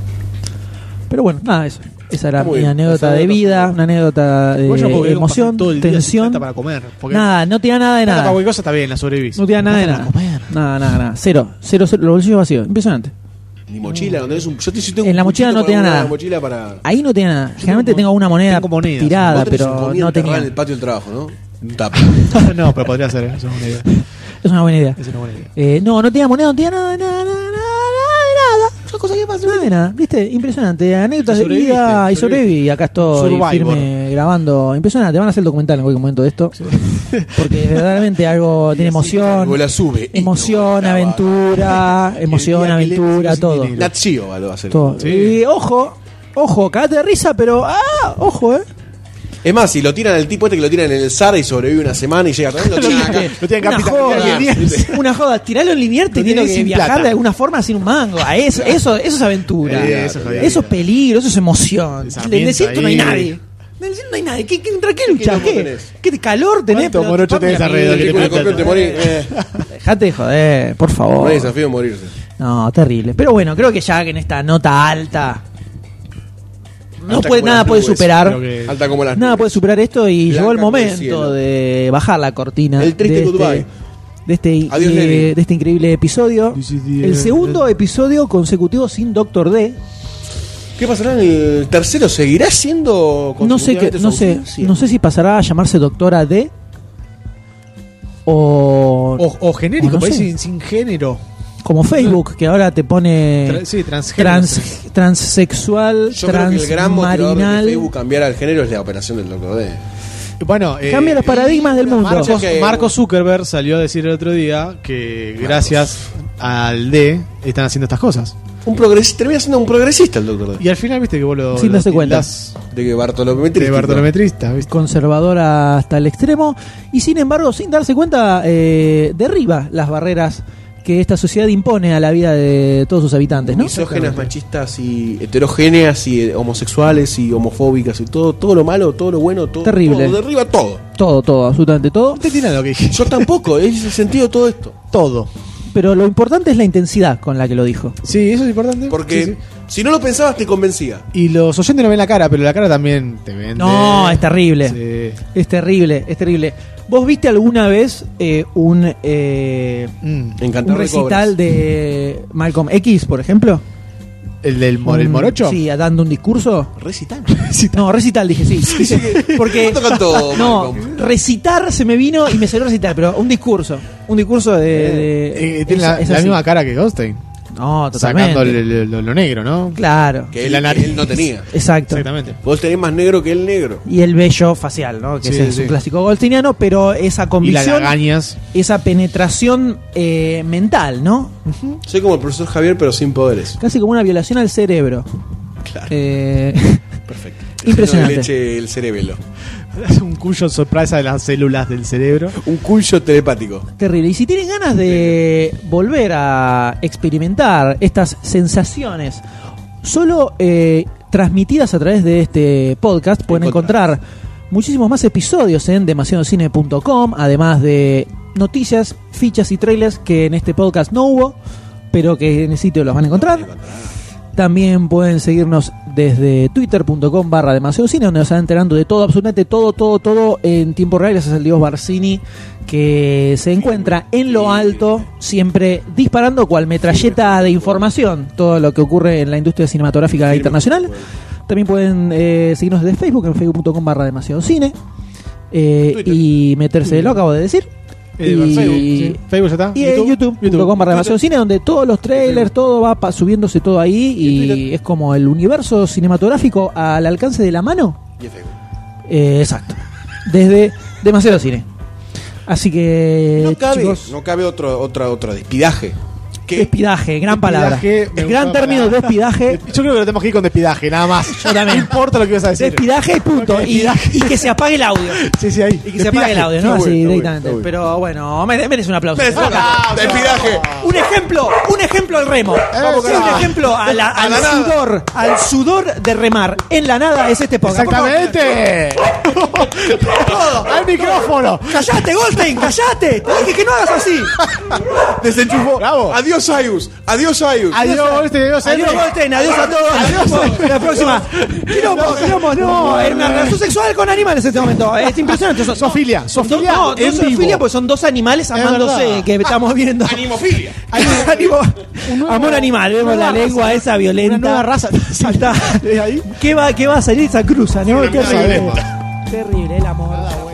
Pero bueno, nada, eso. Esa era
Muy
mi
bien.
anécdota
Esa
de
anécdota
vida, una anécdota de
Igual yo no puedo creer que
Eh, emoción,
pasan todo el día sin
tensión.
plata para comer, porque-
nada, no te da nada de
Nada. Para
nada.
cualquier cosa está bien, la sobrevivís.
No te da nada de nada. Nada, nada, nada. Cero, cero, cero. Los bolsillos vacíos. Impresionante.
Ni mochila, no tenés un. Yo te, yo tengo
En
un
la mochila
cuchito
no te
para
da
una
nada.
mochila para.
Ahí no tenía nada. Generalmente tengo una moneda
tengo monedas.
tirada,
Vos tenés un
pero
comida
no
enterrada
tenía.
en el patio del trabajo, ¿no? Un tapa.
[laughs]
no, pero podría ser,
¿eh?
eso es una idea.
Es una buena idea.
Es una buena idea.
Eh, no, no tenía moneda, no tenía nada, nada, nada, nada, nada, nada. Una cosa que pasa. Nada de nada. ¿Viste? Impresionante. Anécdotas
Y
de vida
sobreviviste,
y sobreviví. Y Acá estoy
Survivor.
firme grabando. Impresionante. Van a hacer el documental en cualquier momento de esto. Porque verdaderamente algo
[laughs]
tiene
Luego
emoción.
la sube. y no
Emoción,
[laughs]
graba.
aventura, emoción,
día que le-
aventura,
sin
todo.
dinero.
Nat Geo va, lo va a hacer.
Todo.
Sí.
Y ojo, ojo, cagate de risa, pero ah, ojo, eh.
Es más, si lo tiran al tipo este que lo tiran en el Zara y sobrevive una semana y llega también,
[laughs]
lo tiran acá.
lo tienen
una
capitalizado
joda,
en Liniers.
[laughs] una joda, tirarlo en Liniers teniendo
tenés
que
sin
viajar
plata.
de alguna forma sin un mango. Ah, eso, eso, eso es aventura.
Sí, eso es jodida.
eso es peligro, eso es emoción.
Esa
En el desierto no hay
ahí.
nadie. En el desierto no hay nadie. ¿Qué, qué, ¿Contra qué luchas?
loco
¿Qué,
tenés?
¿Qué calor tenés?
¿Cuánto
Pero
morocho
chupame
tenés
la
alrededor
mierda.
que te
Película de campeón, te
[laughs]
morís. Eh,
Dejate de joder, por
no
favor.
hay desafío de morirse.
No, terrible. Pero bueno, creo que ya que en esta nota alta. No
Alta
puede,
como
nada
las
puede
nubes,
superar.
creo que-
Alta como las
Nada puede superar esto y
Ah, Blanca
llegó el
como el cielo.
momento de bajar la cortina.
El triste
de
goodbye.
de este,
Adiós,
eh,
Nelly.
de este increíble episodio.
This is the eh,
El
end.
segundo episodio consecutivo sin Doctor D.
¿Qué pasará en el tercero? ¿Seguirá siendo
pues- No sé qué,
consecutivamente
no sé,
Sausina?
no sé si pasará a llamarse Doctora D o,
Oh.
O, o genérico,
O no
por ahí
sé.
sin, sin género.
como Facebook que ahora te pone
Tra- sí, transgénero.
Eh. trans, transsexual,
Yo creo que el gran motivador de que
transmarinal.
Facebook cambiara el género es la operación del Doctor D.
Bueno, eh,
Cambia los paradigmas del mundo.
Marcos,
que-
Marco Zuckerberg salió a decir el otro día que gracias al D están haciendo estas cosas.
Un progres- termina siendo un progresista el Doctor D.
Y al final, viste que vos lo.
Sin
lo
darse cuenta.
tildás
De que Bartolometri.
De Bartolometrista, ¿viste?
conservadora hasta el extremo y sin embargo sin darse cuenta eh, derriba las barreras que esta sociedad impone a la vida de todos sus habitantes, ¿no?
Misógenas, machistas y heterogéneas y eh, homosexuales y homofóbicas y todo, todo lo malo, todo lo bueno, todo.
Terrible.
todo, derriba todo.
Todo, todo, absolutamente todo.
Usted tiene lo que dije.
Yo tampoco, es el sentido de todo esto.
Todo.
Pero lo importante es la intensidad con la que lo dijo.
Sí, eso es importante.
Porque
Sí, sí.
si no lo pensabas, te convencía.
Y los oyentes no ven la cara, pero la cara también te vende.
No, es terrible.
Sí.
Es terrible, es terrible. ¿Vos viste alguna vez eh, un, eh,
Mm.
un
Encantador de
recital
cobras.
de Malcolm X, por ejemplo?
¿El del mor- el
Un-
morocho?
Mm, Sí, dando un discurso. [laughs]
Recital.
No, recital dije, sí. Porque
¿Cuánto cantó
no,
Malcolm?
recitar se me vino y me salió recitar, pero un discurso, un discurso de, de-
Eh, tiene
es-
la,
es
la
así.
misma cara que Goldstein.
No,
Sacando
totalmente.
el- el- lo, lo negro, ¿no?
Claro.
Que él,
La nariz.
que él no tenía.
Exacto.
Exactamente.
Vos tenés más negro que el negro.
Y el vello facial, ¿no? Que
Sí,
ese es
sí.
un clásico goldsteiniano, pero esa
Y las
convicción,
lagañas.
esa penetración eh, mental, ¿no?
Soy como el profesor Javier, pero sin poderes.
Casi como una violación al cerebro.
Claro.
Eh,
Perfecto.
Impresionante.
Le eche el cerebelo.
[laughs] Un cuyo sorpresa de las células del cerebro.
Un cuyo telepático.
terrible. Y si tienen ganas de volver a experimentar estas sensaciones, solo eh, transmitidas a través de este podcast, pueden
Encontrar.
encontrar muchísimos más episodios en demasiadocine.com, además de noticias, fichas y trailers que en este podcast no hubo, pero que en el sitio los van a encontrar. También pueden seguirnos desde twitter.com barra demasiado cine, donde nos están enterando de todo, absolutamente todo, todo, todo en tiempo real. Gracias al Dios Barcini, que se encuentra en lo alto, siempre disparando cual metralleta de información, todo lo que ocurre en la industria cinematográfica
Firme,
internacional.
bueno.
También pueden eh, seguirnos desde Facebook, en facebook.com barra demasiado cine, eh,
Twitter.
y meterse, lo acabo de decir.
Eh,
Y-
Facebook. sí. Facebook ya está.
Y en YouTube.com barra demasiado cine, donde todos los trailers, todo va pa- subiéndose todo ahí
Y
y,
Twitter.
es como el universo cinematográfico al alcance de la mano.
Y Facebook.
Eh, exacto. Desde demasiado cine. Así que,
no cabe,
Eh, chicos,
no cabe otro, otra, otra despidaje. ¿Qué?
despidaje, gran palabra.
Despidaje, me
gran
gusta la
término,
palabra.
despidaje.
Yo creo que lo tenemos que ir con despidaje, nada más.
Yo también.
No importa lo que ibas a decir.
Despidaje y punto.
Ok,
Y-
despidaje.
Y, que se apague el audio.
Sí, sí, ahí.
Y que se apague el audio, ¿no?
Está
Así
bueno, está
directamente.
bueno, está
Pero bueno, mere- merece un aplauso.
Merece un aplauso. Despidaje.
Un ejemplo, un ejemplo al remo.
Vamos,
Sí, un
carajo.
ejemplo a la-
Eh, A
al
la nada.
sudor, al sudor de remar en la nada es este podcast.
Exactamente.
[laughs]
Al micrófono.
Por favor, ¡Callate, Goldstein! ¡Callate! ¡Te dije que no hagas así!
Desenchufó.
Bravo.
Adiós, Ayus. Adiós, Ayus.
Adiós, Goldstein, adiós,
Adiós,
Henry.
Goldstein, adiós a todos. La próxima. Quilombo, quilombo, no. Era una relación sexual con animales en este momento. Es impresionante. Son-
Sofilia, sofilia
No, no
en
es zoofilia
vivo.
porque son dos animales amándose
verdad.
que estamos viendo. [laughs]
Animofilia.
Ánimo. Amor animal, vemos la lengua esa violenta.
Una nueva raza.
[laughs] Saltá.
De ahí.
¿Qué va, qué va a salir esa cruza? ¿no?
Una nueva
Terrible.
lengua.
Terrible el amor.